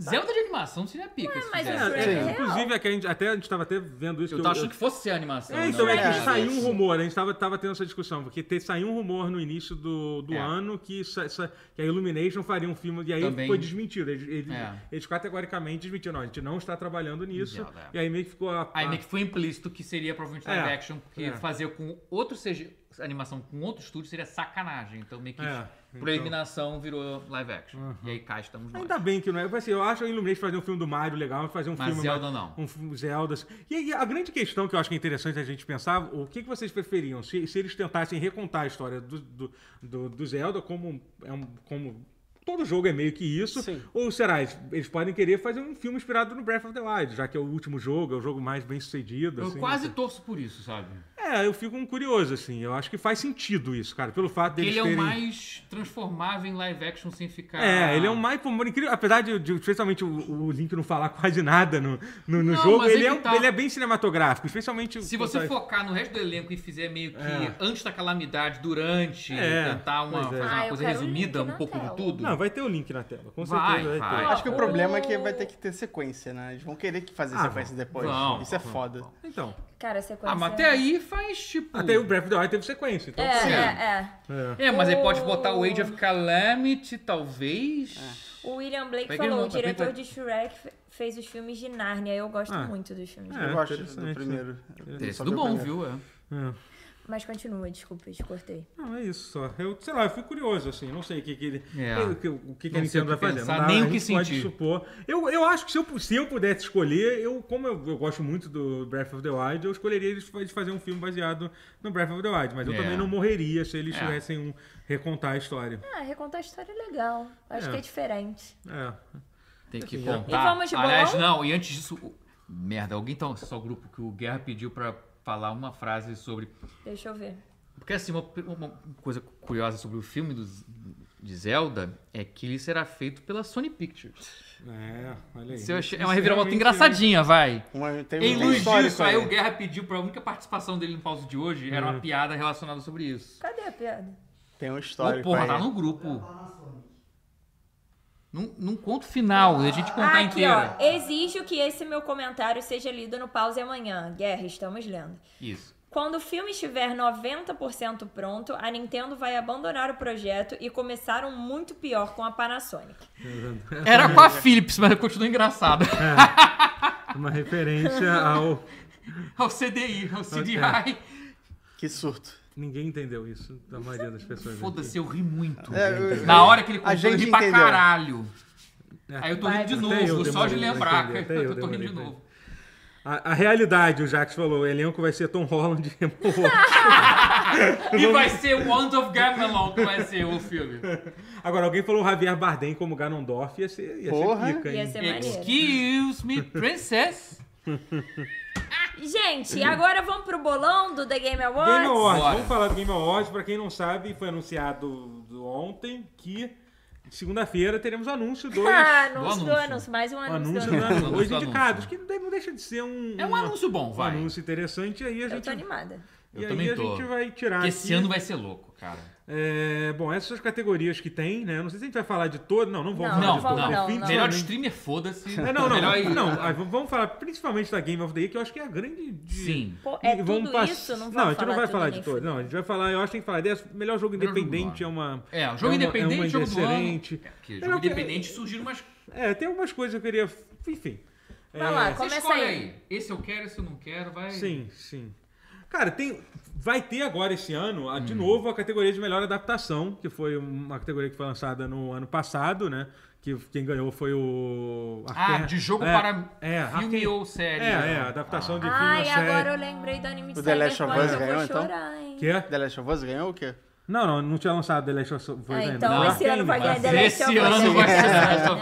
S4: Zelda de animação seria pica. se
S1: mas
S4: fizesse.
S1: o
S2: É,
S1: Shrek
S2: é,
S1: real.
S2: inclusive, é que a gente, até a gente estava até vendo isso.
S4: Eu
S2: que
S4: tava achando que fosse ser animação.
S2: É, então
S4: não,
S2: é
S3: é
S2: que
S3: verdade.
S2: saiu um rumor, a gente tava, tava tendo essa discussão, porque te- saiu um rumor no início do, do
S4: É.
S2: ano que, sa- sa- que a Illumination faria um filme, e aí
S4: Também.
S2: foi desmentido. Eles, eles,
S4: É.
S2: eles categoricamente desmentiram, não, a gente não está trabalhando nisso,
S4: Zelda, é.
S2: e aí meio que ficou a...
S4: Aí
S2: a-
S4: meio que foi implícito que seria provavelmente live
S2: É.
S4: action, porque
S2: É.
S4: fazer com outro CG, animação com outro estúdio seria sacanagem. Então meio que
S2: É, então.
S4: por eliminação virou live action. E aí cá estamos nós.
S2: Ainda bem que não é. Assim, eu acho a Illumination fazer um filme do Mario legal, mas fazer um
S4: Mas é
S2: filme.
S4: Zelda
S2: mais-
S4: não.
S2: Um filme Zelda. assim. E aí, a grande questão que eu acho que é interessante a gente pensar: o que, que vocês preferiam? Se, se eles tentassem recontar a história do, do, do- do Zelda como. É um, como Todo jogo é meio que isso.
S3: Sim.
S2: Ou será, eles, eles podem querer fazer um filme inspirado no Breath of the Wild, já que é o último jogo, é o jogo mais bem sucedido.
S4: Eu
S2: assim,
S4: quase
S2: assim.
S4: torço por isso, sabe?
S2: É, eu fico um curioso, assim. Eu acho que faz sentido isso, cara. Pelo fato
S4: Porque
S2: deles
S4: ele é o
S2: terem...
S4: mais transformável em live action sem ficar.
S2: É, ele é um mais por incrível, apesar de, de especialmente o, o Link não falar quase nada no, no, no
S4: Não,
S2: jogo,
S4: mas
S2: ele
S4: é
S2: é,
S4: que
S2: um-
S4: tá.
S2: ele é bem cinematográfico, especialmente
S4: Se você focar no resto do elenco e fizer meio que
S2: É.
S4: antes da calamidade, durante,
S2: É,
S4: tentar uma,
S2: pois é.
S4: fazer uma
S1: Ah, eu
S4: coisa
S1: quero o
S4: resumida,
S1: link
S4: um
S1: na
S4: pouco de
S1: tela.
S4: tudo.
S2: Não, vai ter o Link na tela, com
S4: Vai,
S2: certeza vai,
S4: vai.
S2: ter.
S3: Acho que o problema é que vai ter que ter sequência, né? Eles vão querer que fazer
S2: Ah,
S3: sequência depois.
S4: vão,
S3: Isso é
S4: vão,
S3: foda.
S4: vão.
S2: Então,
S1: Cara, a sequência...
S4: Ah, mas até aí faz tipo.
S2: até o Breath of the Wild teve sequência, então...
S1: É,
S4: Sim.
S1: é, é.
S2: É.
S4: É, mas aí pode
S1: O-
S4: botar o Age of Calamity, talvez.
S1: O William Blake
S4: Peguei
S1: falou,
S4: uma,
S1: o diretor
S4: peguei.
S1: de Shrek fe- fez os filmes de Narnia. Eu gosto
S2: Ah.
S1: muito dos filmes. de
S2: É,
S3: Eu gosto
S2: interessante,
S3: do primeiro.
S4: Tem
S3: Só
S4: sido
S3: vi o
S4: bom,
S3: primeiro.
S4: viu? É.
S2: É.
S1: Mas continua, desculpa, eu te cortei.
S2: Não, é isso só. Eu, sei lá, eu fico curioso, assim, não sei o que, que ele.
S4: É.
S2: O que, o que, que a
S4: Não sei
S2: Nintendo
S4: o
S2: vai
S4: que
S2: fazer.
S4: pensar,
S2: não dá,
S4: nem
S2: a
S4: o que
S2: gente pode
S4: sentir.
S2: supor. Eu, eu acho que se eu, se eu pudesse escolher, eu, como eu, eu gosto muito do Breath of the Wild, eu escolheria eles fa- de fazer um filme baseado no Breath of the Wild. Mas eu
S4: É.
S2: também não morreria se eles
S4: É.
S2: tivessem um recontar a história.
S1: Ah, recontar a história é legal. Acho
S2: É.
S1: que é diferente.
S2: É.
S4: Tem que
S2: E
S4: contar.
S1: vamos de
S4: Aliás,
S1: bolão?
S4: não, e antes disso. o- Merda, alguém tá. Só o grupo que o Guerra pediu pra falar uma frase sobre.
S1: Deixa eu ver.
S4: Porque assim, uma, uma coisa curiosa sobre o filme do- de Zelda é que ele será feito pela Sony Pictures.
S2: É, olha aí.
S4: Isso eu achei- é
S2: Isso
S4: uma reviravolta
S2: realmente-
S4: engraçadinha, vai.
S3: Uma, tem,
S4: Em
S3: tem
S4: luz
S3: história
S4: disso, aí
S3: aí. É.
S4: o Guerra pediu pra única participação dele no pause de hoje era uma piada relacionada sobre isso.
S1: Cadê a piada?
S3: Tem um
S4: Ô,
S3: histórico
S4: porra,
S3: aí.
S4: tá no grupo. Num, num conto final, a gente contar
S1: Ah, aqui,
S4: inteira.
S1: ó. Exijo que esse meu comentário seja lido no pause amanhã. Guerra, estamos lendo.
S4: Isso.
S1: Quando o filme estiver 90% pronto, a Nintendo vai abandonar o projeto e começar um muito pior com a Panasonic.
S4: Era com a Philips, mas continua engraçado.
S2: Uma referência ao.
S4: Ao CDI, ao CDI.
S3: Que surto.
S2: Ninguém entendeu isso da maioria das pessoas. né?
S4: Foda-se, eu ri muito.
S3: É, eu-
S4: Na hora que ele contou, eu
S3: gente
S4: ri pra
S3: entendeu.
S4: caralho.
S2: É.
S4: Aí eu tô rindo de
S2: Até
S4: novo,
S2: eu
S4: só de
S2: demorei pra
S4: lembrar.
S2: entender, até
S4: eu,
S2: eu
S4: tô rindo
S2: demorei
S4: de
S2: pra
S4: novo.
S2: A, a realidade, o Jax falou, o elenco vai ser Tom Holland e Emma Watson.
S4: E vai ser o Wand of Gamelon que vai ser o filme.
S2: Agora, alguém falou o Javier Bardem como Ganondorf, ia ser, ia
S3: Porra.
S2: ser pica, hein?
S1: Ia
S4: É,
S1: ser É maneiro.
S4: Excuse me, princess.
S1: Gente, agora vamos pro bolão do The Game Awards.
S2: Game Awards,
S4: Bora.
S2: vamos falar do Game Awards. Pra quem não sabe, foi anunciado do- ontem que Segunda-feira teremos anúncio do
S1: Ah, anúncio do
S4: anúncio.
S1: anúncio, mais um anúncio, do
S2: anúncio
S1: anúncio.
S2: do anúncio.
S4: anúncio
S2: Dois
S4: do anúncio.
S2: indicados, que não não deixa de ser um,
S4: É um anúncio bom,
S2: um
S4: vai.
S2: anúncio interessante. E aí a
S1: Eu
S2: gente,
S1: tô animada.
S2: e
S4: Eu
S2: aí
S4: também
S2: a
S4: tô.
S2: gente vai tirar
S4: Porque esse
S2: aqui-
S4: ano vai ser louco, cara.
S2: É, bom, essas são as categorias que tem, né? Não sei se a gente vai falar de todo. Ah, Não, não vamos
S1: Não,
S4: Não,
S2: falar
S1: vamos
S4: não.
S2: de todo.
S1: não,
S2: Definitivamente.
S4: Melhor streamer, foda-se.
S2: É, não, não,
S4: Melhor
S2: não, ah, v- Vamos falar principalmente da Game of the Year, que eu acho que é a grande. de-
S4: Sim.
S1: Pô, é
S2: e
S1: tudo
S2: vamos pass-
S1: isso? Não, vamos
S2: a gente não vai
S1: tudo
S2: falar de
S1: nem
S2: todo. Não, a gente vai falar, eu acho que tem que falar dessa. Melhor jogo
S4: Melhor jogo
S2: independente
S4: do
S2: é uma.
S4: É, o jogo
S2: é uma- é
S4: independente,
S2: uma
S4: jogo do ano.
S2: excelente.
S4: É, porque
S2: Melhor
S4: jogo
S2: que-
S4: independente surgiram umas...
S2: É, tem algumas coisas que eu queria. Enfim. É,
S1: Vai lá,
S4: Você
S1: começa
S4: escolhe
S1: aí.
S4: aí. Esse eu quero, esse eu não quero, vai...
S2: Sim, sim. Cara, tem, vai ter agora esse ano, a-
S4: Hum.
S2: de novo, a categoria de melhor adaptação, que foi uma categoria que foi lançada no ano passado, né? Que quem ganhou foi o.
S4: Ah,
S2: Arca-
S4: de jogo Ah.
S2: é,
S4: para
S2: é,
S4: filme
S2: Arca-
S4: ou série. né?
S2: É, é, adaptação de filme
S1: Ai,
S2: ou série.
S1: agora eu lembrei do anime de
S3: O The Last of
S1: Cyberpunk,
S3: Us
S1: eu vou
S3: ganhou, então?
S1: chorar, hein?
S2: Que é?
S3: The Last of Us ganhou o quê?
S2: Não, não, não tinha lançado The Last of Us
S1: É,
S2: ainda.
S1: então
S4: Não,
S1: esse ano vai ganhar
S4: Mas
S1: The Last of
S4: esse
S1: Us.
S4: ano vai ser
S2: É,
S4: essa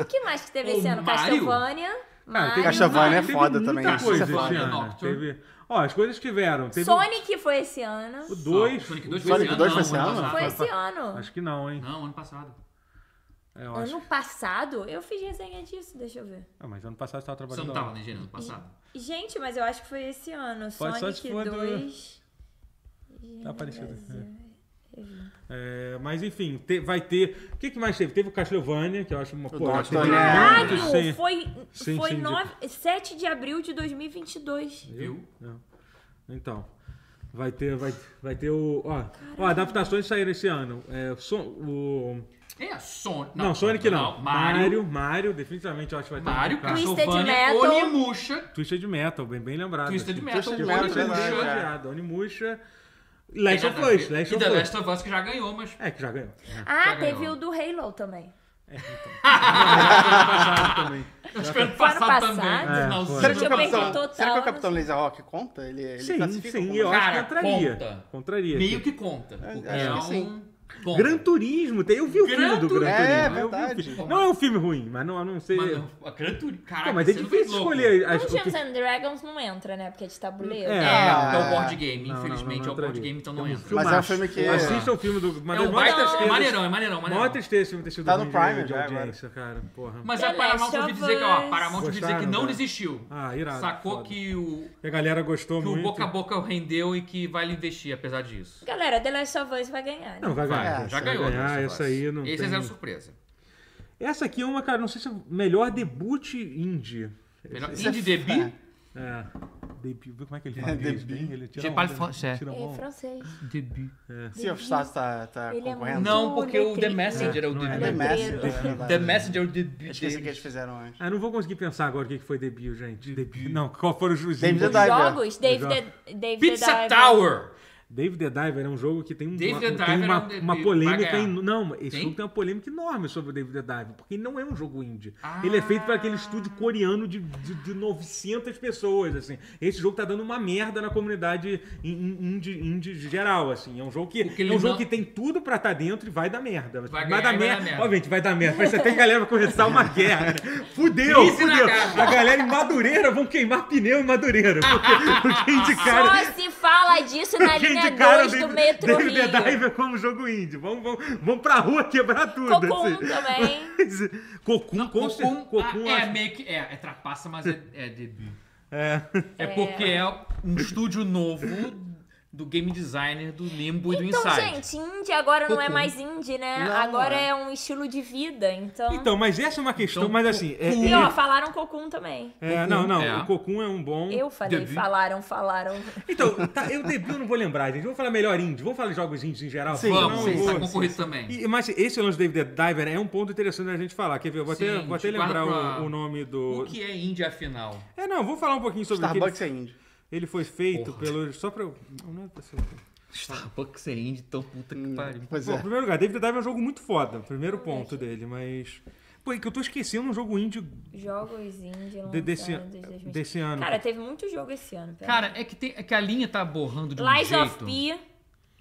S1: O que mais que teve
S4: Ô,
S1: esse ano?
S4: Mario?
S1: Castlevania,
S2: Ah, Cara, teve-
S1: Mario,
S3: Castlevania é
S2: teve
S3: foda
S2: muita
S3: também, né?
S2: Coisa
S4: Castlevania,
S2: esse ano.
S4: Nocturne.
S2: Teve- Ó, as coisas tiveram. Teve um-
S1: Sonic foi esse ano.
S2: o 2.
S4: Sonic 2
S3: Sonic
S4: foi esse ano.
S3: 2
S4: não,
S3: foi esse
S1: Foi
S4: passado.
S3: ano?
S1: esse ano.
S2: Acho que não, hein?
S4: Não, ano passado.
S2: É, eu acho.
S1: Ano passado? Eu fiz resenha disso, deixa eu ver.
S2: Ah, mas ano passado você
S4: Você
S2: tava trabalhando.
S4: não tava, né, Gênero? Ano passado.
S1: Gente, mas eu acho que foi esse ano.
S2: só
S1: Sonic
S2: se for do-
S1: 2.
S2: Tá aparecido,
S1: Brasil.
S2: É, mas enfim, te- vai ter. O que, que mais teve? Teve o Castlevania, que eu acho uma pô, eu acho que
S3: Dr.
S2: tem
S3: Caralho!
S2: muito
S1: Caralho!
S2: sem-
S1: Foi,
S2: Sim,
S1: foi
S2: sim, de-
S1: nove- 7 de abril de 2022.
S4: Viu?
S2: Não. Então. Vai ter, vai, vai ter o. Ó, ó, adaptações saíram esse ano. É, so- o,
S4: É, Sonic.
S2: não, Sonic não.
S4: Mario.
S2: Mario, Mario, definitivamente eu acho que vai ter.
S4: Mario,
S2: Cara,
S1: Twisted
S4: Castlevania,
S1: Metal.
S4: Onimusha.
S2: Twisted Metal, bem, bem lembrado.
S4: Twisted
S2: assim.
S4: Metal,
S3: Twisted Metal,
S2: Twisted
S3: verdade,
S2: Metal,
S3: cara.
S2: elogiado. Onimusha. Last of
S4: Tem nada a
S2: Us,
S4: ver.
S2: Last
S4: E
S2: of
S4: The
S2: Us.
S4: Last of Us que já ganhou, mas...
S2: É, que já ganhou. né?
S1: Ah,
S4: Tá
S1: teve
S4: ganhou.
S1: o do Halo também.
S2: Também.
S4: Foi ano
S1: passado
S4: passado
S1: também.
S4: também.
S1: É,
S4: não,
S2: foi.
S3: Será
S1: Eu
S3: que, o
S1: perdi
S3: Capitão,
S1: total,
S3: será que o
S1: não
S3: Capitão Laser Rock conta? Ele, ele
S2: Sim,
S3: classifica
S2: sim,
S3: como
S2: eu acho que
S4: Cara,
S2: entraria.
S4: conta.
S2: Contraria.
S4: Meio que conta. porque
S3: acho
S4: é
S3: que
S4: um-
S3: sim.
S4: conta.
S2: Gran Turismo, tem- eu vi o
S4: Gran
S2: filme do Gran Turismo.
S4: Turismo.
S3: É,
S2: eu vi o
S3: verdade.
S2: filme. Não é um filme ruim, mas não, eu não sei.
S4: Mano, a Gran Turismo. Caraca,
S2: Não, mas é
S4: você não fez
S2: difícil
S4: louco.
S2: escolher. as-
S1: O
S2: o que-
S1: Dungeons and Dragons não entra, né? Porque é de tabuleiro.
S2: É.
S4: É,
S3: Ah,
S4: é o board game,
S2: não, não,
S4: infelizmente
S2: não
S4: é o board
S2: entraria.
S4: game, então não
S2: um
S4: entra.
S3: filme- Mas é um filme que-
S2: Assista o filme do. Uma
S4: é
S2: das
S4: um
S2: maiores
S4: baita, é
S2: tristezas-
S4: maneirão, é maneirão, é
S2: Maior
S4: maneirão.
S2: tristeza esse filme ter sido
S3: Tá no
S2: ruim de-
S3: Prime
S2: de
S3: já agora.
S2: audiência, cara. Porra.
S4: Mas
S1: The
S4: a Paramount
S1: Last
S4: ouvi
S1: of
S4: dizer que, ó, a
S1: Us.
S4: Paramount ouvi dizer que
S2: Gostaram,
S4: não
S2: né?
S4: desistiu.
S2: Ah, irado,
S4: Sacou
S2: foda.
S4: que o,
S2: A galera gostou
S4: que
S2: muito.
S4: o boca a boca rendeu e que vai investir, apesar disso.
S1: Galera, The Last of Us vai ganhar. né?
S2: Não, vai
S4: Vai,
S2: ganhar.
S4: já
S2: vai
S4: ganhou.
S2: ganhar,
S4: né,
S2: essa aí não
S4: Esse é
S2: tem-
S4: zero surpresa.
S2: Essa aqui é uma, cara, não sei se é o melhor debut indie.
S4: Melhor
S3: Isso é
S4: indie debut.
S2: É. Debut, como é que ele fala?
S3: Debut.
S2: Ele- Ele tira
S4: Je
S2: onda,
S4: parle
S2: né?
S4: français.
S2: Tira
S1: É
S2: onda.
S1: francês.
S4: Debut.
S3: Sea of Stars tá, tá
S1: Ele é
S3: concorrendo?
S1: muito-
S4: Não, porque o The
S1: Letrinha.
S4: Messenger é o
S2: Não é,
S1: Ele
S2: né?
S3: The
S4: debut.
S1: é
S3: Messenger, é verdade.
S4: The Messenger é o debut.
S3: Eu esqueci o que
S4: deles.
S3: eles fizeram antes.
S2: Ah, não vou conseguir pensar agora o que que foi debut, gente. Debut. Não, qual foram os os
S3: David
S2: indies?
S3: the Diver.
S1: Jogos, David, the- David the
S4: Pizza
S1: Diver.
S4: Tower!
S2: Dave the Diver é um jogo que tem, um-
S4: Dave
S2: uma,
S4: the
S2: tem
S4: Diver
S2: uma-
S4: é um debut,
S2: uma
S4: vai
S2: polêmica.
S4: ganhar.
S2: En... Não, esse
S4: Tem?
S2: jogo tem uma polêmica enorme sobre o Dave the Diver, porque ele não é um jogo indie.
S4: Ah.
S2: Ele é feito para aquele estúdio coreano de, de, de 900 pessoas, assim. Esse jogo tá dando uma merda na comunidade in- in- indie, indie geral, assim. É um jogo que,
S4: Porque
S2: é um
S4: ele
S2: jogo
S4: não-
S2: que tem tudo para estar dentro e vai dar merda.
S4: Vai ganhar
S2: dar
S4: e vai
S2: merda.
S4: dar merda.
S2: Obviamente, vai dar merda. Vai ser até que a galera vai começar uma guerra. Fudeu,
S4: Crise na
S2: fudeu.
S4: casa.
S2: A galera em Madureira vão queimar pneu em Madureira. Porque, porque indicaram...
S1: Só se fala disso na
S2: Quem
S1: linha
S2: indicaram
S1: 2 né, do
S2: David-
S1: metrô
S2: David
S1: Rio.
S2: The Diver como jogo indie. Vamos, vamos, vamos pra rua quebrar tudo.
S1: Cocum
S2: assim.
S1: também.
S2: Cocum,
S4: Não,
S2: com cer-
S4: Cocum,
S2: Cocum,
S4: ah, é
S2: acho-
S4: meio que. É, é trapaça, mas é, é debut.
S2: é.
S4: É porque é um estúdio novo do game designer do Limbo e do
S1: Então,
S4: Inside.
S1: gente, indie agora não é
S2: Cocum.
S1: mais indie, né?
S3: Não,
S1: agora
S3: é.
S1: é um estilo de vida, então...
S2: Então, mas essa é uma questão,
S4: Então,
S2: mas assim... É,
S1: E,
S2: é-
S1: ó, falaram Cocum também.
S2: é, não, não,
S4: É.
S2: o Cocum é um bom...
S1: Eu falei,
S4: Debut.
S1: falaram, falaram.
S2: Então, tá, eu debut eu não vou lembrar, gente. Vamos falar melhor indie, vamos falar de jogos indies em geral?
S3: Sim,
S2: Senão
S4: Vamos,
S2: eu
S4: sim,
S2: vou-
S4: tá concorrido também.
S2: E- mas esse lance do David the Diver é um ponto interessante da gente falar. Quer ver? Eu vou até,
S4: Sim,
S2: vou até
S4: guarda
S2: lembrar
S4: pra-
S2: o, o nome do.
S4: O que é indie afinal?
S2: É, não, vou falar um pouquinho sobre o que ele-
S3: Starbucks é indie.
S2: Ele foi feito
S4: Porra.
S2: pelo. Só pra eu. Não, não é pra ser.
S4: Starbucks é indie, tão puta
S2: Hum.
S4: que pariu.
S3: Pois
S2: Bom,
S3: é.
S2: em primeiro lugar, David Dive é um jogo muito foda. Primeiro ponto dele, mas. Pô, é que eu tô esquecendo um jogo indie
S1: Jogos indie
S2: de-
S1: lançados
S2: desse,
S1: em 2020.
S2: desse ano.
S1: Cara, teve muito jogo esse ano. pera.
S4: Cara, é que, tem, é que a linha tá borrando de um
S1: Lies of
S4: jeito.
S1: P.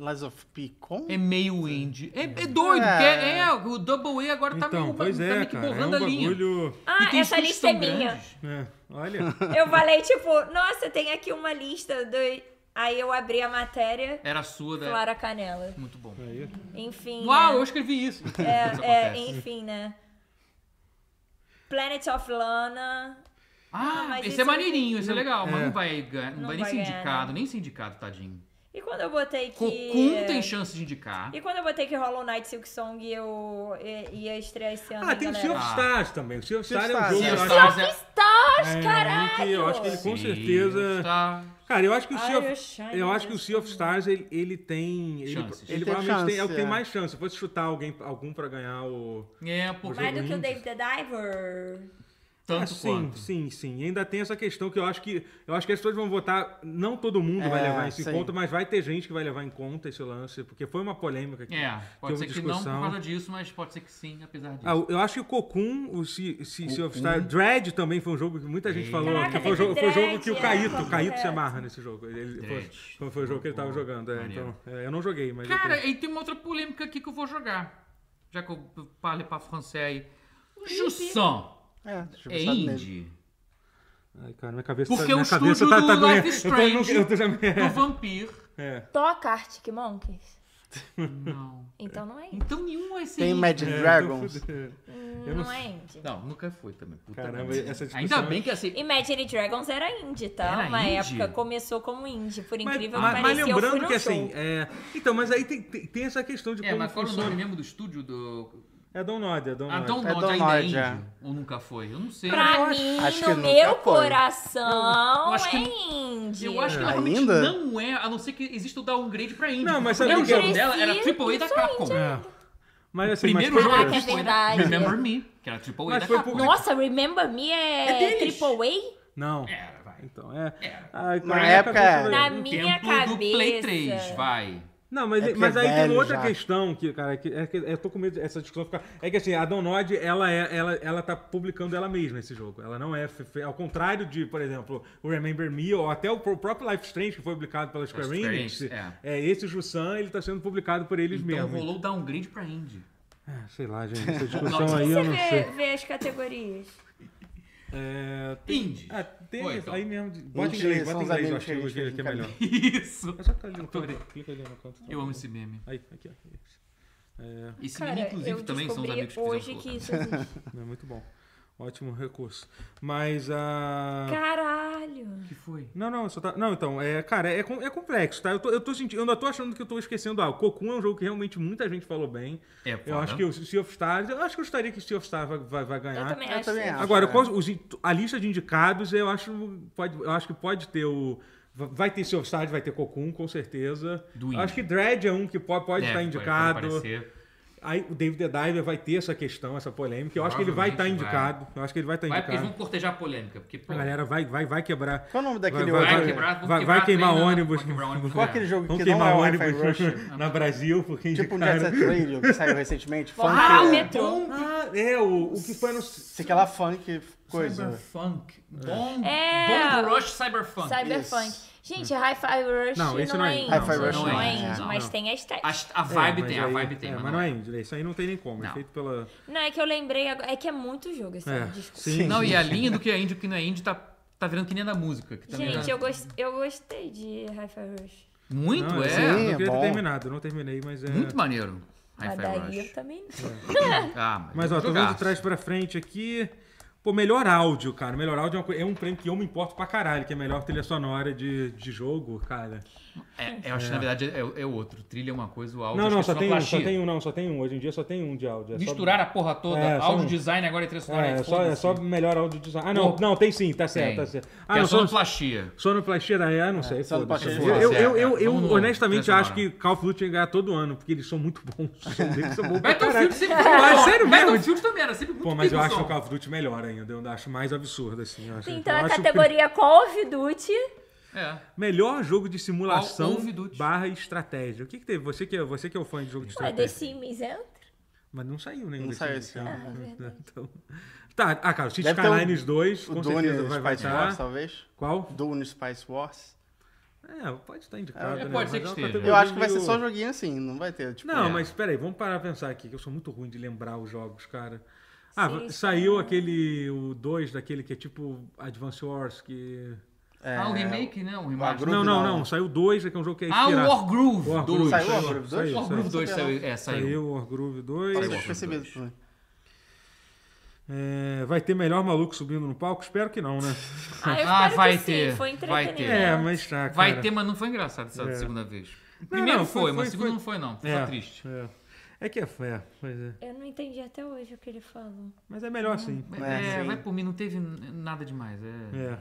S3: Lies of P com?
S4: É meio indie. É, é doido,
S3: É.
S4: porque é, é, o Double A agora tá meio,
S2: Hum. então, pois
S4: tá
S2: é,
S4: meio que
S2: cara. É um
S4: borrando a linha.
S2: bagulho.
S1: Ah,
S4: E tem
S1: essa
S4: estúdios
S1: lista é
S4: tão
S1: minha.
S4: grandes.
S2: É, olha.
S1: Eu falei, tipo, nossa, tem aqui uma lista do Aí eu abri a matéria,
S4: Era a sua,
S2: É.
S4: da...
S1: Clara Canela.
S4: Muito bom.
S2: Aí.
S1: Enfim.
S4: Uau,
S1: né?
S4: eu escrevi isso. Isso
S1: É, é,
S4: acontece.
S1: enfim, né? Planet of Lana. Ah,
S4: Ah,
S1: mas
S4: esse
S1: esse
S4: é maneirinho, esse é
S2: não-
S4: legal, mas
S2: é.
S4: não vai, ganhar- não
S1: Não
S4: vai nem
S1: vai
S4: ser
S1: ganhar,
S4: indicado,
S1: né?
S4: nem ser indicado, tadinho.
S1: E quando eu botei que.
S2: um
S4: Cocum tem chance de indicar.
S1: E quando eu botei que Hollow Knight Silk Song eu eh, ia estrear esse ano.
S2: Ah,
S1: hein,
S2: tem o
S1: galera?
S2: Sea of Stars também. O Sea of Stars é um
S3: Stars.
S2: jogo eu
S3: Sea of
S2: acho-
S4: Stars é-
S1: Stars,
S2: é,
S1: caralho!
S2: que eu acho que ele com
S4: Sim,
S2: certeza.
S4: Tá.
S2: Cara, eu acho que o Sea
S1: Ai, eu
S2: of,
S1: shine,
S2: eu acho que o
S1: mas-
S2: sea of Stars ele, ele tem, ele,
S4: Chances.
S2: ele
S3: Ele tem
S2: provavelmente tem, é o que
S3: chance,
S2: tem
S3: é.
S2: mais chance. Se fosse chutar alguém, algum pra ganhar o
S4: É, pô,
S1: Mais do que o
S2: Ruins.
S1: Dave the Diver.
S4: tanto
S2: Ah, sim,
S4: quanto.
S2: sim, sim. E ainda tem essa questão que eu acho que eu acho que as pessoas vão votar, não todo mundo vai
S3: É,
S2: levar isso em
S3: sim.
S2: conta, mas vai ter gente que vai levar em conta esse lance, porque foi uma polêmica aqui.
S4: É, pode ser
S2: houve
S4: que não por
S2: discussão.
S4: causa disso, mas pode ser que sim, apesar disso.
S2: Ah, eu acho que o Cocoon, o Se- Se- Sea of
S4: Cocoon.
S2: Stars, Dread também foi um jogo que muita gente
S4: Ei.
S2: falou.
S1: Caraca,
S2: que foi, o
S1: teve
S2: jogo, foi o jogo
S1: Dread,
S2: que o
S1: é,
S2: Caíto,
S1: tá
S2: o Caíto se
S1: correto.
S2: amarra nesse jogo. Ele- ele- foi,
S4: Dread.
S2: foi- foi o jogo que ele tava
S4: Boa,
S2: jogando. é,
S4: maneiro.
S2: então, é, eu não joguei, mas. eu
S4: Cara,
S2: tenho-
S4: e tem uma outra polêmica aqui que eu vou jogar. Já que eu falei pra francês aí. O Jusson
S3: É, deixa eu
S4: é
S3: pensar nele.
S4: indie.
S2: Ai, cara, minha cabeça
S4: Porque
S2: tá, minha
S4: o estúdio
S2: cabeça tá,
S4: do
S2: tá doendo.
S4: Life
S2: Eu tô- eu tô- eu tô já-
S4: Do Vampir.
S2: é.
S1: Toca Arctic Monkeys.
S4: Não.
S1: Então não é indie.
S4: Então nenhum é esse
S3: Tem
S4: indie.
S3: Imagine Dragons.
S2: eu não
S1: Não é indie.
S4: Não, nunca foi também. Puta
S2: Caramba,
S4: merda.
S2: essa discussão- é
S4: Ainda bem que assim.
S1: Imagine Dragons era indie, tá?
S4: Era
S1: Uma
S4: indie?
S1: época começou como indie, por
S2: Mas,
S1: incrível
S2: mas-
S1: que
S2: mas
S1: pareça. eu fui
S2: lembrando
S1: no
S2: que
S1: show.
S2: assim, é, então, mas aí tem, tem, tem essa questão de
S4: É,
S2: como
S4: mas qual é o nome
S2: funciona.
S4: mesmo do estúdio do.
S2: É Don Nod, é Don
S4: Ah, Don
S2: Nod.
S4: Nod
S3: Don
S4: ainda é
S3: Nod,
S4: indie?
S3: é.
S4: Ou nunca foi? Eu não sei.
S1: Pra
S4: eu
S1: mim,
S3: acho que
S1: no
S3: nunca
S1: meu
S3: foi.
S1: coração,
S4: Eu acho que-
S1: é indie.
S4: Eu acho que ela realmente
S3: Ainda?
S4: não é, a não ser que exista o downgrade pra Indie.
S2: Não, mas sabe
S4: o
S2: o que é?
S4: primeiro jogo dela era AAA da
S1: Isso é
S4: Capcom.
S1: indie.
S2: É. Mas
S4: O
S2: assim,
S4: primeiro
S2: mas,
S4: jogo
S1: Caraca,
S4: da
S1: é
S4: Capcom era
S1: verdade.
S4: Remember Me, que era AAA
S2: Mas
S4: da
S2: foi
S4: Capcom.
S2: publicado-
S1: Nossa, Remember Me é,
S4: É deles.
S1: triple
S2: Não.
S4: Era, vai.
S2: Então, é.
S4: É.
S2: Ai,
S3: Na
S2: cara,
S3: época-
S2: cabeça
S1: A?
S2: do-
S1: Na
S4: No
S1: minha
S4: tempo do Play
S1: cabeça.
S4: 3, vai.
S2: Não, mas,
S3: É porque
S2: mas
S3: é
S2: aí tem
S3: velho
S2: uma outra
S3: já.
S2: questão que, cara, que, é que eu tô com medo dessa discussão ficar. É que assim, a Donod, ela, é, ela, ela tá publicando ela mesma esse jogo. Ela não é. fe- fe- Ao contrário de, por exemplo, o Remember Me ou até o pro- próprio Life Strange, que foi publicado pela Square
S4: Square
S2: Enix.
S4: Enix, é.
S2: É, esse Jussan, ele tá sendo publicado por eles
S4: Então
S2: mesmos.
S4: rolou o downgrade pra Indie.
S2: Ah, Sei lá, gente. Essa discussão
S4: Não,
S2: aí
S1: Você
S2: eu não
S1: vê,
S2: sei.
S1: vê as categorias.
S2: É,
S4: Indie.
S2: Ah, tem
S4: Foi,
S2: isso
S4: então.
S2: aí mesmo. de- Bota em
S3: Gente,
S2: inglês,
S3: são
S2: bota em
S3: os
S2: inglês, eu
S3: amigos
S2: acho
S3: que a gente
S2: que
S3: fez
S2: que é
S3: em
S2: melhor.
S4: Isso.
S2: É só clicar ali no
S4: Adorei.
S2: canto. Clica ali no canto.
S4: Eu amo esse meme.
S2: Aí, aqui, ó. Isso. É,
S4: Esse meme,
S1: Cara,
S4: inclusive,
S1: eu
S4: também são os
S1: descobri
S4: amigos que
S1: hoje
S4: fizeram
S1: que isso existe.
S2: é muito bom. Ótimo recurso. Mas a.
S1: Caralho.
S4: O que foi?
S2: Não, não, só tá. Não, então, é, cara, é, com- é complexo, tá? Eu tô, eu tô sentindo, eu ainda tô achando que eu tô esquecendo algo. Cocoon é um jogo que realmente muita gente falou bem.
S4: É,
S2: Eu
S4: foda.
S2: acho que o Sea of Stars, eu acho que eu gostaria que o Sea of Stars vai, vai, vai
S1: Eu
S2: ganhar.
S1: também
S3: É, Eu
S1: acho.
S3: também
S1: isso.
S3: acho.
S2: Agora,
S3: é.
S2: quais os in- a lista de indicados, eu acho, pode, eu acho que pode ter o. va- Vai ter Sea of Stars, vai ter Cocoon, com certeza.
S4: Do
S2: Eu
S4: indie.
S2: Acho que Dread é um que pode, pode
S4: Deve,
S2: estar indicado. Tá
S4: aparecer.
S2: Aí o David The Diver vai ter essa questão, essa polêmica. Eu acho que ele vai estar
S4: Provavelmente vai.
S2: indicado. Eu acho que ele vai estar
S4: Vai, porque eles
S2: indicado.
S4: vão cortejar a polêmica. Porque, pô,
S2: A galera vai, vai, vai quebrar.
S3: Qual é o nome
S2: Vai,
S3: daquele
S2: vai,
S3: outro?
S2: vai,
S4: quebrar- vão
S2: vai-
S4: quebrar
S2: vai queimar
S4: a trena,
S2: ônibus.
S4: vai quebrar ônibus.
S3: Qual aquele jogo
S2: Vão
S3: que não
S2: queimar
S3: é o Wi-Fi
S2: ônibus
S3: Rush?
S2: na Brasil, porque
S3: Tipo um
S2: indicaram.
S3: Jet Set Radio que saiu recentemente. funk. é
S4: Ah, o
S1: Funk.
S4: metrô.
S2: Ah, é, o, o que foi no.
S3: Sei que ela funk coisa.
S4: Cyberpunk. Bom,
S1: É.
S4: bom Rush Cyberpunk.
S1: Cyberpunk. Gente, Hi-Fi Rush
S2: Não,
S1: não,
S2: esse não é
S1: é
S2: indie.
S1: indie.
S3: Hi-Fi Rush
S1: não,
S4: não é
S1: é
S4: indie,
S1: indie,
S4: não.
S1: mas tem a estética.
S4: A, a vibe
S2: É, mas
S4: tem, a
S2: aí-
S4: vibe tem.
S2: é,
S4: mas
S2: mas não é indie, isso aí não tem nem como. É
S4: Não.
S2: feito pela.
S1: Não, é que eu lembrei agora. É que é muito jogo esse
S2: É,
S1: ano, desculpa.
S2: sim,
S4: Não,
S2: sim,
S4: e a
S2: sim.
S4: linha do que é indie e o que não é indie tá, tá virando que nem a da música. Que também
S1: Gente,
S4: é...
S1: eu, gos- eu gostei de Hi-Fi Rush.
S4: Muito,
S2: não,
S4: é.
S2: Eu não
S3: Sim, é
S2: queria ter
S3: bom.
S2: terminado, eu não terminei, mas é.
S4: Muito maneiro.
S1: A
S4: Hi-Fi
S1: daí eu
S4: Rush.
S1: também não.
S4: Ah, mas
S2: Mas ó, tô vendo de trás pra frente aqui. Pô, melhor áudio, cara. Melhor áudio é, uma coi- é um prêmio que eu me importo pra caralho, que é melhor trilha sonora de, de jogo, cara.
S4: É, eu acho que na verdade é, é outro. Trilha é uma coisa, o áudio
S2: não,
S4: acho
S2: não,
S4: que é
S2: só tem um, só
S4: sonoplastia.
S2: tem um, não, só tem um. Hoje em dia só tem um de áudio. É só-
S4: Misturar a porra toda,
S2: É, só
S4: áudio
S2: um-
S4: design agora e trilha sonora.
S2: É, é só, é
S4: foda-se.
S2: só melhor áudio design. Ah, não,
S4: Pô.
S2: não, tem sim, tá certo,
S4: Tem.
S2: tá certo.
S4: Que
S2: Ah,
S4: é
S2: não, sono,
S4: sonoplastia.
S2: sonoplastia da EA, não sei.
S3: sonoplastia,
S2: foda-se.
S3: foda-se,
S2: Eu,
S4: é,
S2: eu,
S4: é.
S2: eu, eu
S4: Vamos no-
S2: honestamente
S4: trilha
S2: acho que Call of Duty tem que ganhar todo ano, porque eles são muito bons. Os sons deles são bons pra
S4: Battlefield
S2: caralho.
S4: sempre foi muito
S2: Ah,
S4: bom.
S2: sério mesmo?
S4: Battlefield também era sempre muito
S2: Pô, mas eu
S4: pica o
S2: acho
S4: som.
S2: o Call of Duty melhor ainda, eu ainda acho mais absurdo, assim. eu acho-
S1: Então
S2: eu
S1: a
S2: acho que-
S1: categoria Call of Duty.
S2: um-
S4: É.
S2: Melhor jogo de simulação
S4: Call of Duty.
S2: barra estratégia. O que, que teve? Você que, é, você que é o fã de jogo de
S1: Ué, The
S2: estratégia.
S1: Sims é um entra.
S2: Mas não saiu nenhum
S3: Não
S2: desse
S3: saiu
S2: jogo,
S3: esse
S2: né?
S3: ano.
S1: Ah, é
S2: Então- Tá, ah, cara, o City
S3: Deve ter um-
S2: Skylines 2,
S3: O
S2: com
S3: Dune
S2: certeza vai vai
S3: Spice tá? Wars,
S2: estar.
S3: talvez.
S2: Qual?
S3: Dune Spice Wars.
S2: É, pode estar indicado,
S4: É,
S2: né?
S4: pode ser
S2: Mas
S4: que
S2: é
S4: esteja.
S2: uma categoria
S3: Eu acho que vai ser
S2: meio-
S3: só joguinho assim, não vai ter. Tipo,
S2: Não,
S4: É.
S2: mas peraí, vamos parar pra pensar aqui, que eu sou muito ruim de lembrar os jogos, cara. Ah,
S1: Sim,
S2: saiu aquele, o 2 daquele que é Um tipo Advance Wars, que...
S3: É,
S4: ah, o remake, né? O remake.
S3: Groove
S2: Não, não,
S3: não.
S2: não. Saiu dois, é que é um jogo que é
S4: Ah, o
S2: inspirado.
S4: War Groove
S2: War
S4: 2.
S2: Groove,
S3: Saiu o
S4: Saiu,
S3: War Groove
S2: saiu,
S3: 2?
S4: War Groove 2 saiu. É, saiu.
S2: Saiu o War Groove 2.
S3: Passou
S4: Saiu.
S3: despercebido também.
S2: É, vai ter melhor maluco subindo no palco? Espero que não, né?
S1: Ah, eu
S4: Ah,
S1: espero
S4: vai
S1: que
S4: ter,
S1: sim. Foi
S4: vai ter.
S1: entretenimento.
S2: É, mas tá, cara.
S4: Vai ter, mas não foi engraçado essa
S2: É.
S4: segunda vez. Primeiro
S2: não,
S4: foi,
S2: foi-
S4: mas
S2: foi-
S4: segundo
S2: foi-
S4: não foi, não. Foi
S2: É,
S4: triste.
S2: É. É que é fé, pois é.
S1: Eu não entendi até hoje o que ele falou.
S2: Mas é melhor assim.
S4: É,
S3: sim.
S4: vai por mim, não teve n- nada demais. É.
S2: É.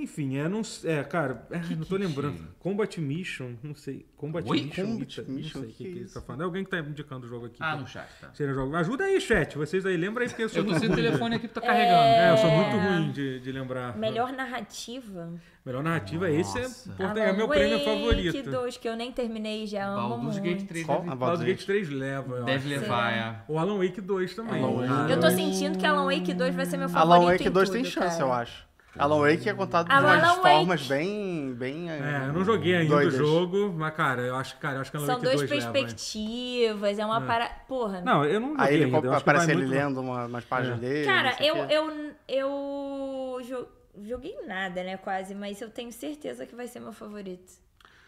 S2: Enfim, é, não s- é, cara, é, não tô
S4: que
S2: lembrando.
S4: tinha?
S2: Combat Mission, não sei. Combat
S4: Oi?
S2: Mission,
S3: Combat
S2: Ita-
S3: Mission,
S2: não sei o que,
S3: que
S2: que
S3: é
S2: ele
S3: isso?
S2: tá falando. É alguém que tá indicando o jogo aqui.
S4: Ah,
S2: tá?
S4: no chat, tá.
S2: Seria jogo. Ajuda aí, chat, vocês aí, lembra aí, porque eu sou
S4: Eu tô
S2: muito
S4: sem o
S2: ruim.
S4: telefone aqui que tá carregando.
S2: É, eu sou muito ruim de, de lembrar.
S1: Melhor narrativa.
S2: Melhor narrativa é esse, é,
S4: Nossa.
S2: importante, é meu prêmio
S1: Que
S2: favorito.
S1: dois que eu nem terminei já amo
S4: Baldur's
S1: muito.
S4: Gate 3
S3: Qual?
S4: deve,
S3: Ah,
S2: Baldur's Gate
S3: Baldur's
S2: 3 leva, eu
S4: deve
S2: acho.
S4: levar, é.
S2: O Alan Wake 2 também. Ah,
S3: Alan Wake.
S1: Eu tô assim. sentindo que Alan Wake 2 vai ser meu favorito.
S3: Alan Wake
S1: em
S3: 2
S1: tudo,
S3: tem chance,
S1: cara.
S3: eu acho. Alan Wake é contado de
S1: Alan
S3: umas
S1: Wake.
S3: formas bem, bem. eh,
S2: É, eu não joguei ainda
S3: doidas.
S2: o jogo, mas cara, eu acho, cara, eu acho que Alan
S1: São
S2: Wake
S1: duas
S2: 2 leva. hein?
S1: perspectivas, é uma para. Porra.
S2: Não, eu não joguei
S3: Aí ele
S2: ainda, eu acho que
S3: aparece
S2: vai
S3: ele
S2: muito- É.
S3: lendo uma- umas páginas dele. não
S1: Cara,
S3: sei o
S1: eu,
S3: quê.
S1: eu, eu jo- joguei nada, né, quase, mas eu tenho certeza que vai ser meu favorito.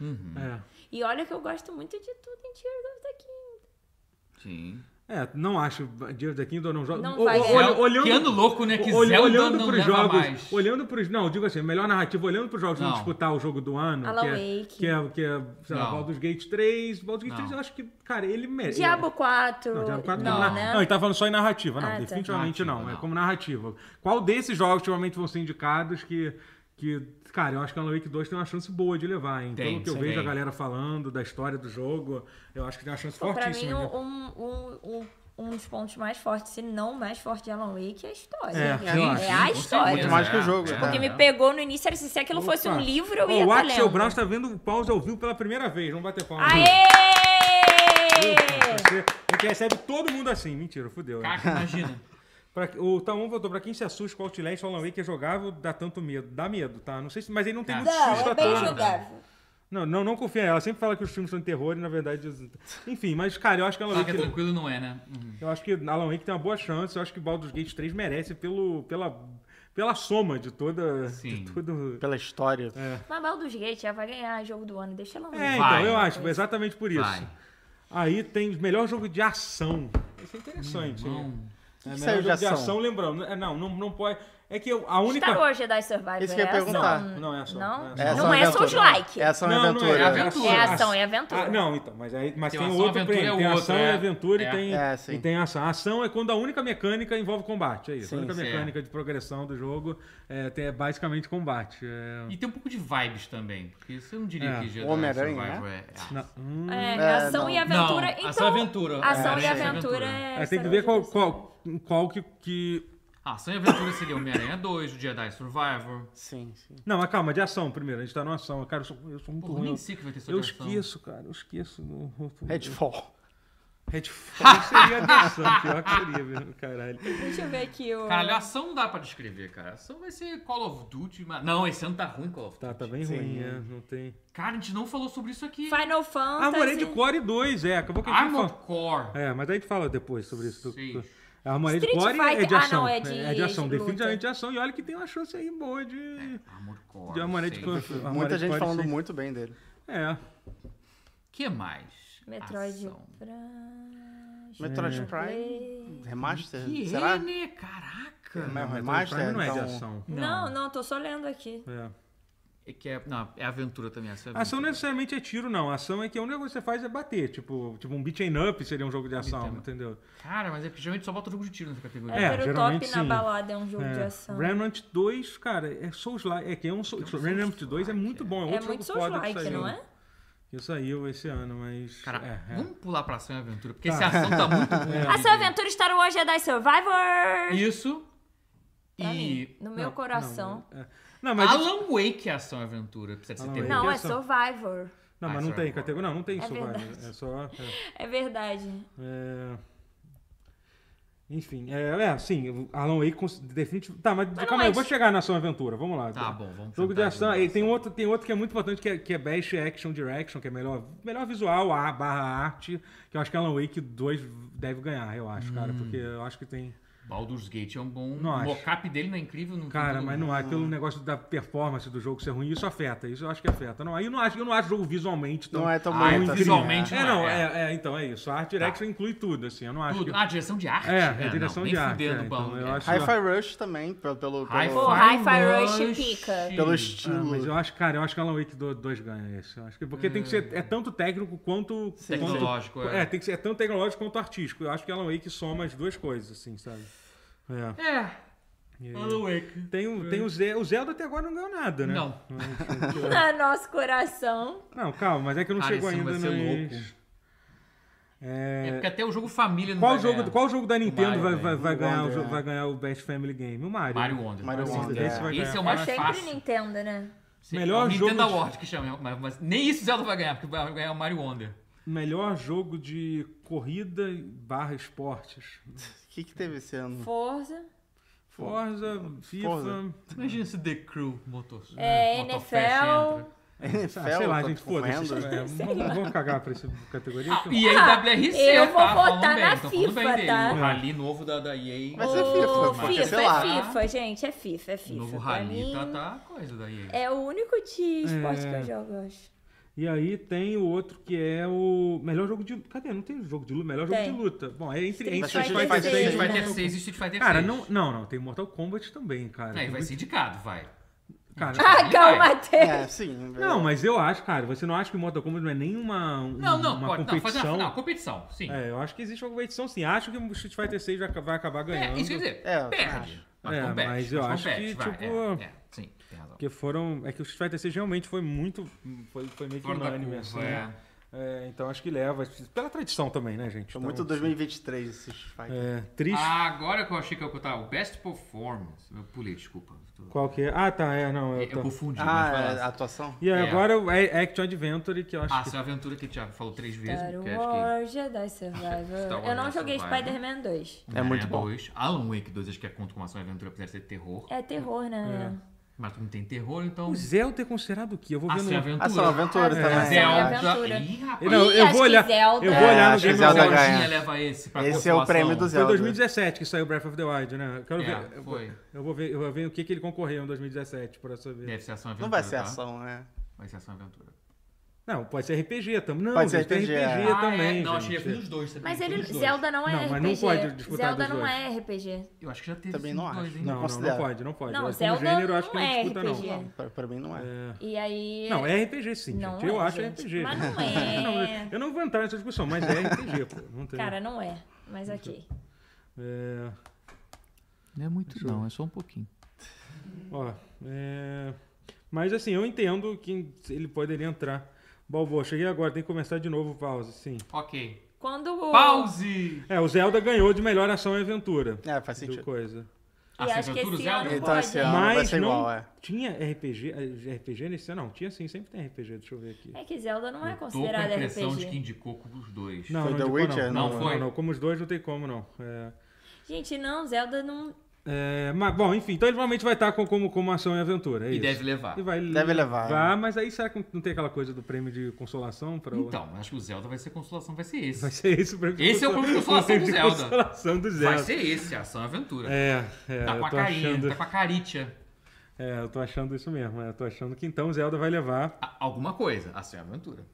S4: Uhum.
S2: É.
S1: E olha que eu gosto muito de tudo em Tears of the Kingdom.
S4: Sim.
S2: É, não acho Tears of the Kingdom não joga.
S1: Não
S2: O-
S1: vai
S2: o-
S1: ganhar.
S2: olha- olhando,
S4: que ano louco, né? Que
S2: olha-
S4: Zelda
S2: olhando
S4: não
S2: pros
S4: leva
S2: jogos,
S4: mais.
S2: olhando pros, não, digo assim, melhor narrativa, olhando pros jogos que vão
S4: Não.
S2: disputar o jogo do ano,
S1: Alan
S2: que é,
S1: Wake.
S2: que é, que é, sei lá,
S4: Não.
S2: Baldur's Gate 3, Baldur's Gate
S4: Não.
S2: 3, eu acho que, cara, ele merece.
S1: Diabo 4.
S2: Não, Diablo 4 não,
S1: não,
S2: não,
S1: né?
S2: não, ele tá falando só em narrativa, não,
S1: Ah, tá.
S2: definitivamente não,
S4: Narrativa,
S2: é
S4: não.
S2: como narrativa. Qual desses jogos ultimamente vão ser indicados que, que cara, eu acho que Alan Wake 2 tem uma chance boa de levar, hein?
S4: Tem,
S2: Pelo que eu
S4: sim,
S2: vejo
S4: tem.
S2: a galera falando da história do jogo, eu acho que tem uma chance
S1: Pô, pra
S2: fortíssima.
S1: mim,
S2: de-
S1: um, um, um, um dos pontos mais fortes, se não o mais forte de Alan Wake, é a história.
S2: É,
S1: Sim,
S2: eu acho.
S1: é a história.
S4: com certeza,
S3: Muito mais que o
S4: é,
S3: jogo,
S4: é.
S3: né?
S1: Porque me pegou no início, era assim, se aquilo fosse um
S2: Opa.
S1: livro, eu
S2: Ó,
S1: ia
S2: O
S1: estar
S2: Axel
S1: lendo.
S2: Brown tá está vendo o Pausa ao Vivo pela primeira vez. Vamos bater palma.
S1: Aê!
S2: Você, a gente recebe todo mundo assim. Mentira, fudeu. Né?
S4: Caraca, imagina.
S2: Pra, o Tamon voltou. Pra quem se assusta com Outlast, Alan Wake é jogável, dá tanto medo. Dá medo, tá? Não sei se... Mas ele não tem
S4: Não,
S2: muito susto,
S1: Não, é bem
S2: tá?
S1: jogável.
S2: Não, não, não confia. Ela sempre fala que os filmes são de terror e, na verdade... os- Enfim, mas, cara, eu acho que Alan
S4: Lá que é
S2: Wake...
S4: tranquilo não é, né? Uhum.
S2: Eu acho que Alan Wake tem uma boa chance. Eu acho que Baldur's Gate 3 merece pelo, pela, pela soma de toda...
S4: Sim.
S2: De todo...
S3: Pela história.
S1: Mas Baldur's Gate já vai ganhar jogo do ano, deixa ela lá.
S2: É,
S4: Vai.
S2: então, eu acho. Exatamente por isso.
S4: Vai.
S2: Aí tem melhor jogo de ação. Isso é interessante. hein?
S4: Não.
S3: O
S2: É,
S3: que
S2: melhor
S3: saiu
S2: jogo
S3: de
S2: de ação,
S3: ação?
S2: lembrando. É, Não, não, não pode. É que eu- a única.
S1: Star Wars Jedi Survivor
S3: Isso que eu ia
S1: é ação?
S3: perguntar.
S2: Não, é ação.
S1: Não?
S2: É
S1: Não é
S3: aventura.
S1: Souls-like.
S3: É ação e
S2: Não, não
S3: aventura.
S2: é,
S4: aventura.
S1: É ação, é aventura.
S2: Ah, não, então, mas, aí, mas
S4: Tem
S2: tem,
S4: ação,
S2: outro
S4: aventura
S2: prêmio.
S4: é
S2: tem
S4: outro,
S2: ação
S4: é.
S2: e aventura
S4: É.
S2: e, tem,
S3: É, sim.
S2: e tem ação. A ação é quando a única mecânica envolve combate. É isso. a única
S4: sim.
S2: mecânica de progressão do jogo é, tem- é basicamente combate. É...
S4: E tem um pouco de vibes também. Porque você não diria
S2: É.
S4: que Jedi
S3: Homem-Aranha, né?
S4: Survivor é. é.
S2: Não, hum,
S1: É,
S3: É,
S1: ação
S3: não.
S1: e aventura.
S4: Não,
S1: então,
S4: ação e aventura.
S1: Ação
S4: É,
S1: e
S4: é.
S1: aventura é.
S2: é, tem que
S1: história
S2: ver
S1: de
S2: qual,
S1: ação.
S2: qual, qual que, que.
S4: Ah, Ação e Aventura seria Homem-Aranha 2, o Jedi Survivor.
S3: Sim, sim.
S2: Não, mas calma, de ação primeiro. A gente tá numa ação. Cara, eu sou, eu sou muito
S4: Porra, eu
S2: ruim.
S4: nem sei que vai ter sua
S2: Eu
S4: versão.
S2: esqueço, cara, eu esqueço. No...
S3: Redfall.
S2: Redfall seria versão, pior que seria mesmo, caralho.
S1: Deixa eu ver aqui o.
S4: Caralho, ação não dá pra descrever, cara. Ação vai ser Call of Duty, mas... Não, esse ano tá ruim Call of Duty.
S2: Tá, tá bem
S3: Sim.
S2: ruim, é, não tem.
S4: Cara, a gente não falou sobre isso aqui.
S1: Final Fantasy.
S2: Ah, Morei de Core 2, é, acabou que a gente
S4: Armored
S2: fala.
S4: Core.
S2: É, mas aí a gente fala depois sobre isso.
S4: Sim.
S2: A Armored
S1: Street
S2: Core é
S1: Fighter-
S2: de
S1: ah,
S2: ação.
S1: não, é
S2: é,
S1: de-
S2: é de ação,
S1: de luta.
S2: definitivamente de ação. E olha que tem uma chance aí boa de.
S4: Armored Core.
S2: De Armored
S4: sei.
S2: Core.
S3: Muita
S2: Armored
S3: gente
S2: Core
S3: falando
S2: seis.
S3: muito bem dele.
S2: É.
S4: que mais?
S1: Metroid
S4: Ação.
S1: Prime.
S2: É.
S3: Metroid Prime. Remaster?
S4: Que
S3: Será?
S4: é, né? Caraca.
S3: Não, um
S2: Metroid
S3: remaster,
S2: Prime não é de
S3: então-
S2: ação.
S1: Não, não, tô só lendo aqui.
S2: É.
S4: É que é... Não, é aventura também. Ação, é aventura.
S2: Ação não necessariamente é tiro, não. Ação é que o único que você faz é bater. Tipo, tipo um beat up seria um jogo de ação,
S4: Beat 'em up.
S2: entendeu?
S1: Um
S4: Cara, mas é porque geralmente só bota jogo de tiro nessa categoria.
S1: É,
S2: É,
S1: ter o top
S2: geralmente
S1: na
S2: sim.
S1: balada é um jogo de
S2: É.
S1: ação.
S2: Remnant 2, cara, é Souls Like. É que é um Souls Remnant 2 é muito bom. É,
S1: É
S2: outro
S1: muito
S2: jogo foda que
S1: Souls-like,
S2: saiu.
S1: não é?
S2: Que saiu esse ano, mas.
S4: Cara,
S2: é, é.
S4: vamos pular pra ação e aventura, porque esse ação tá muito ruim.
S1: A Ação e Aventura Star Wars Jedi Survivor!
S4: Isso.
S1: Pra mim,
S4: E.
S1: no meu
S2: Não,
S1: coração.
S2: Não, é. Não, mas.
S4: Alan Wake é ação e aventura. Precisa ser
S2: Alan
S4: terror.
S2: Wake.
S1: Não, é
S2: ação.
S1: Survivor.
S2: Não, mas
S4: Ah,
S2: não
S4: Survivor.
S2: tem categoria. Não, não tem
S1: É
S2: Survivor.
S1: verdade.
S2: É só.
S1: É verdade.
S2: é, é. Enfim, é, é, sim, o Alan Wake cons- definitivamente. Tá, mas,
S1: não
S2: calma aí,
S1: é
S2: eu vou
S1: de-
S2: chegar na ação e aventura, vamos
S1: é
S2: lá.
S4: Tá bom, vamos
S2: Jogo de
S4: tentar
S2: ação.
S4: jogo de
S2: E tem outro, tem outro que é muito importante, que é, que é Best Action Direction, que é melhor, melhor visual, a barra arte, que eu acho que Alan Wake 2 deve ganhar, eu acho, cara, porque eu acho que tem.
S4: Baldur's Gate é um bom.
S2: Não
S4: o
S2: acho.
S4: mocap dele não é incrível? Não
S2: Cara,
S4: tem-
S2: mas não há. Pelo negócio da performance do jogo ser ruim, isso afeta. Isso eu acho que afeta. Não, aí eu não acho, eu não acho o jogo visualmente tão.
S3: Não é tão
S4: Ah,
S3: bonito
S4: é
S3: assim,
S4: visualmente-
S2: É,
S4: Não
S2: não,
S4: é, Tá.
S2: é, é, então é isso. A Art Direction inclui tudo, assim. Eu não acho.
S4: Tudo.
S2: que-
S4: Ah, direção de arte?
S2: É, é
S4: não,
S2: direção
S4: nem
S2: de arte,
S4: fudendo
S2: é,
S4: bom,
S2: então eu
S4: é.
S2: acho-
S3: Hi-Fi Rush também, pelo, pelo,
S4: Hi-Fi
S3: pelo,
S1: Pô, Hi-Fi Rush
S4: Rush.
S1: pica.
S3: pelo
S2: Ah,
S3: estilo.
S2: mas eu acho, cara, eu acho que Alan Wake 2 ganha esse. Eu acho que, porque tem que ser. É tanto técnico quanto.
S4: Sim.
S2: quanto-
S4: Tecnológico,
S2: é.
S4: é.
S2: tem que ser é tanto tecnológico quanto artístico. Eu acho que Alan Wake soma as duas coisas, assim, sabe? É.
S4: É.
S2: E-
S4: Alan Wake.
S2: Tem, o- tem o, Ze- o Zelda até agora não ganhou nada, né?
S4: Não.
S1: Na nosso coração.
S2: Não, calma, mas é que não
S4: Cara,
S2: chegou
S4: esse
S2: ainda
S4: vai ser
S2: nas-
S4: louco.
S2: É,
S4: É porque até o jogo Família não
S2: Qual
S4: vai
S2: jogo,
S4: ganhar.
S2: qual jogo da Nintendo
S4: Mario,
S2: vai,
S4: né?
S2: vai, vai
S3: O
S2: ganhar o
S3: Wonder,
S2: jogo-
S3: né?
S2: vai ganhar o Best Family Game? O Mario.
S4: Mario Wonder.
S3: Mario
S4: Sim,
S3: Wonder,
S2: Esse
S3: é.
S2: vai
S4: Esse
S2: ganhar.
S4: é o
S1: É
S4: mais
S1: sempre
S4: fácil.
S1: Nintendo, né?
S4: Sim,
S2: Melhor
S4: é o Nintendo
S2: jogo de-
S4: Award que chama, mas, mas nem isso o Zelda vai ganhar, porque vai ganhar o Mario Wonder.
S2: Melhor jogo de corrida barra esportes.
S3: O que, que teve esse ano?
S1: Forza.
S2: Forza, FIFA.
S3: Forza.
S4: Imagina se The Crew motor.
S1: É,
S4: Motofest
S1: NFL.
S4: entra.
S3: NFL,
S2: Ah, sei lá,
S3: tá
S2: gente, foda-se.
S3: correndo?
S2: É, vamos, vamos cagar pra essa categoria.
S4: Ah,
S2: então.
S4: e a WRC,
S1: eu vou
S4: tá? Falando
S1: votar
S4: bem,
S1: na
S4: tão falando bem
S1: FIFA,
S4: dele.
S1: tá?
S4: O rally novo da, da EA.
S3: Vai ser
S1: Ô,
S3: é FIFA, porque,
S1: FIFA,
S3: sei
S1: é
S3: lá.
S1: FIFA, gente, é FIFA, é
S4: O
S1: FIFA.
S4: novo
S1: Pra
S4: rally
S1: mim,
S4: tá, tá coisa da EA.
S1: É o único de esporte que
S2: É.
S1: eu jogo, eu acho.
S2: E aí tem o outro que é o melhor jogo de. Cadê? Não tem jogo de luta. Melhor jogo
S1: Tem.
S2: de luta. Bom, é entre,
S1: Street
S2: entre Street
S3: Vai ser Street
S2: Fighter
S1: Fighter
S4: Street
S2: VI,
S1: seis,
S4: Fighter
S1: né?
S4: 6 e Street Fighter 6.
S2: Cara, não, não, não. Tem Mortal Kombat também, cara.
S4: É, e vai ser indicado, vai.
S2: Cara,
S1: Ah, calma,
S3: É,
S1: Matheus!
S3: sim. é,
S2: Não, mas eu acho, cara. Você não acha que Mortal Kombat não é nenhuma um,
S4: Não, não,
S2: uma
S4: pode. Não, faz na
S2: competição?
S4: final. Competição, sim. É,
S2: É, eu acho que existe uma competição sim. Acho que o Street Fighter 6 vai, ac- vai acabar ganhando.
S4: isso quer dizer,
S3: É, eu
S4: perde.
S3: acho.
S4: Mas
S2: É,
S4: compete.
S2: mas eu acho
S4: compete,
S2: que,
S4: vai,
S2: tipo-
S4: É, é, sim, tem razão.
S2: Porque foram. É que o Street Fighter 6 realmente foi muito. Foi, foi meio que
S4: Fora da
S2: unânime,
S4: curva,
S2: assim.
S4: é.
S2: né? É, então acho que leva. Pela tradição também, né, gente? Então,
S3: Foi muito 2023 esse Fighter.
S2: É, triste.
S4: Ah, agora que eu achei que eu tava. O Best Performance. Eu pulei, desculpa. Tô-
S2: Qual que é? Ah, tá, é, não.
S4: Eu,
S2: Eu tô...
S4: confundi,
S3: Ah,
S4: mas vai
S3: é, a
S4: lá.
S3: atuação?
S2: E aí,
S4: É.
S2: agora o A- Action Adventure, que eu acho
S4: Ah,
S2: que.
S4: essa é a aventura que o Thiago falou três vezes.
S1: Star
S4: Porque acho
S1: Wars, Jedi Survivor.
S4: Wars,
S1: Eu não
S4: Jedi
S1: joguei
S4: Survivor.
S1: Spider-Man 2.
S4: que.
S3: É muito bom.
S4: 2, Né, Alan Wake 2, acho que é conto como ação e aventura, apesar de ser terror.
S1: É terror, né?
S4: Mas não tem terror, então.
S2: O Zelda é considerado o quê? Eu vou ver
S4: Ação e
S2: no.
S4: aventura.
S3: Ação Aventura
S1: É.
S3: Ah, também. né?
S1: Ação e
S4: Zelda.
S1: aventura.
S4: Ih, rapaz.
S2: Não,
S1: Ih,
S2: eu
S1: acho
S2: vou
S1: que
S2: olhar.
S1: Zelda-
S2: Eu vou olhar
S3: É,
S2: no
S3: acho
S2: Game
S3: que Zelda
S2: Awards.
S3: ganha.
S4: Zelda leva esse pra
S3: Esse é o
S4: consolação.
S3: prêmio do
S2: Foi
S3: Zelda.
S2: 2017 que saiu Breath of the Wild, né? Eu Quero
S4: É,
S2: ver. eu-
S4: foi.
S2: Eu vou ver, eu vou ver o que, que ele concorreu em 2017, por essa vez.
S4: Deve ser ação e aventura.
S3: Não vai ser
S4: tá?
S3: ação, né?
S4: Vai ser ação e aventura.
S2: Não, pode ser RPG também. Não,
S3: Pode ser
S2: gente, tem
S3: RPG, é.
S2: RPG também.
S4: Ah, Não, achei
S2: gente.
S4: que ia vir nos dois. sabia?
S1: Mas
S4: Ia vir
S1: ele,
S4: nos dois.
S1: Zelda não é
S2: Não,
S1: RPG.
S2: mas não pode disputar
S1: Zelda
S2: dos
S1: não
S2: dois.
S1: é RPG.
S4: Eu acho que já teve
S3: Também
S4: esses
S3: não
S4: dois,
S3: acho.
S4: hein?
S2: Não, não, não
S3: considero.
S2: pode, não pode.
S1: Não,
S2: Eu acho que
S1: Zelda
S2: como gênero, eu acho que
S1: não
S2: não
S1: é
S2: disputa,
S1: RPG.
S2: não.
S1: É.
S3: Pra, pra mim não é.
S2: É.
S1: E aí...
S2: Não, é RPG sim,
S1: Não
S2: gente. Eu
S1: é,
S2: acho
S1: gente.
S2: RPG.
S1: Mas não é.
S2: gente. Eu não- Eu não vou entrar nessa discussão, mas é RPG, pô. Não tem.
S1: Cara, não é. Mas ok.
S2: É,
S4: Não é muito, não. É só um pouquinho.
S2: ó, é, Mas assim, eu entendo que ele poderia entrar. Balboa, cheguei agora, tem que começar de novo, pausa, sim.
S4: Ok.
S1: Quando o...
S4: Pause!
S2: É, o Zelda ganhou de melhor ação e aventura.
S3: É, faz
S2: Do
S3: sentido.
S2: coisa.
S1: E
S4: Ação e
S1: acho que
S4: aventura,
S1: esse
S4: Zelda?
S1: ano
S3: Então
S1: pode.
S3: esse ano vai
S2: Mas
S3: ser
S2: não
S3: igual, é.
S2: tinha RPG, eh, RPG nesse ano? Não, tinha sim, sempre tem RPG, deixa eu ver aqui.
S1: É que Zelda não é
S4: Tô com a
S1: considerada
S4: impressão de que
S1: RPG.
S4: indicou com os dois.
S2: Não,
S3: Foi
S2: não
S3: The
S2: indicou,
S3: Witcher? né?
S2: Não,
S4: Não
S2: não,
S4: foi?
S2: não, como os dois não tem como, não. É,
S1: Gente, não, Zelda não...
S2: é, mas, bom, enfim, então ele provavelmente vai estar com, como, como ação e aventura, é
S4: E
S2: isso.
S4: deve levar.
S2: E vai
S3: Deve levar, né?
S2: mas aí será que não tem aquela coisa do prêmio de consolação? Pra... o-
S4: Então, acho que o Zelda vai ser consolação, vai ser esse.
S2: Vai ser esse o prêmio de
S4: Esse é o prêmio de consolação do
S2: prêmio de
S4: Zelda.
S2: consolação do Zelda.
S4: Vai ser esse, ação e aventura.
S2: É, é,
S4: tá com
S2: eu
S4: a
S2: tô
S4: carinha,
S2: achando...
S4: tá com a caritia.
S2: É, eu tô achando isso mesmo. Eu tô achando que então o Zelda vai levar.
S4: A- alguma coisa, ação e aventura.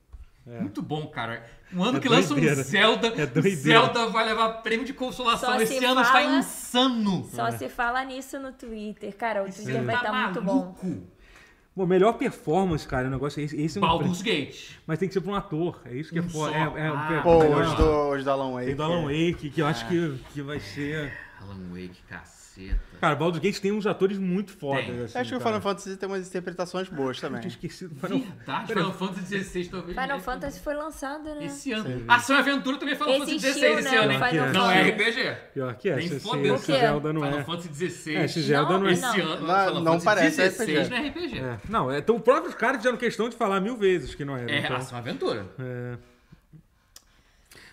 S4: Muito bom, cara. Um ano
S2: É
S4: que lança
S2: doideira.
S4: um Zelda,
S2: É
S4: o
S2: doideira.
S4: Zelda vai levar prêmio de consolação.
S1: Só
S4: esse
S1: se
S4: ano está
S1: fala-
S4: insano.
S1: Só se fala nisso no Twitter. Cara, o Twitter vai
S4: tá
S1: estar muito bom.
S4: maluco.
S2: Bom, melhor performance, cara, o negócio é esse. esse é um
S4: Baldur's Gate.
S2: Mas tem que ser pra um ator. É isso que é
S4: Um
S2: foda.
S4: só.
S2: É, é,
S4: Ah.
S2: é-
S3: Pô,
S2: melhor-
S3: os do, os do Alan Wake.
S2: Tem do Alan
S3: é.
S2: Wake, que eu acho que,
S4: Ah.
S2: que vai ser.
S4: Alan Wake, caceta.
S2: Cara, Baldur's Gate tem uns atores muito
S4: Tem.
S2: fodas. Assim,
S3: Eu acho que o
S2: cara.
S3: Final Fantasy tem umas interpretações boas também.
S2: Eu tinha esquecido do Final
S4: Verdade, Final Fantasy XVI talvez.
S1: Final
S4: né?
S1: Fantasy foi lançada, né?
S4: Esse ano. Ação e aventura também é Final
S1: Esse
S4: Fantasy
S1: estilo,
S4: XVI esse
S1: né,
S4: ano, hein?
S1: Final
S2: Fantasy.
S4: Não é RPG.
S2: Pior que é,
S4: Nem
S2: esse, esse,
S4: fodendo.
S1: Por quê?
S2: Zelda não
S4: Final
S2: é.
S4: Fantasy
S2: É, esse
S4: XVI.
S2: Zelda não, é.
S1: Esse
S4: Esse ano,
S3: Não,
S4: Final
S3: não
S4: Fantasy
S3: parece
S4: XVI
S3: RPG.
S4: não é RPG.
S2: É, Não, é, então os próprios caras fizeram questão de falar mil vezes que não era.
S4: É,
S2: então,
S4: ação e aventura.
S2: é.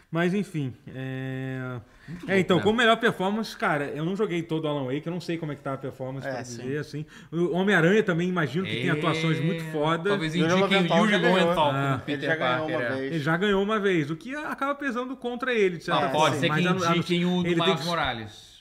S2: Mas enfim. É,
S4: Muito
S2: é,
S4: louco,
S2: então,
S4: né?
S2: como melhor performance, cara, eu não joguei todo Alan Wake, eu não sei como é que tá a performance
S3: É,
S2: pra
S3: sim.
S2: dizer, assim. O Homem-Aranha também imagino que tem atuações muito
S4: É,
S2: fodas.
S4: Talvez
S3: Yuri
S4: indiquem
S3: Lowenthal
S4: Yuri
S3: já ganhou.
S4: Lowenthal
S2: Ah.
S4: como
S3: Ele
S4: Peter
S3: já ganhou
S4: Parker.
S3: uma
S4: é.
S2: Ele
S3: vez.
S2: já ganhou uma vez, o que acaba pesando contra ele, de certa
S4: Ah,
S3: É,
S2: pode
S4: pode
S3: sim.
S4: ser
S2: mas
S4: que
S2: a não- a não-
S4: indiquem o do
S2: ele tem
S4: Miles
S2: que-
S4: Morales.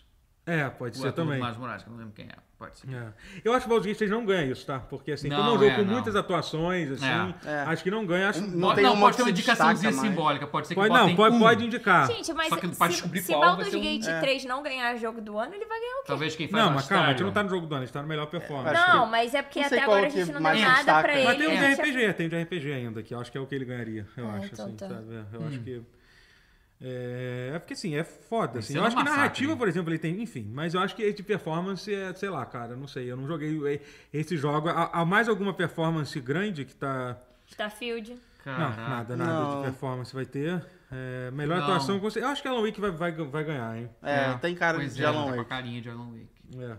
S2: É, pode
S4: O
S2: ser
S4: ator do
S2: também.
S4: Miles Morales, que eu não lembro quem é. Pode ser.
S2: É. Eu acho que o Baldur's Gate 3 não ganha isso, tá? Porque assim, como é um
S4: Não,
S2: jogo
S4: é,
S2: com
S4: não.
S2: muitas atuações, assim,
S3: É. É.
S2: acho que não ganha. Acho...
S3: Um-
S4: Pode-
S3: tem
S4: não,
S3: uma
S4: pode
S3: que
S4: ter uma
S3: se
S4: indicaçãozinha
S3: destaca mais.
S4: simbólica, pode ser que
S2: pode,
S4: botem
S2: não, pode,
S4: um.
S2: pode indicar.
S1: Gente, mas
S4: Só que pra
S1: se,
S4: descobrir
S1: se
S4: qual vai
S1: Baldur's
S4: ser um-
S1: Gate 3 não ganhar jogo do ano, ele vai ganhar o quê?
S4: Talvez quem faz
S2: não,
S4: um
S2: mas calma, a gente
S4: estádio.
S2: não tá no jogo do ano, a gente tá no melhor performance.
S3: acho
S1: Não, mas é porque
S3: Não sei
S1: até
S3: qual
S1: agora a
S3: que
S1: gente não deu
S3: mais
S1: nada
S3: destaca.
S1: pra
S4: é
S3: Mas
S1: ele.
S2: Mas tem um de
S1: a gente já-
S2: RPG, tem um de RPG ainda, que eu acho que é o que ele ganharia, eu
S1: Ah,
S2: acho,
S1: então
S2: assim,
S1: tá.
S2: sabe? É, Eu
S4: Hum.
S2: acho que... É, é porque assim, é foda. Assim.
S4: é
S2: Eu
S4: um
S2: acho que
S4: massacre,
S2: narrativa,
S4: né?
S2: por exemplo, ele tem, enfim, mas eu acho que de performance é, sei lá, cara, não sei. Eu não joguei e- esse jogo. Há há mais alguma performance grande que tá.
S1: Starfield.
S2: Não,
S4: Caraca.
S2: nada, nada
S3: Não.
S2: de performance vai ter. É, melhor
S4: Não.
S2: atuação com Eu acho que Alan Wake vai, vai, vai ganhar, hein?
S3: É, tem cara
S4: pois
S3: de
S4: é,
S3: Alan
S4: tá com a
S3: Wake.
S4: carinha de Alan Wake.
S2: É.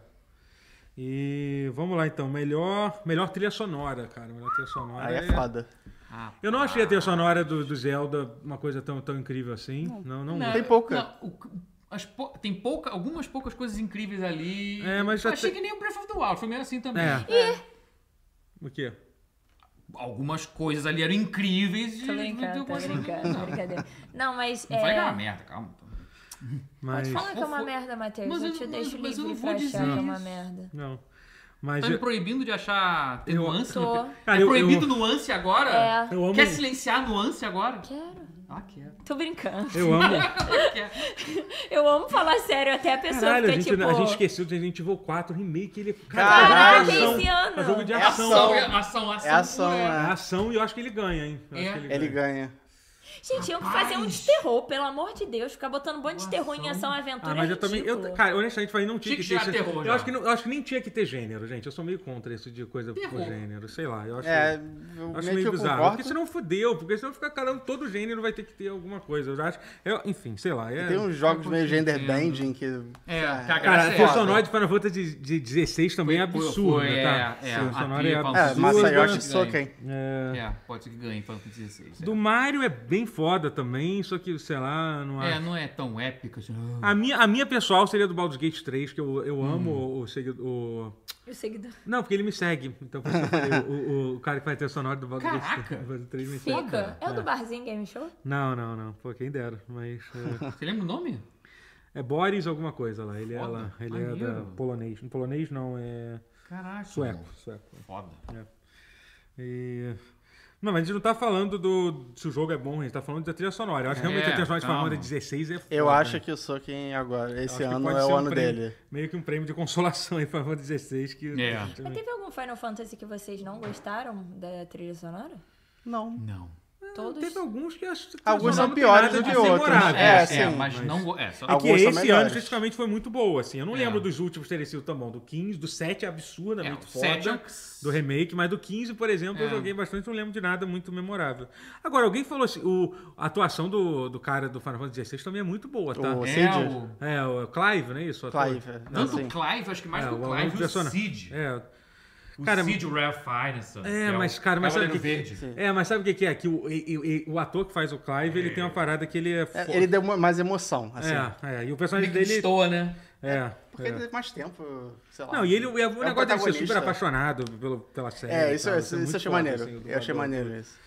S2: E vamos lá então. Melhor, melhor trilha sonora, cara. Melhor trilha sonora.
S3: Aí é foda.
S4: Ah,
S2: Eu não achei a trilha sonora do, do Zelda uma coisa tão, tão incrível assim. Não, não.
S3: Tem pouca.
S4: não, o- as pou- tem pouca, algumas poucas coisas incríveis ali.
S2: É, mas já
S4: Eu achei
S2: tem-
S4: que nem o Breath of the Wild, foi meio assim também.
S2: É. O quê?
S4: Algumas coisas ali eram incríveis e
S1: Tô
S4: não
S1: brincando,
S4: deu
S1: tô
S4: coisa
S1: brincando,
S4: nenhuma.
S1: brincadeira. Não, mas.
S4: Não
S1: é...
S4: vai dar uma merda, calma.
S2: Mas.
S1: Fala que é uma
S4: Fofo-
S1: merda, Matheus.
S4: Mas
S1: eu
S4: eu
S1: te
S4: não-
S1: deixo
S4: mas
S1: livre
S4: eu não
S1: pra
S4: vou
S1: achar
S4: dizer
S1: que é uma
S4: isso.
S1: merda.
S2: Não. Mas.
S4: Tá me proibindo de achar tem
S2: Eu-
S4: nuance?
S1: Tô.
S4: No...
S2: Cara,
S4: é
S2: eu-
S4: proibido
S2: eu-
S4: nuance agora?
S1: É.
S2: Eu amo-
S4: Quer silenciar nuance agora?
S1: Quero.
S4: Ah, quer.
S1: Tô brincando.
S2: Eu amo.
S4: quer.
S1: Eu amo falar sério, até a pessoa
S2: Caralho, a
S1: fica
S2: gente,
S1: tipo.
S2: a gente esqueceu do Resident Evil 4 Remake. Ele.
S3: Caralho,
S2: é ação,
S1: esse ano.
S2: É jogo de
S3: É
S2: ação.
S4: Ação,
S3: Ação.
S4: é ação, ação.
S3: É ação,
S4: pura.
S2: É
S3: é.
S2: ação e eu acho que ele ganha, hein? Eu
S4: É.
S2: acho que
S3: Ele ganha.
S1: Gente, eu que
S4: Rapaz.
S1: fazer um de terror, pelo amor de Deus. Ficar botando um bando de
S4: Uma
S1: terror em
S4: ação.
S1: ação aventura.
S2: Ah, mas eu
S1: é
S2: também. Eu,
S1: ridículo.
S2: cara, honestamente, falei, não tinha
S4: Tinha que
S2: que, ter.
S4: gerar
S2: esse-
S4: terror,
S2: eu,
S4: já.
S2: acho que não, eu acho que nem tinha que ter gênero, gente. Eu sou meio contra isso de coisa por
S4: Terror.
S2: gênero. Sei lá. Eu acho,
S3: É,
S2: eu
S3: eu
S2: acho
S3: meio que
S2: meio
S3: eu
S2: bizarro. Porque
S3: concordo.
S2: senão fudeu, porque senão fica caramba, todo gênero vai ter que ter alguma coisa. Eu acho. eu- enfim, sei lá. É,
S3: Tem um uns jogos meio gender
S4: entendo.
S3: bending que.
S4: É,
S3: Ah,
S4: cara,
S2: Cara, a
S4: é
S2: trilha
S4: foda.
S2: sonora de Final Fantasy de 16 também é
S4: Foi- foi-
S2: absurda,
S4: foi,
S2: tá?
S4: é, é,
S2: A trilha
S4: a
S2: sonora
S4: trilha
S2: é
S4: fala-
S3: É,
S2: absurda.
S3: Masayoshi
S4: Duas ganham.
S3: Soken.
S2: É.
S4: É, pode ser que ganhe Final Fantasy XVI. é.
S2: Do Mario é bem foda também, só que, sei lá, não
S4: É,
S2: acho.
S4: não é tão épico assim.
S2: A minha, a minha pessoal seria do Baldur's Gate 3, que eu, eu amo o,
S3: Hum.
S2: o, segui- o
S1: O seguidor.
S2: Não, porque ele me segue. Então, por isso que eu falei, o, o- o cara que faz trilha sonora do Baldur's Gate
S4: Caraca!
S2: 3, do Baldur's 3 me segue.
S1: Fica. É o do Barzinho Game Show?
S2: Não, não, não. Pô, quem dera. Mas é,
S4: Você lembra o nome?
S2: é Boris alguma coisa lá. Ele é,
S4: Foda.
S2: lá, ele é da
S4: Maneiro.
S2: polonês. Não, polonês não, é
S4: Caraca.
S2: sueco. sueco.
S4: Foda.
S2: E- Não, mas a gente não tá falando do se o jogo é bom, a gente tá falando da trilha sonora. Eu acho que
S4: É,
S2: realmente a trilha sonora de Final
S4: calma.
S2: Fantasy 16 é foda.
S3: Eu acho que o Soken agora,
S2: Acho
S3: esse
S2: que
S3: ano,
S2: pode
S3: é
S2: ser
S3: o
S2: um
S3: ano
S2: prêmio-
S3: dele.
S2: Meio que um prêmio de consolação em Final Fantasy 16 que...
S4: É.
S1: Mas teve algum Final Fantasy que vocês não gostaram da trilha sonora?
S3: Não.
S4: Não.
S1: Todos?
S2: Ah, Teve alguns que acho que
S3: Alguns são
S2: não tem
S3: piores
S2: nada
S3: do que
S2: de
S3: outros.
S2: memorável.
S3: É,
S4: É, é,
S3: sim,
S4: mas
S2: mas-
S4: não. go- É, só
S2: É que
S3: Alguns são
S2: esse ano,
S3: melhores.
S2: especificamente, foi muito boa, assim. Eu não
S4: É.
S2: lembro dos últimos terem sido tão bom. Do 15, do 7 é
S4: é,
S2: absurdamente
S4: o
S2: foda.
S4: sete é o-
S2: Do remake, mas do 15, por exemplo, eu
S4: É.
S2: joguei bastante não lembro de nada muito memorável. Agora, alguém falou assim, o, a atuação do, do cara do Final Fantasy XVI também é muito boa, tá?
S3: O-
S4: É
S3: Cid?
S4: o.
S2: É, o Clive, não é isso? O ator?
S3: Clive, é.
S2: Não,
S4: Tanto
S3: sim.
S4: o Clive, acho que mais
S2: é,
S4: que o
S2: ator
S4: Clive,
S2: de
S4: o
S2: ação-
S4: Cid.
S2: É,
S4: O
S2: Cara,
S4: Cid, o Ralph Fiennes.
S2: É, mas, cara, mas sabe o que,
S4: verde.
S2: que- é, mas sabe o que que é? Que o, e- e- e- o ator que faz o Clive, ele tem uma parada que ele é...
S3: É,
S2: fo-
S3: Ele deu uma- mais emoção, assim.
S2: é, é, e o personagem
S4: Meio que
S2: dele...
S4: destoa, né?
S2: É,
S3: Porque
S2: é.
S3: ele teve mais tempo, sei lá.
S2: Não, e ele, e o negócio dele ser
S3: É um protagonista.
S2: super apaixonado pelo, pela série.
S3: É,
S2: e
S3: isso,
S2: tal,
S3: isso,
S2: muito
S3: isso eu achei
S2: foda,
S3: maneiro.
S2: assim, o
S3: eu achei
S2: dublador.
S3: maneiro isso.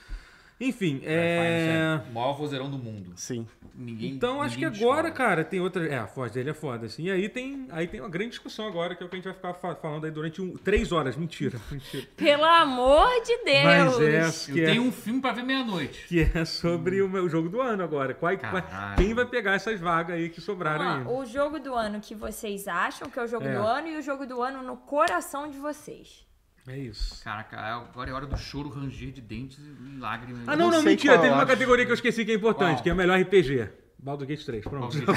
S2: Enfim,
S4: Ralph
S2: é.
S4: Fiennes, O maior vozeirão do mundo.
S3: Sim.
S4: Ninguém.
S2: Então acho que
S4: ninguém
S2: agora,
S4: discorda.
S2: cara, tem outra. É, a voz dele é foda, assim. E aí tem, aí tem uma grande discussão agora, que é o que a gente vai ficar fa- falando aí durante um- três horas. Mentira, mentira.
S1: Pelo amor de Deus!
S2: Mas é, que
S4: Eu
S2: é,
S4: tenho um filme pra ver meia-noite.
S2: que é sobre o, meu- o jogo do ano agora. Qual, é, qual-
S4: Caralho. Ah,
S2: quem vai pegar essas vagas aí que sobraram
S1: Ó,
S2: aí?
S1: o jogo do ano que vocês acham que é o jogo
S2: É.
S1: do ano e o jogo do ano no coração de vocês.
S2: É isso.
S4: Caraca, agora é hora do choro, ranger de dentes e lágrimas.
S2: Ah, não,
S3: não
S2: não,
S3: sei
S2: mentira.
S3: qual
S2: Teve
S3: eu
S2: uma
S3: acho.
S2: categoria que eu esqueci que é importante,
S4: Qual?
S2: que é melhor RPG. Baldur's Gate 3, pronto.
S4: Próximo.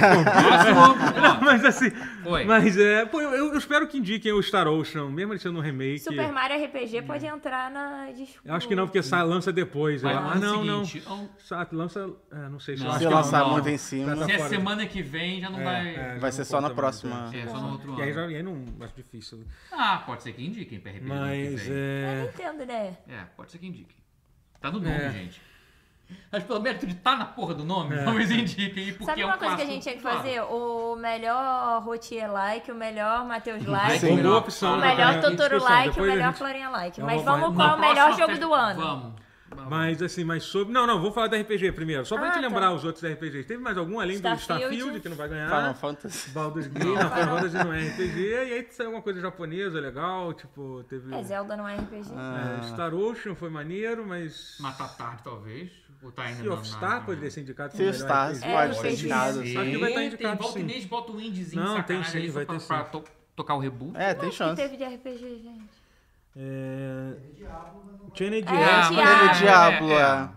S4: Próximo.
S2: Mas assim,
S4: Foi.
S2: mas é, pô, eu, eu espero que indiquem o Star Ocean, mesmo ele sendo um remake.
S1: Super Mario RPG pode entrar na disputa.
S2: Hum. Eu acho que não, porque sai, lança depois.
S4: Vai
S2: é.
S4: lá
S2: Ah, não, não.
S4: no seguinte. não.
S2: Sa- Lança. É, não sei se
S4: Não.
S2: eu acho
S3: Se
S2: que
S4: não,
S3: lançar
S4: não.
S3: muito em cima,
S2: Tá
S4: Se é
S2: fora.
S4: semana que vem, já não
S2: É,
S4: vai.
S2: é,
S4: É,
S2: não
S3: vai ser só na
S2: conta muito,
S3: próxima.
S2: é.
S4: só no outro
S2: E aí,
S4: ano.
S2: já, e aí não acho difícil.
S4: Ah, pode ser que indiquem PRP.
S2: Mas
S1: Eu
S2: é.
S1: entendo, né?
S4: É, pode ser que indiquem. Tá no nome,
S2: É.
S4: gente. Mas pelo menos de tá na porra do nome, talvez indiquem. e Porque
S1: Sabe
S4: é um
S1: uma coisa que a
S4: clássico.
S1: gente tinha que
S4: Claro.
S1: fazer? O melhor Rotier like, o melhor Matheus like,
S4: Sim.
S2: Uma boa
S1: o
S2: opção. né,
S1: melhor
S2: cara?
S1: Totoro
S2: Discussão,
S1: like, o
S2: depois a
S1: melhor
S2: gente-
S1: Florinha like.
S2: É
S1: Mas
S2: uma-
S1: vamos
S2: uma
S1: qual é o melhor
S4: próxima
S1: jogo
S4: fe-
S1: do ano.
S4: Vamos.
S2: Mas assim, mas sobre. Não, não, vou falar do RPG primeiro. Só pra
S1: Ah,
S2: gente
S1: tá.
S2: lembrar os outros RPGs. Teve mais algum além
S1: Starfield.
S2: do Starfield, que não vai ganhar?
S3: Final Fantasy.
S2: Baldur's Gate, não, foi Baldur's não é RPG. E aí saiu alguma coisa japonesa legal, tipo, teve.
S1: É, Zelda não é RPG.
S3: Ah,
S4: Ah.
S2: é, Star Ocean foi maneiro, mas.
S4: Matatar, talvez. Ou tá ainda
S2: Sea
S4: não-
S2: of
S4: não-
S2: Star
S4: não-
S2: poderia ser indicado
S3: Sea
S2: como
S3: of
S2: melhor
S3: Stars
S2: RPG.
S1: É,
S3: pode ser
S1: pode
S3: indicado.
S2: ser. Só que vai tá
S4: Tem-
S2: indicado,
S4: Volta e
S2: sim.
S4: meia, bota um indiezinho
S2: Não, tem
S4: sacanagem
S2: sim,
S4: ali
S2: vai
S4: pra,
S2: ter
S4: pra
S2: sim.
S4: to- tocar o reboot.
S3: É, tem
S1: que
S3: chance.
S1: teve de RPG, gente?
S2: É. Chain
S1: É,
S2: Diablo.
S1: Diablo.
S3: Teve Diablo,
S4: é,
S3: é.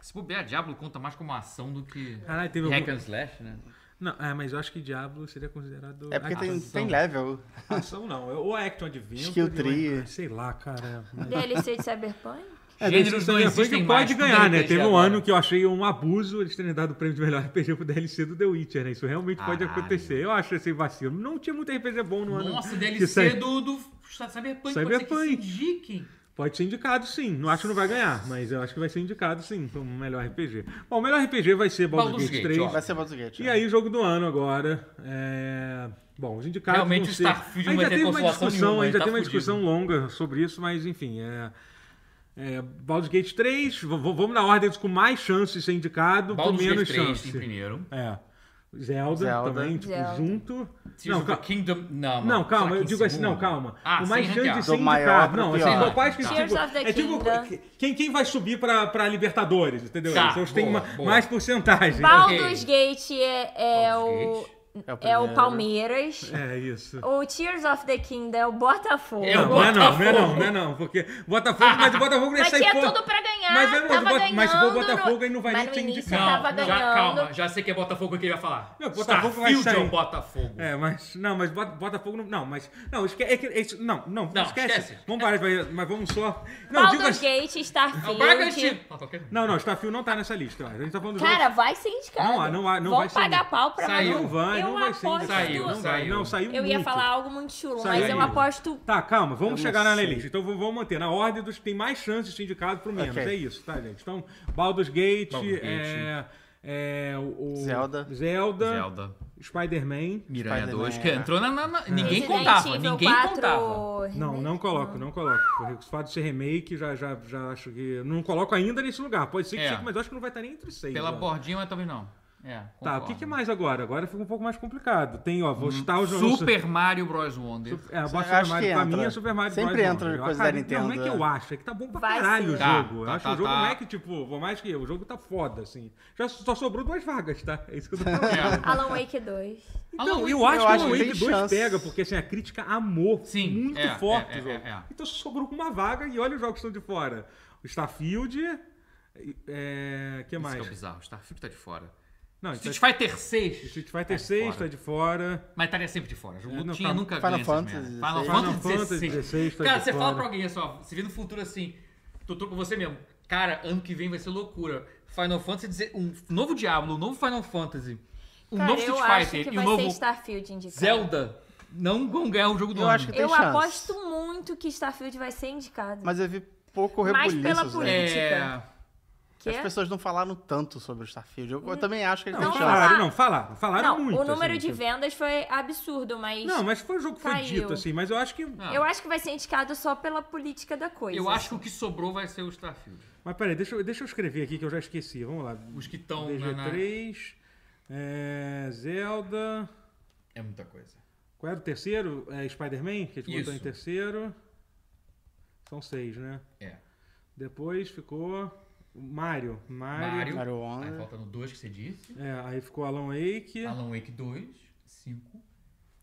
S4: Se bobear, Diablo conta mais como ação do que
S2: Caralho, teve
S4: hack
S2: algum...
S4: and slash, né?
S2: Não, é, mas eu acho que Diablo seria considerado.
S3: É porque tem,
S2: ação.
S3: tem level.
S2: Ação não, é ou Action Adventure.
S3: Skill
S2: ou é-
S3: tree.
S2: Sei lá, cara. mas-
S1: DLC de Cyberpunk?
S2: É,
S4: Gêneros não
S2: Foi que
S4: existem mais.
S2: pode
S4: tudo é
S2: ganhar, né?
S4: RPG
S2: Teve um
S4: agora.
S2: ano que eu achei um abuso eles terem dado o prêmio de melhor RPG pro DLC do The Witcher, né? Isso realmente pode
S4: Caralho.
S2: acontecer. Eu acho esse vacilo. Não tinha muito RPG bom no ano.
S4: Nossa,
S2: que
S4: DLC
S2: saiu.
S4: do, do Cyberpunk, pode
S2: Cyberpunk.
S4: ser que se indiquem.
S2: Pode ser indicado, sim. Não acho que não vai ganhar, mas eu acho que vai ser indicado, sim, como melhor RPG. Bom, o melhor RPG vai ser Baldur's,
S4: Baldur's
S2: Gate
S4: Gate,
S2: 3.
S4: ó.
S3: Vai ser Baldur's Gate. né?
S2: E aí, jogo do ano agora. É... Bom, os indicados.
S4: Realmente
S2: vão
S4: o
S2: ser-
S4: Starfield não
S2: Ainda
S4: vai ter
S2: teve uma
S4: consolação
S2: discussão,
S4: nenhuma,
S2: ainda
S4: ele tá
S2: tem uma
S4: fudido.
S2: discussão longa sobre isso, mas enfim. É... É, Baldur's Gate 3, v- v- vamos na ordem dos com mais chances de ser indicado, com
S4: Baldur's
S2: menos
S4: Gate 3
S2: chance.
S4: em primeiro.
S2: É. Zelda,
S3: Zelda.
S2: também, tipo,
S1: Zelda.
S2: junto.
S4: Tears
S2: Não,
S4: of the
S2: ca-
S4: Kingdom, não.
S2: não,
S4: mano, será
S2: calma,
S4: que
S2: eu
S4: em
S2: digo assim, não,
S4: segundo?
S2: calma.
S4: Ah,
S2: o
S4: sem
S2: mais chance de
S4: ranquear.
S2: ser
S3: Do maior
S2: indicado.
S3: pro
S2: Não, assim,
S3: pior.
S2: eu acho que
S1: Tears
S2: tipo,
S1: of the
S2: é tipo
S1: Kingdom.
S2: quem, quem vai subir pra, pra Libertadores, entendeu?
S4: Tá,
S2: Então eles têm
S4: boa,
S2: uma-
S4: boa.
S2: mais porcentagem.
S1: Baldur's Gate é, é
S4: Baldur's
S1: o.
S3: É o
S1: É
S3: primeiro.
S1: o Palmeiras.
S2: É isso.
S1: O Tears of the Kingdom é o Botafogo.
S4: É
S2: Não,
S4: o
S2: não é não, não é não,
S4: Botafogo.
S2: não é não, porque Botafogo, mas o Botafogo ia
S1: Mas
S2: sair
S1: tinha
S2: fora.
S1: tudo pra ganhar.
S2: Mas é, mas o
S1: tava
S2: Bota-
S1: ganhando.
S2: mas se for o
S1: no-
S2: Botafogo, aí não vai
S1: mas
S2: nem
S1: no
S2: ser
S1: início
S2: indicado.
S1: tava
S4: já,
S1: ganhando.
S4: calma, já sei que é Botafogo que ele vai falar.
S2: Não, Botafogo vai
S4: Starfield é
S2: sair.
S4: o Botafogo.
S2: É, mas não, mas Bota- Botafogo não, não, mas não, esque, é que- é isso- não, não,
S4: Não,
S2: esquece.
S4: esquece.
S2: Vamos parar, vai- mas vamos só. Não, digo
S1: Baldur's
S2: assim,
S1: Gate,
S4: É o
S1: Starfield.
S4: Bragantino. Ah, qualquer um.
S2: não, não, Starfield não tá nessa lista. ó. A gente tá falando dos
S1: Cara, vai ser indicado.
S2: Não, não, não
S1: Vão
S2: vai ser
S1: pagar
S2: indicado.
S1: pau pra
S4: Saiu.
S2: Não vai,
S1: Eu
S2: não vai ser
S1: aposto
S2: indicado.
S4: Saiu,
S2: não vai,
S4: saiu.
S2: não, saiu
S1: Eu ia
S2: muito.
S1: falar algo muito chulo, mas
S2: Saiu.
S1: eu aposto.
S2: Tá, calma, vamos
S3: Eu não
S2: chegar na
S3: sei.
S2: lista. Então v- vamos manter. Na ordem dos que tem mais chances de ser indicado pro menos.
S3: Ok.
S2: É isso, tá, gente? Então, Baldur's Gate,
S4: Baldur's Gate.
S2: É, é, o, o-
S3: Zelda.
S2: Zelda,
S4: Zelda.
S2: Spider-Man.
S4: Miranha
S3: Spider-Man,
S4: 2, que
S3: é.
S4: entrou na... na- na- ninguém
S1: Resident
S4: contava,
S1: Evil
S4: ninguém
S1: 4
S4: contava.
S2: Não,
S1: remake,
S2: não coloco, não coloco. O fato de ser remake, já, já, já acho que. Não coloco ainda nesse lugar. Pode ser que
S4: É.
S2: fique, mas eu acho que não vai estar nem entre os seis.
S4: Pela
S2: ó.
S4: bordinha, mas talvez não. É,
S2: Tá,
S4: concordo. Hum,
S2: o que, que mais agora? Agora fica um pouco mais complicado. Tem, ó, vou citar os
S4: Super Mario Bros. Wonder.
S2: É, eu
S3: Acho
S2: gosto de
S3: que
S2: Super Mario. Pra
S3: entra.
S2: mim é Super Mario
S3: Sempre
S2: Bros.
S3: entra
S2: Wonder. Eu
S3: coisa
S2: acho-
S3: da Nintendo,
S2: Não, não é que eu
S3: é.
S2: acho, é que tá bom pra
S1: Vai
S2: caralho o
S1: ser.
S4: Tá,
S2: jogo. eu
S4: tá,
S2: acho
S4: tá,
S2: que o jogo
S4: tá.
S2: não é que, tipo, por mais que o jogo tá foda, assim. Já só sobrou duas vagas, tá? É isso que eu tô falando.
S4: É.
S1: Alan Wake 2.
S4: Alan
S2: Então,
S4: Wake,
S2: eu acho
S3: eu
S2: que
S3: acho
S2: o
S3: que
S2: Wake
S3: tem
S2: 2
S3: chance.
S2: pega, porque assim, a crítica amou
S4: Sim,
S2: muito
S4: é,
S2: forte
S4: é,
S2: o jogo.
S4: é, é.
S2: Então só sobrou com uma vaga e olha os jogos que estão de fora. O Starfield. e- É. que
S4: Isso que é
S2: mais?
S4: bizarro, Starfield tá de fora.
S2: Não,
S4: Street
S2: é- Street
S4: Fighter 6.
S2: Fighter 6 tá de fora.
S4: Mas estaria sempre de fora. Jogo
S2: É, não,
S4: lutinha
S2: calma.
S4: nunca
S3: Final
S4: ganha essas
S3: Fantasy
S4: merda.
S3: 16.
S4: Final
S2: Final
S4: Fantasy
S2: Fantasy
S4: 16.
S2: 16 tá
S4: Cara,
S2: de
S4: você
S2: fora.
S4: fala pra alguém só, você vira no futuro assim, doutor com você mesmo. Cara, ano que vem vai ser loucura. Final Fantasy, 16, um novo Diablo, um novo Final Fantasy, um
S1: Cara,
S4: novo
S1: eu
S4: Street
S1: acho
S4: Fighter
S1: que
S4: e um
S1: vai ser
S4: novo
S1: Starfield indicado.
S4: Zelda não vão ganhar o jogo do
S3: Eu
S4: ano.
S3: acho que tem
S1: Eu
S3: chance.
S1: aposto muito que Starfield vai ser indicado.
S3: Mas eu vi pouco
S1: Mais
S3: rebuliço.
S1: pela política.
S4: é...
S3: tipo,
S1: Que
S3: As
S1: é-
S3: pessoas não falaram tanto sobre o Starfield.
S1: Hum.
S3: Eu, eu também acho que ele
S2: Não,
S3: tem
S1: Não,
S3: chance.
S2: falaram, não, falaram. Falaram
S1: Não,
S2: muito.
S1: o número
S2: assim,
S1: de
S2: tipo.
S1: vendas foi absurdo, mas,
S2: Não, mas foi um jogo que foi
S1: Caiu.
S2: dito, assim, mas eu acho que.
S4: Ah,
S1: eu acho que vai ser indicado só pela política da coisa. assim.
S4: eu acho que o que sobrou vai ser o Starfield.
S2: Mas peraí, deixa, eu- deixa eu escrever aqui que eu já esqueci. Vamos lá.
S4: Os que estão na, na-
S2: DG3, é, Zelda.
S4: É muita coisa.
S2: Qual era o terceiro? É, Spider-Man, que a gente botou em
S4: Isso.
S2: terceiro. São seis, né?
S4: É.
S2: Depois ficou. o Mario. Mario.
S4: Mario.
S3: Mario Wonder.
S4: Aí falta no 2 que você disse.
S2: É, aí ficou Alan Wake.
S4: Alan Wake 2, 5.
S3: Hum.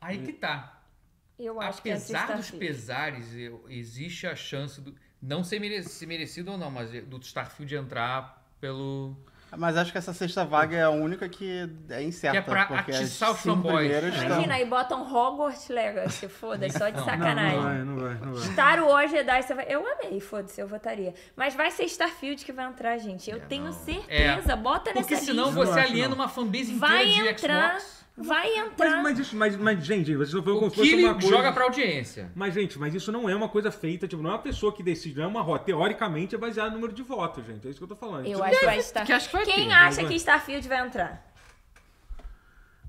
S4: Aí que tá.
S1: Eu acho que é
S4: Apesar dos
S1: Starfield.
S4: pesares, eu- existe a chance do. Não ser mere- se merecido ou não, mas do Starfield entrar pelo.
S3: Mas acho que essa sexta vaga é a única que é incerta.
S4: Que é pra
S3: porque as
S4: atiçar os
S3: cinco
S4: fanboys.
S3: primeiras estão...
S1: Imagina, aí botam Hogwarts Legacy, foda-se, só de
S4: Não, não,
S2: Não, não
S1: sacanagem.
S2: vai, não vai, não
S4: Hum.
S2: vai.
S1: Star Wars Jedi, é você vai... eu amei, foda-se, eu votaria. Mas vai ser Starfield que vai entrar, gente. Eu
S4: É,
S1: tenho
S4: não.
S1: certeza, bota nessa
S4: Porque senão
S1: lista.
S2: vou- Não
S4: você
S2: acho,
S4: aliena
S2: não.
S4: uma fanbase inteira
S1: Vai
S4: de
S1: entrar,
S4: Xbox.
S1: vai entrar.
S2: Mas, mas isso, mas, mas, gente, vocês não foi
S4: O
S2: como
S4: que ele
S2: uma coisa.
S4: joga pra audiência.
S2: Mas, gente, mas isso não é uma coisa feita, tipo, não é uma pessoa que decide, não é uma rota. Teoricamente é baseado no número de votos, gente. É isso que eu tô falando.
S1: Eu
S2: Isso-
S1: acho que vai estar.
S4: que acho que vai
S1: Quem
S4: ter, né?
S1: acha
S2: vai-
S1: que Starfield vai entrar?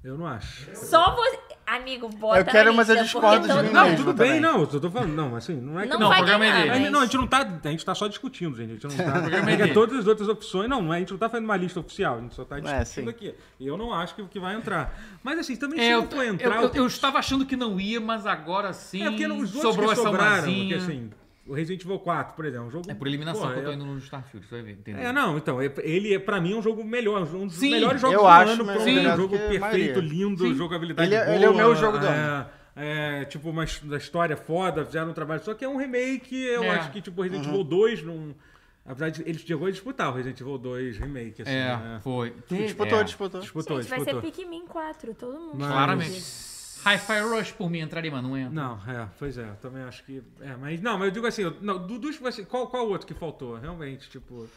S2: Eu não acho.
S1: Só você. Amigo, bota
S3: Eu quero,
S1: na
S3: mas eu
S1: lista, porque
S3: discordo de
S1: todo
S3: mim
S2: Não,
S1: mundo-
S3: mesmo.
S2: tudo bem,
S3: também.
S2: não. Eu tô falando, não, assim, não é que.
S1: Não,
S4: Não, o
S1: vai
S4: programa é
S1: ganhar,
S4: dele.
S2: A gente,
S1: mas-
S2: não, a gente não tá. A gente tá só discutindo, gente. A gente não tá.
S4: programa é
S2: Porque
S4: dele.
S2: todas as outras opções. Não, não é- a gente não tá fazendo uma lista oficial, a gente só tá discutindo
S3: sim.
S2: aqui. E eu não acho que, que vai entrar. Mas assim, também se
S4: É, eu,
S2: não for entrar.
S4: eu,
S2: o
S4: eu,
S2: que-
S4: eu estava achando que não ia, mas agora sim.
S2: é porque não- os outros
S4: sobrou
S2: que
S4: essa
S2: sobraram, porque
S4: umazinha.
S2: assim, o Resident Evil 4, por exemplo, é um jogo.
S4: É por eliminação
S2: Porra,
S4: que eu tô
S2: é-
S4: indo no Starfield, você vai ver, entendeu?
S3: Né?
S2: É, não, então, é- ele é, pra mim é um jogo melhor, um dos
S4: Sim,
S2: melhores jogos
S3: eu
S2: do
S3: acho
S2: ano, pra
S3: melhor
S2: mim, é um
S3: do
S2: jogo
S3: que a
S2: perfeito,
S3: maioria.
S2: lindo,
S4: Sim.
S2: jogabilidade
S3: Ele
S2: boa.
S3: é- ele é o meu jogo do
S2: é,
S3: ano.
S2: é, tipo, uma, his- uma história foda, fizeram um trabalho, só que é um remake, eu
S4: É.
S2: acho que, tipo, Resident
S3: Uhum.
S2: Evil 2, não, apesar de, ele chegou a disputar o Resident Evil 2 remake, assim,
S4: É,
S2: né?
S4: foi.
S3: Disputou,
S4: é.
S3: disputou.
S2: Disputou,
S1: Gente, vai ser
S2: disputou.
S1: Pikmin 4, todo mundo.
S2: Mas-
S4: Claramente. Hi-Fi Rush por mim entraria, mas não entra.
S2: Não, é, pois é, eu também acho que. É, mas não, mas eu digo assim, eu- não, do, dos, assim, qual, qual outro que faltou? Realmente, tipo.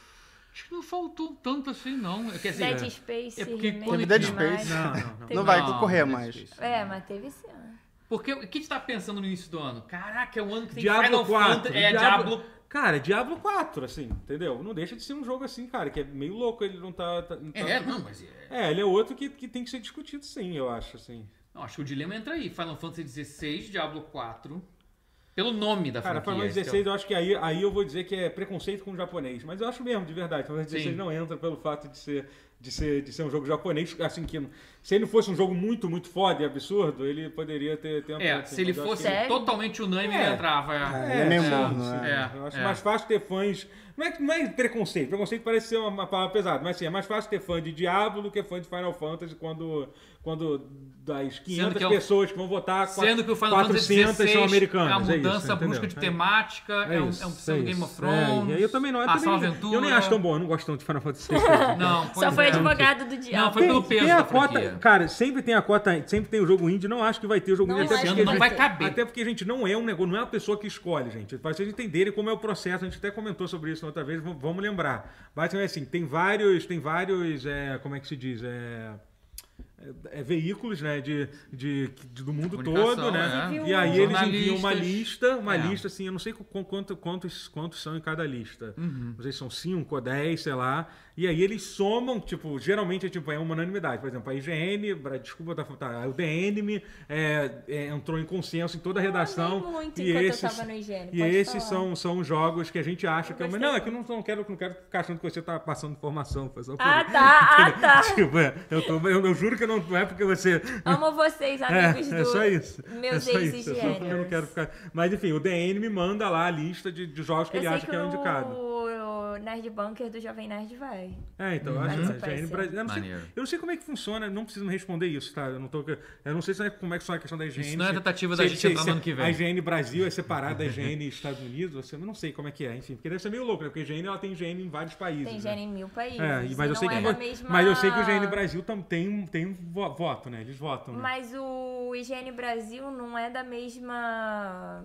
S4: Acho que não faltou tanto assim, não. Quer dizer,
S1: Dead Space,
S4: É porque
S1: remake,
S4: quando-
S3: Dead
S1: demais.
S3: Space.
S2: Não, não, não.
S1: Teve-
S3: Não vai
S4: Não,
S3: concorrer
S4: não
S3: mais.
S4: esqueço.
S1: É, mas teve esse ano.
S4: Porque o que a gente tá pensando no início do ano? Caraca, é o ano que tem
S2: Diablo
S4: Final
S2: 4.
S4: Fantasy. É, Diablo.
S2: Cara, Diablo 4, assim, entendeu? Não deixa de ser um jogo assim, cara, que é meio louco, ele não tá. tá- não tá-
S4: É, não, mas. É...
S2: É, ele é outro que, que tem que ser discutido, sim, eu acho, assim.
S4: Não, acho que o dilema entra aí. Final Fantasy XVI, Diablo 4. Pelo nome da
S2: Cara, Final
S4: franquia.
S2: Fantasy XVI, eu acho que aí, aí eu vou dizer que é preconceito com o japonês. Mas eu acho mesmo, de verdade. Final Fantasy XVI
S4: Sim.
S2: não entra pelo fato de ser, de, ser, de ser um jogo japonês. Assim, que se ele fosse um jogo muito, muito foda e absurdo, ele poderia ter tempo.
S4: É, se ele fosse
S1: Sério?
S4: totalmente unânime,
S2: É.
S4: ele entrava. É.
S3: É, meio
S2: sim,
S3: morno,
S2: sim.
S4: é.
S2: né? Eu acho
S4: É.
S2: mais fácil ter fãs. Não é, que- não é preconceito. Preconceito parece ser uma, uma palavra pesada, mas assim, é mais fácil ter fã de Diablo do que fã de Final Fantasy quando, quando das 500
S4: que é o-
S2: pessoas que vão votar, quatro-
S4: Sendo que o Final Fantasy XVI
S2: 400 são
S4: é uma
S2: americanos. é
S4: mudança
S2: isso, entendeu?
S4: brusca de
S2: É.
S4: temática, é, um,
S2: isso,
S4: é um pseudo
S2: isso,
S4: Game of
S2: é,
S4: Thrones.
S2: e aí eu também não. Eu,
S4: Ação
S2: também,
S4: Aventura.
S2: eu nem acho tão bom, eu não gosto tanto de Final Fantasy VI.
S4: Não,
S1: Só
S4: pois
S1: foi
S4: é.
S1: advogado do diabo.
S4: Não, foi pelo peso
S2: a
S4: da
S2: cota,
S4: franquia.
S2: cara, sempre tem a cota, sempre tem o jogo indie, não acho que vai ter o jogo
S1: Não
S2: indie. até
S1: acho
S2: porque
S1: que
S2: a
S1: vai
S2: gente-
S1: ter.
S4: Vai caber.
S2: Até porque a gente não é um negócio, não é uma pessoa que escolhe, gente. Para vocês entenderem como é o processo, a gente até comentou sobre isso na outra vez, v- vamos lembrar. Basicamente assim, tem vários, tem vários, é, como é que se diz, é, é, é, veículos, né, de, de, de- do mundo
S4: Comunicação,
S2: todo, né?
S1: é.
S2: E aí eles enviam
S4: Jornalistas.
S2: uma lista, uma
S4: É.
S2: lista assim, eu não sei qu- quanto- quantos, quantos são em cada lista. Não sei se são 5 ou 10, sei lá. E aí eles somam, tipo, geralmente é tipo, é uma unanimidade. Por exemplo, a IGN, bra- desculpa, tá, tá, a UDN é, é, entrou em consenso em toda a redação.
S1: Eu muito
S2: e
S1: enquanto
S2: esses,
S1: eu tava no higiene.
S2: e
S1: pode
S2: esses
S1: falar.
S2: são, são os jogos que a gente acha
S1: Eu
S2: que é. Mas
S1: gostei
S2: não, é
S1: muito.
S2: que eu não, não quero, não quero ficar achando que você tá passando informação. Foi só por
S1: Ah,
S2: isso.
S1: tá, ah, tá.
S2: Tipo, é, eu, tô- eu- eu juro que não, não é porque você.
S1: Amo vocês,
S2: É,
S1: amigos do...
S2: é só isso. é
S1: Meus
S2: só isso. É só porque eu não quero
S1: ex-higiênicos.
S2: ficar. Mas enfim, o DN me manda lá a lista de, de jogos que
S1: Eu
S2: ele
S1: sei
S2: acha que,
S1: que,
S2: é
S1: o-
S2: indicado.
S1: o Nerd Bunker do Jovem Nerd vai.
S2: É, então, eu acho
S1: Mas
S2: que
S1: isso
S2: já é no
S1: parece-
S2: Brasil. Eu não, sei,
S4: Uhum. Maneiro.
S2: eu não sei como é que funciona, não preciso me responder isso, tá? Eu não, tô, eu não sei se é, como é que funciona a questão da higiene.
S4: Isso não é
S2: se-
S4: tentativa
S2: se-
S4: da gente
S2: se-
S4: entrar
S2: se
S4: no ano que vem.
S2: A higiene Brasil é separada da higiene Estados Unidos, assim, eu não sei como é que é, enfim, porque deve ser meio louco, né? Porque a higiene ela tem higiene em vários países.
S1: Tem
S2: né?
S1: higiene em mil países.
S2: É, e- mas eu,
S1: não
S2: sei que,
S1: é
S2: vo-
S1: a mesma...
S2: mas eu sei que o IGN Brasil tam, tem, um- tem um vo- voto, né? Eles votam. né?
S1: Mas o higiene Brasil não é da mesma...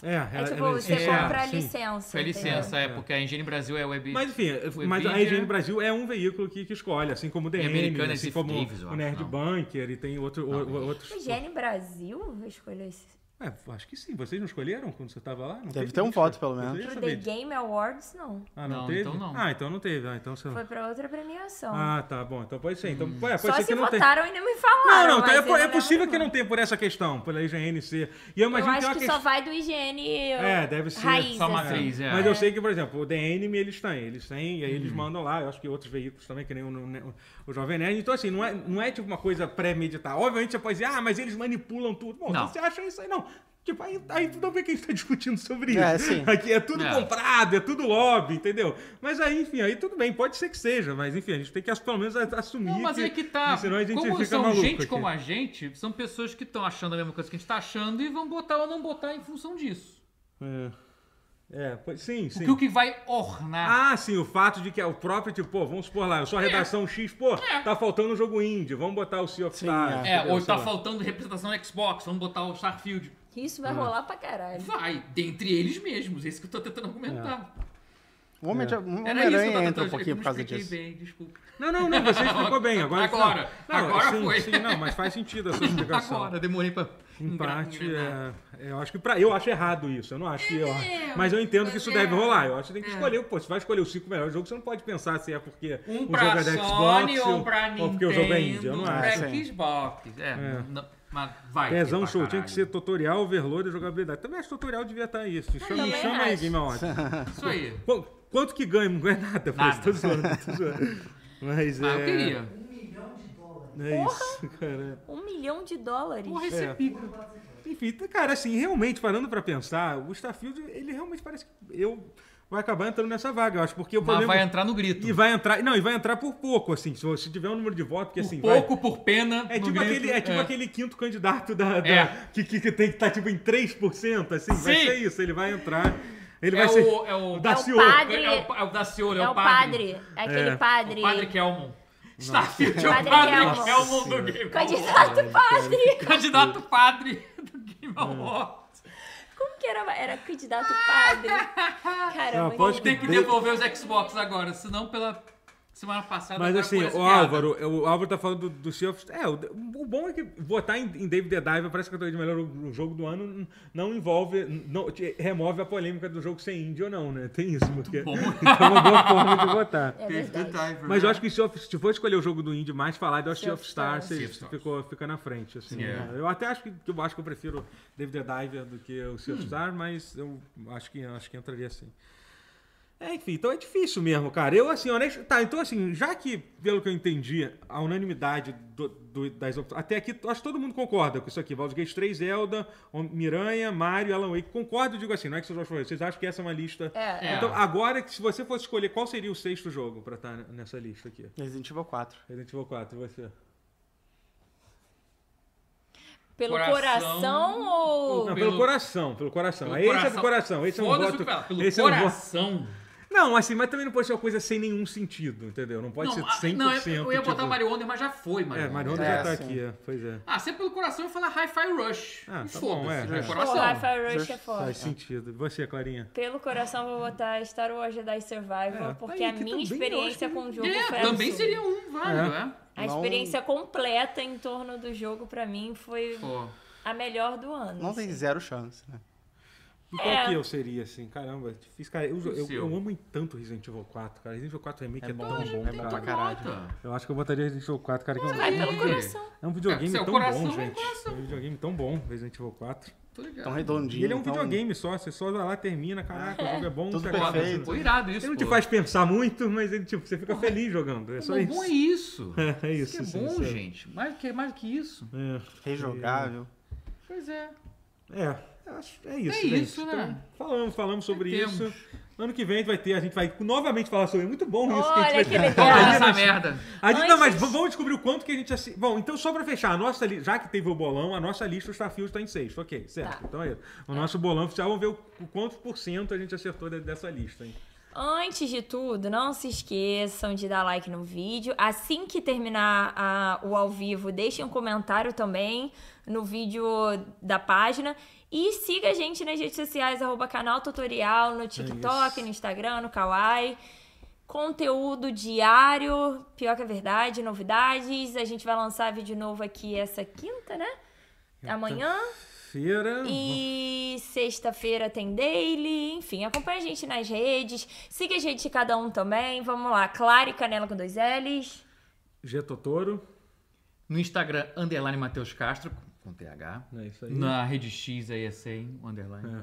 S2: É,
S1: É, tipo,
S2: ela-
S1: você
S2: é,
S1: compra a
S2: sim.
S1: licença.
S4: Foi a
S1: entendeu?
S4: licença, é, porque a Engine Brasil é web.
S2: Mas enfim,
S4: O
S2: mas a
S4: Nvidia-
S2: IGN Brasil é um veículo que, que escolhe, assim como o DN,
S4: americano é
S2: assim
S4: Ziff
S2: como
S4: Davis, eu
S2: o
S4: acho,
S2: Nerd
S4: não.
S2: Bunker e tem outro, o- o- outros.
S1: O higiene Brasil escolheu esse...
S2: É, acho que sim. Vocês não escolheram quando você tava lá? Não
S3: Deve
S2: teve
S3: ter um
S2: lista?
S3: voto, pelo menos.
S2: Vocês
S1: Pro The
S2: sabiam disso?
S1: Game Awards, não.
S2: Ah, não,
S4: Não,
S2: teve?
S4: então não.
S2: Ah, então não teve. Ah, então você...
S1: Foi pra outra premiação.
S2: Ah, tá, bom. Então pode ser. Então,
S4: Hum.
S2: é, pode
S1: Só
S2: ser
S1: se
S2: que não tenha.
S1: votaram e não me falaram.
S2: Não, não, então
S1: mas
S2: é,
S1: eu
S2: po- é
S1: lembro
S2: possível que
S1: muito.
S2: não tenha por essa questão, pela IGNC. E eu
S1: Eu
S2: imagino que é
S1: acho
S2: uma
S1: que
S2: questão.
S1: só vai do higiene
S2: É, deve ser.
S1: raiz.
S4: Só uma
S1: assim.
S4: atriz, é. Hum.
S2: Mas eu sei que, por exemplo, o DN eles têm, eles têm, e aí eles mandam lá, eu acho que outros veículos também, que nem o, o, o Jovem Nerd. Então, assim, não é, não é tipo uma coisa pré-meditada. Obviamente você pode dizer, ah, mas eles manipulam tudo.
S4: Não.
S2: Bom, então você acha isso aí, não. Tipo, aí, aí tu não vê que a gente tá discutindo sobre isso.
S3: É, sim.
S2: Aqui é tudo
S4: É.
S2: comprado, é tudo lobby, entendeu? Mas aí, enfim, aí tudo bem, pode ser que seja, mas enfim, a gente tem que pelo menos a- assumir.
S4: Não, mas é que tá.
S2: Senão a gente
S4: como
S2: fica
S4: são
S2: maluco.
S4: gente
S2: aqui.
S4: como a gente, são pessoas que estão achando a mesma coisa que a gente tá achando e vão botar ou não botar em função disso.
S2: É, é pois- sim, sim.
S4: Porque o que vai ornar.
S2: Ah, sim, o fato de que é o próprio, tipo, pô, vamos supor lá, eu
S4: É.
S2: sou a redação X, pô, tá faltando um jogo indie, vamos botar o Sea of
S3: Sim,
S2: Stars.
S4: é,
S2: entendeu?
S4: ou
S2: Sei
S4: tá
S2: lá.
S4: faltando representação no Xbox, vamos botar o Starfield.
S1: Isso vai rolar pra
S3: É.
S1: caralho.
S4: Vai, dentre eles mesmos, esse que eu tô tentando argumentar.
S2: É.
S3: O Homem de- o
S4: Era isso que eu
S3: Homem-Aranha
S4: tava
S3: entra
S4: tentando
S3: um pouquinho por
S4: eu não
S3: causa
S4: expliquei
S3: disso.
S4: bem, desculpa.
S2: Não, não, não, você explicou bem. Agora,
S4: Agora,
S2: não, não,
S4: agora
S2: sim,
S4: foi.
S2: Sim, não, mas faz sentido essa explicação.
S4: Agora, né? demorei para
S2: Em parte, é, é, eu acho que pra, eu acho errado isso. Eu não acho que eu.
S1: É,
S2: Mas eu entendo que isso
S1: é.
S2: deve rolar. Eu acho que tem que escolher. Pô, você vai escolher os cinco melhores jogos, você não pode pensar se é porque
S4: Um
S2: o jogo
S4: pra
S2: é da
S4: Sony,
S2: Xbox
S4: um pra Nintendo,
S2: ou porque o jogo é indie. Eu não
S4: um
S2: acho.
S4: pra
S3: Sim.
S4: Xbox. É, não- mas vai. É.
S2: Pezão
S4: pra
S2: show, tinha
S4: caralho.
S2: que ser tutorial, overload e jogabilidade. Também acho que tutorial devia estar aí. Se Chama,
S1: também
S2: chama aí,
S1: acho.
S2: Game On.
S4: Isso aí.
S2: Qu- Quanto que ganha? Não ganha nada,
S4: Nada.
S2: Tô zoando, tô zoando. Mas
S4: Ah,
S2: é.
S4: eu queria.
S5: Um milhão de dólares.
S2: É isso, cara.
S1: Um milhão de dólares.
S4: Porra, esse
S2: É.
S4: é pica.
S2: Enfim, tá- cara, assim, realmente, parando pra pensar, o Starfield, ele realmente parece que eu vai acabar entrando nessa vaga, eu acho, porque o
S4: Mas
S2: problema.
S4: vai entrar no grito.
S2: E vai entrar. Não, e vai entrar por pouco, assim. Se você tiver um número de votos, porque
S4: Por
S2: assim. vai-
S4: pouco, por pena.
S2: É
S4: no
S2: tipo,
S4: grito,
S2: aquele, é tipo aquele quinto candidato da, da-
S4: É.
S2: que, que, que tem que estar tipo em 3%, assim, vai
S4: Sim.
S2: ser isso, ele vai entrar. Ele
S4: É
S2: vai ser
S4: o- é o-
S2: da
S1: É o
S2: Ciolo.
S1: padre.
S4: É o, é o Daciolo,
S1: É o padre. É aquele
S2: É.
S1: padre.
S4: O padre Kelmon. Starfield é o
S1: Padre
S4: padre
S1: Kelmon.
S4: Kelmon do Game Award.
S1: Candidato padre.
S4: Candidato padre do Game
S2: Hum.
S4: Award.
S1: Como que era? Era candidato padre. Caramba.
S2: Não, pode
S1: que-
S4: Tem que devolver os Xbox agora, senão pela semana passada.
S2: Mas
S4: agora
S2: assim,
S4: por essa
S2: o
S4: piada.
S2: Álvaro, o Álvaro tá falando do, do Sea of... É, o, o bom é que votar em, em David the Diver parece que é a categoria de melhor o, jogo do ano n- não envolve, não, te- remove a polêmica do jogo ser indie ou não, né? Tem isso, porque
S4: bom.
S2: é uma boa forma de votar.
S1: É verdade.
S2: Mas
S4: né?
S2: eu acho que Sea of, se for escolher o jogo do indie mais falado, eu acho que Sea of Stars
S1: Sea
S4: of
S2: isso
S4: Stars.
S2: ficou, fica na frente, assim.
S4: Sim, é.
S2: Eu até acho que, que eu acho que eu prefiro David the Diver do que o
S4: Hum.
S2: Sea of Stars, mas eu acho que, acho que entraria assim. É, enfim, então é difícil mesmo, cara. Eu, assim, honesto. Tá, então, assim, já que, pelo que eu entendi, a unanimidade do- do- das opções. Até aqui, acho que todo mundo concorda com isso aqui. Baldur's Gate 3, Zelda, Hom- Miranha, Mario, Alan Wake. Concordo, digo assim, não é que vocês acham Vocês acham que essa é uma lista.
S1: É.
S4: É.
S2: Então, agora, que se você fosse escolher qual seria o sexto jogo pra estar nessa lista aqui?
S3: Resident Evil 4.
S2: Resident Evil 4, e você?
S1: Pelo
S4: Coração.
S1: coração ou.
S2: Não, pelo,
S4: pelo-
S2: coração, pelo coração.
S4: Pelo
S2: Aí Esse é do coração, esse é um
S4: Foda-se
S2: voto.
S4: o que fala, Pelo
S2: esse é um voto-
S4: coração.
S2: Não, assim, mas também não pode ser uma coisa sem nenhum sentido, entendeu? Não pode
S4: não, ah,
S2: ser 100%.
S4: não, eu- eu ia botar
S2: tipo-
S4: Mario Wonder, mas já foi, Mario.
S2: É,
S4: Wonder.
S2: Marion
S3: É,
S2: já tá
S3: sim.
S2: aqui, é. pois é.
S4: Ah, sempre pelo coração eu ia falar Hi-Fi Rush.
S2: Ah,
S4: E Foda-se,
S2: tá bom, é,
S4: pelo
S2: é.
S1: Pô,
S4: coração.
S1: Hi-Fi Rush é foda.
S2: Faz sentido. E Você, Clarinha?
S1: Pelo coração, vou botar Star Wars Jedi Survival,
S2: É,
S1: porque
S2: aí
S1: a
S2: que
S1: minha
S2: também eu acho que
S1: experiência
S2: é
S1: com o jogo foi
S4: É, também
S1: absurda.
S4: seria um válido, é.
S1: A
S3: Não-
S1: experiência completa em torno do jogo, pra mim, foi
S4: Pô.
S1: a melhor do ano.
S3: Não tem zero chance, né?
S2: E qual
S1: É.
S2: que eu seria, assim? Caramba, difícil. Cara, eu, eu,
S4: seu?
S2: eu amo tanto Resident Evil 4, cara. Resident Evil 4 Remake é,
S3: É bom,
S2: tão bom,
S3: é bom
S2: cara.
S3: pra caralho.
S4: Nota.
S2: Eu acho que eu botaria Resident Evil 4, cara. Que é, um,
S1: Vai pelo
S4: Ih.
S1: coração.
S2: é um videogame
S4: É, seu
S2: tão
S4: coração
S2: bom,
S4: é
S2: gente. É
S4: coração.
S2: um videogame tão bom, Resident Evil 4.
S4: Tô
S3: Tão
S4: ligado.
S3: redondinho.
S2: E ele é um
S3: tão-
S2: videogame só, você só vai lá, termina, caraca, o jogo é bom,
S3: tá Tudo
S2: você acaba-
S4: Foda,
S3: perfeito.
S4: pô, irado isso,
S2: Ele não te
S4: pô.
S2: faz pensar muito, mas ele, tipo, você fica feliz jogando. É
S4: O
S2: só
S4: bom
S2: isso.
S4: é isso.
S2: É
S4: Isso
S2: isso.
S4: que é
S2: sim,
S4: bom,
S2: sim.
S4: gente. Mais que, mais que isso.
S2: É.
S3: Rejogável.
S4: Pois é.
S2: É, acho- é isso.
S4: É
S2: gente.
S4: isso, né?
S2: Então, falamos, falamos sobre
S4: Temos.
S2: isso. Ano que vem a gente vai ter, a gente vai novamente falar sobre. é Muito bom isso que a gente
S1: Olha
S2: vai
S1: que
S2: ter. né?
S1: legal.
S4: Vamos nessa merda.
S2: A gente, não, mas
S1: Antes-
S2: v- vamos descobrir o quanto que a gente assim. Bom, então só pra fechar, a nossa li- já que teve o bolão, a nossa lista, o Starfield tá em sexto, ok, certo.
S1: Tá.
S2: Então é isso. O nosso bolão oficial, vamos ver o, o quanto por cento a gente acertou de- dessa lista, hein?
S1: Antes de tudo, não se esqueçam de dar like no vídeo. Assim que terminar a- o ao vivo, deixem um comentário também no vídeo da página. E siga a gente nas redes sociais, arroba canal tutorial, no TikTok,
S2: isso.
S1: no Instagram, no Kawaii. Conteúdo diário, pior que a verdade, novidades. A gente vai lançar vídeo novo aqui essa quinta, né? Amanhã.
S2: Feira.
S1: E sexta-feira tem daily, enfim, acompanha a gente nas redes, siga a gente cada um também, vamos lá, Clara e Canela com dois L's,
S2: G Totoro.
S4: No Instagram, underline Matheus Castro, com TH.
S2: É isso aí. É.
S4: Na rede X, aí é 100, underline.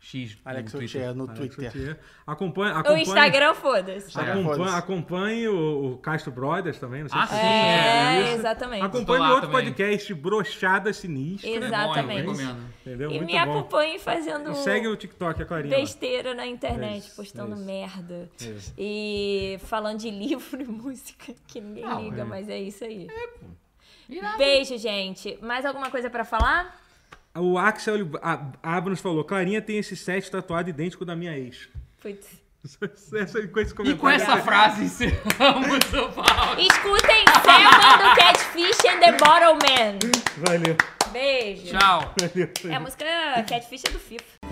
S4: X
S3: Alex
S4: no Twitter.
S3: Otier no
S2: Alex
S3: Twitter.
S2: Gauthier. Acompanhe,
S1: o
S2: é. acompanhe,
S1: Instagram, foda-se.
S4: Ah,
S2: acompanhe,
S3: foda-se.
S2: acompanhe o, o Castro Brothers também, não sei
S4: Ah,
S2: se
S4: sim.
S2: vocês sabem
S1: É,
S2: disso.
S1: exatamente.
S2: Acompanhe
S4: Tô lá
S2: meu outro
S4: também.
S2: podcast, Brochada Sinistra.
S4: É Bom, eu
S1: Exatamente.
S4: recomendo.
S2: Entendeu?
S1: E
S2: Muito
S1: me
S2: bom.
S1: acompanhe fazendo
S2: E segue o TikTok, a Clarinha. lá.
S1: besteira na internet,
S2: É isso,
S1: postando
S2: é isso.
S1: merda.
S2: É isso.
S1: E falando de livro e música, que ninguém
S4: Não,
S1: liga,
S4: é.
S1: mas é isso aí.
S4: Irado.
S1: Beijo, gente. Mais alguma coisa pra falar?
S2: O Axel Ab- Abnos falou: Clarinha tem esse set tatuado idêntico da minha ex.
S1: Putz.
S2: Essa, com esse
S4: E
S2: comentário.
S4: com essa frase encerramos o pau.
S1: Escutem Selma do Catfish and the Bottle Man.
S2: Valeu.
S1: Beijo.
S4: Tchau.
S2: valeu.
S1: É a música Catfish é do FIFA.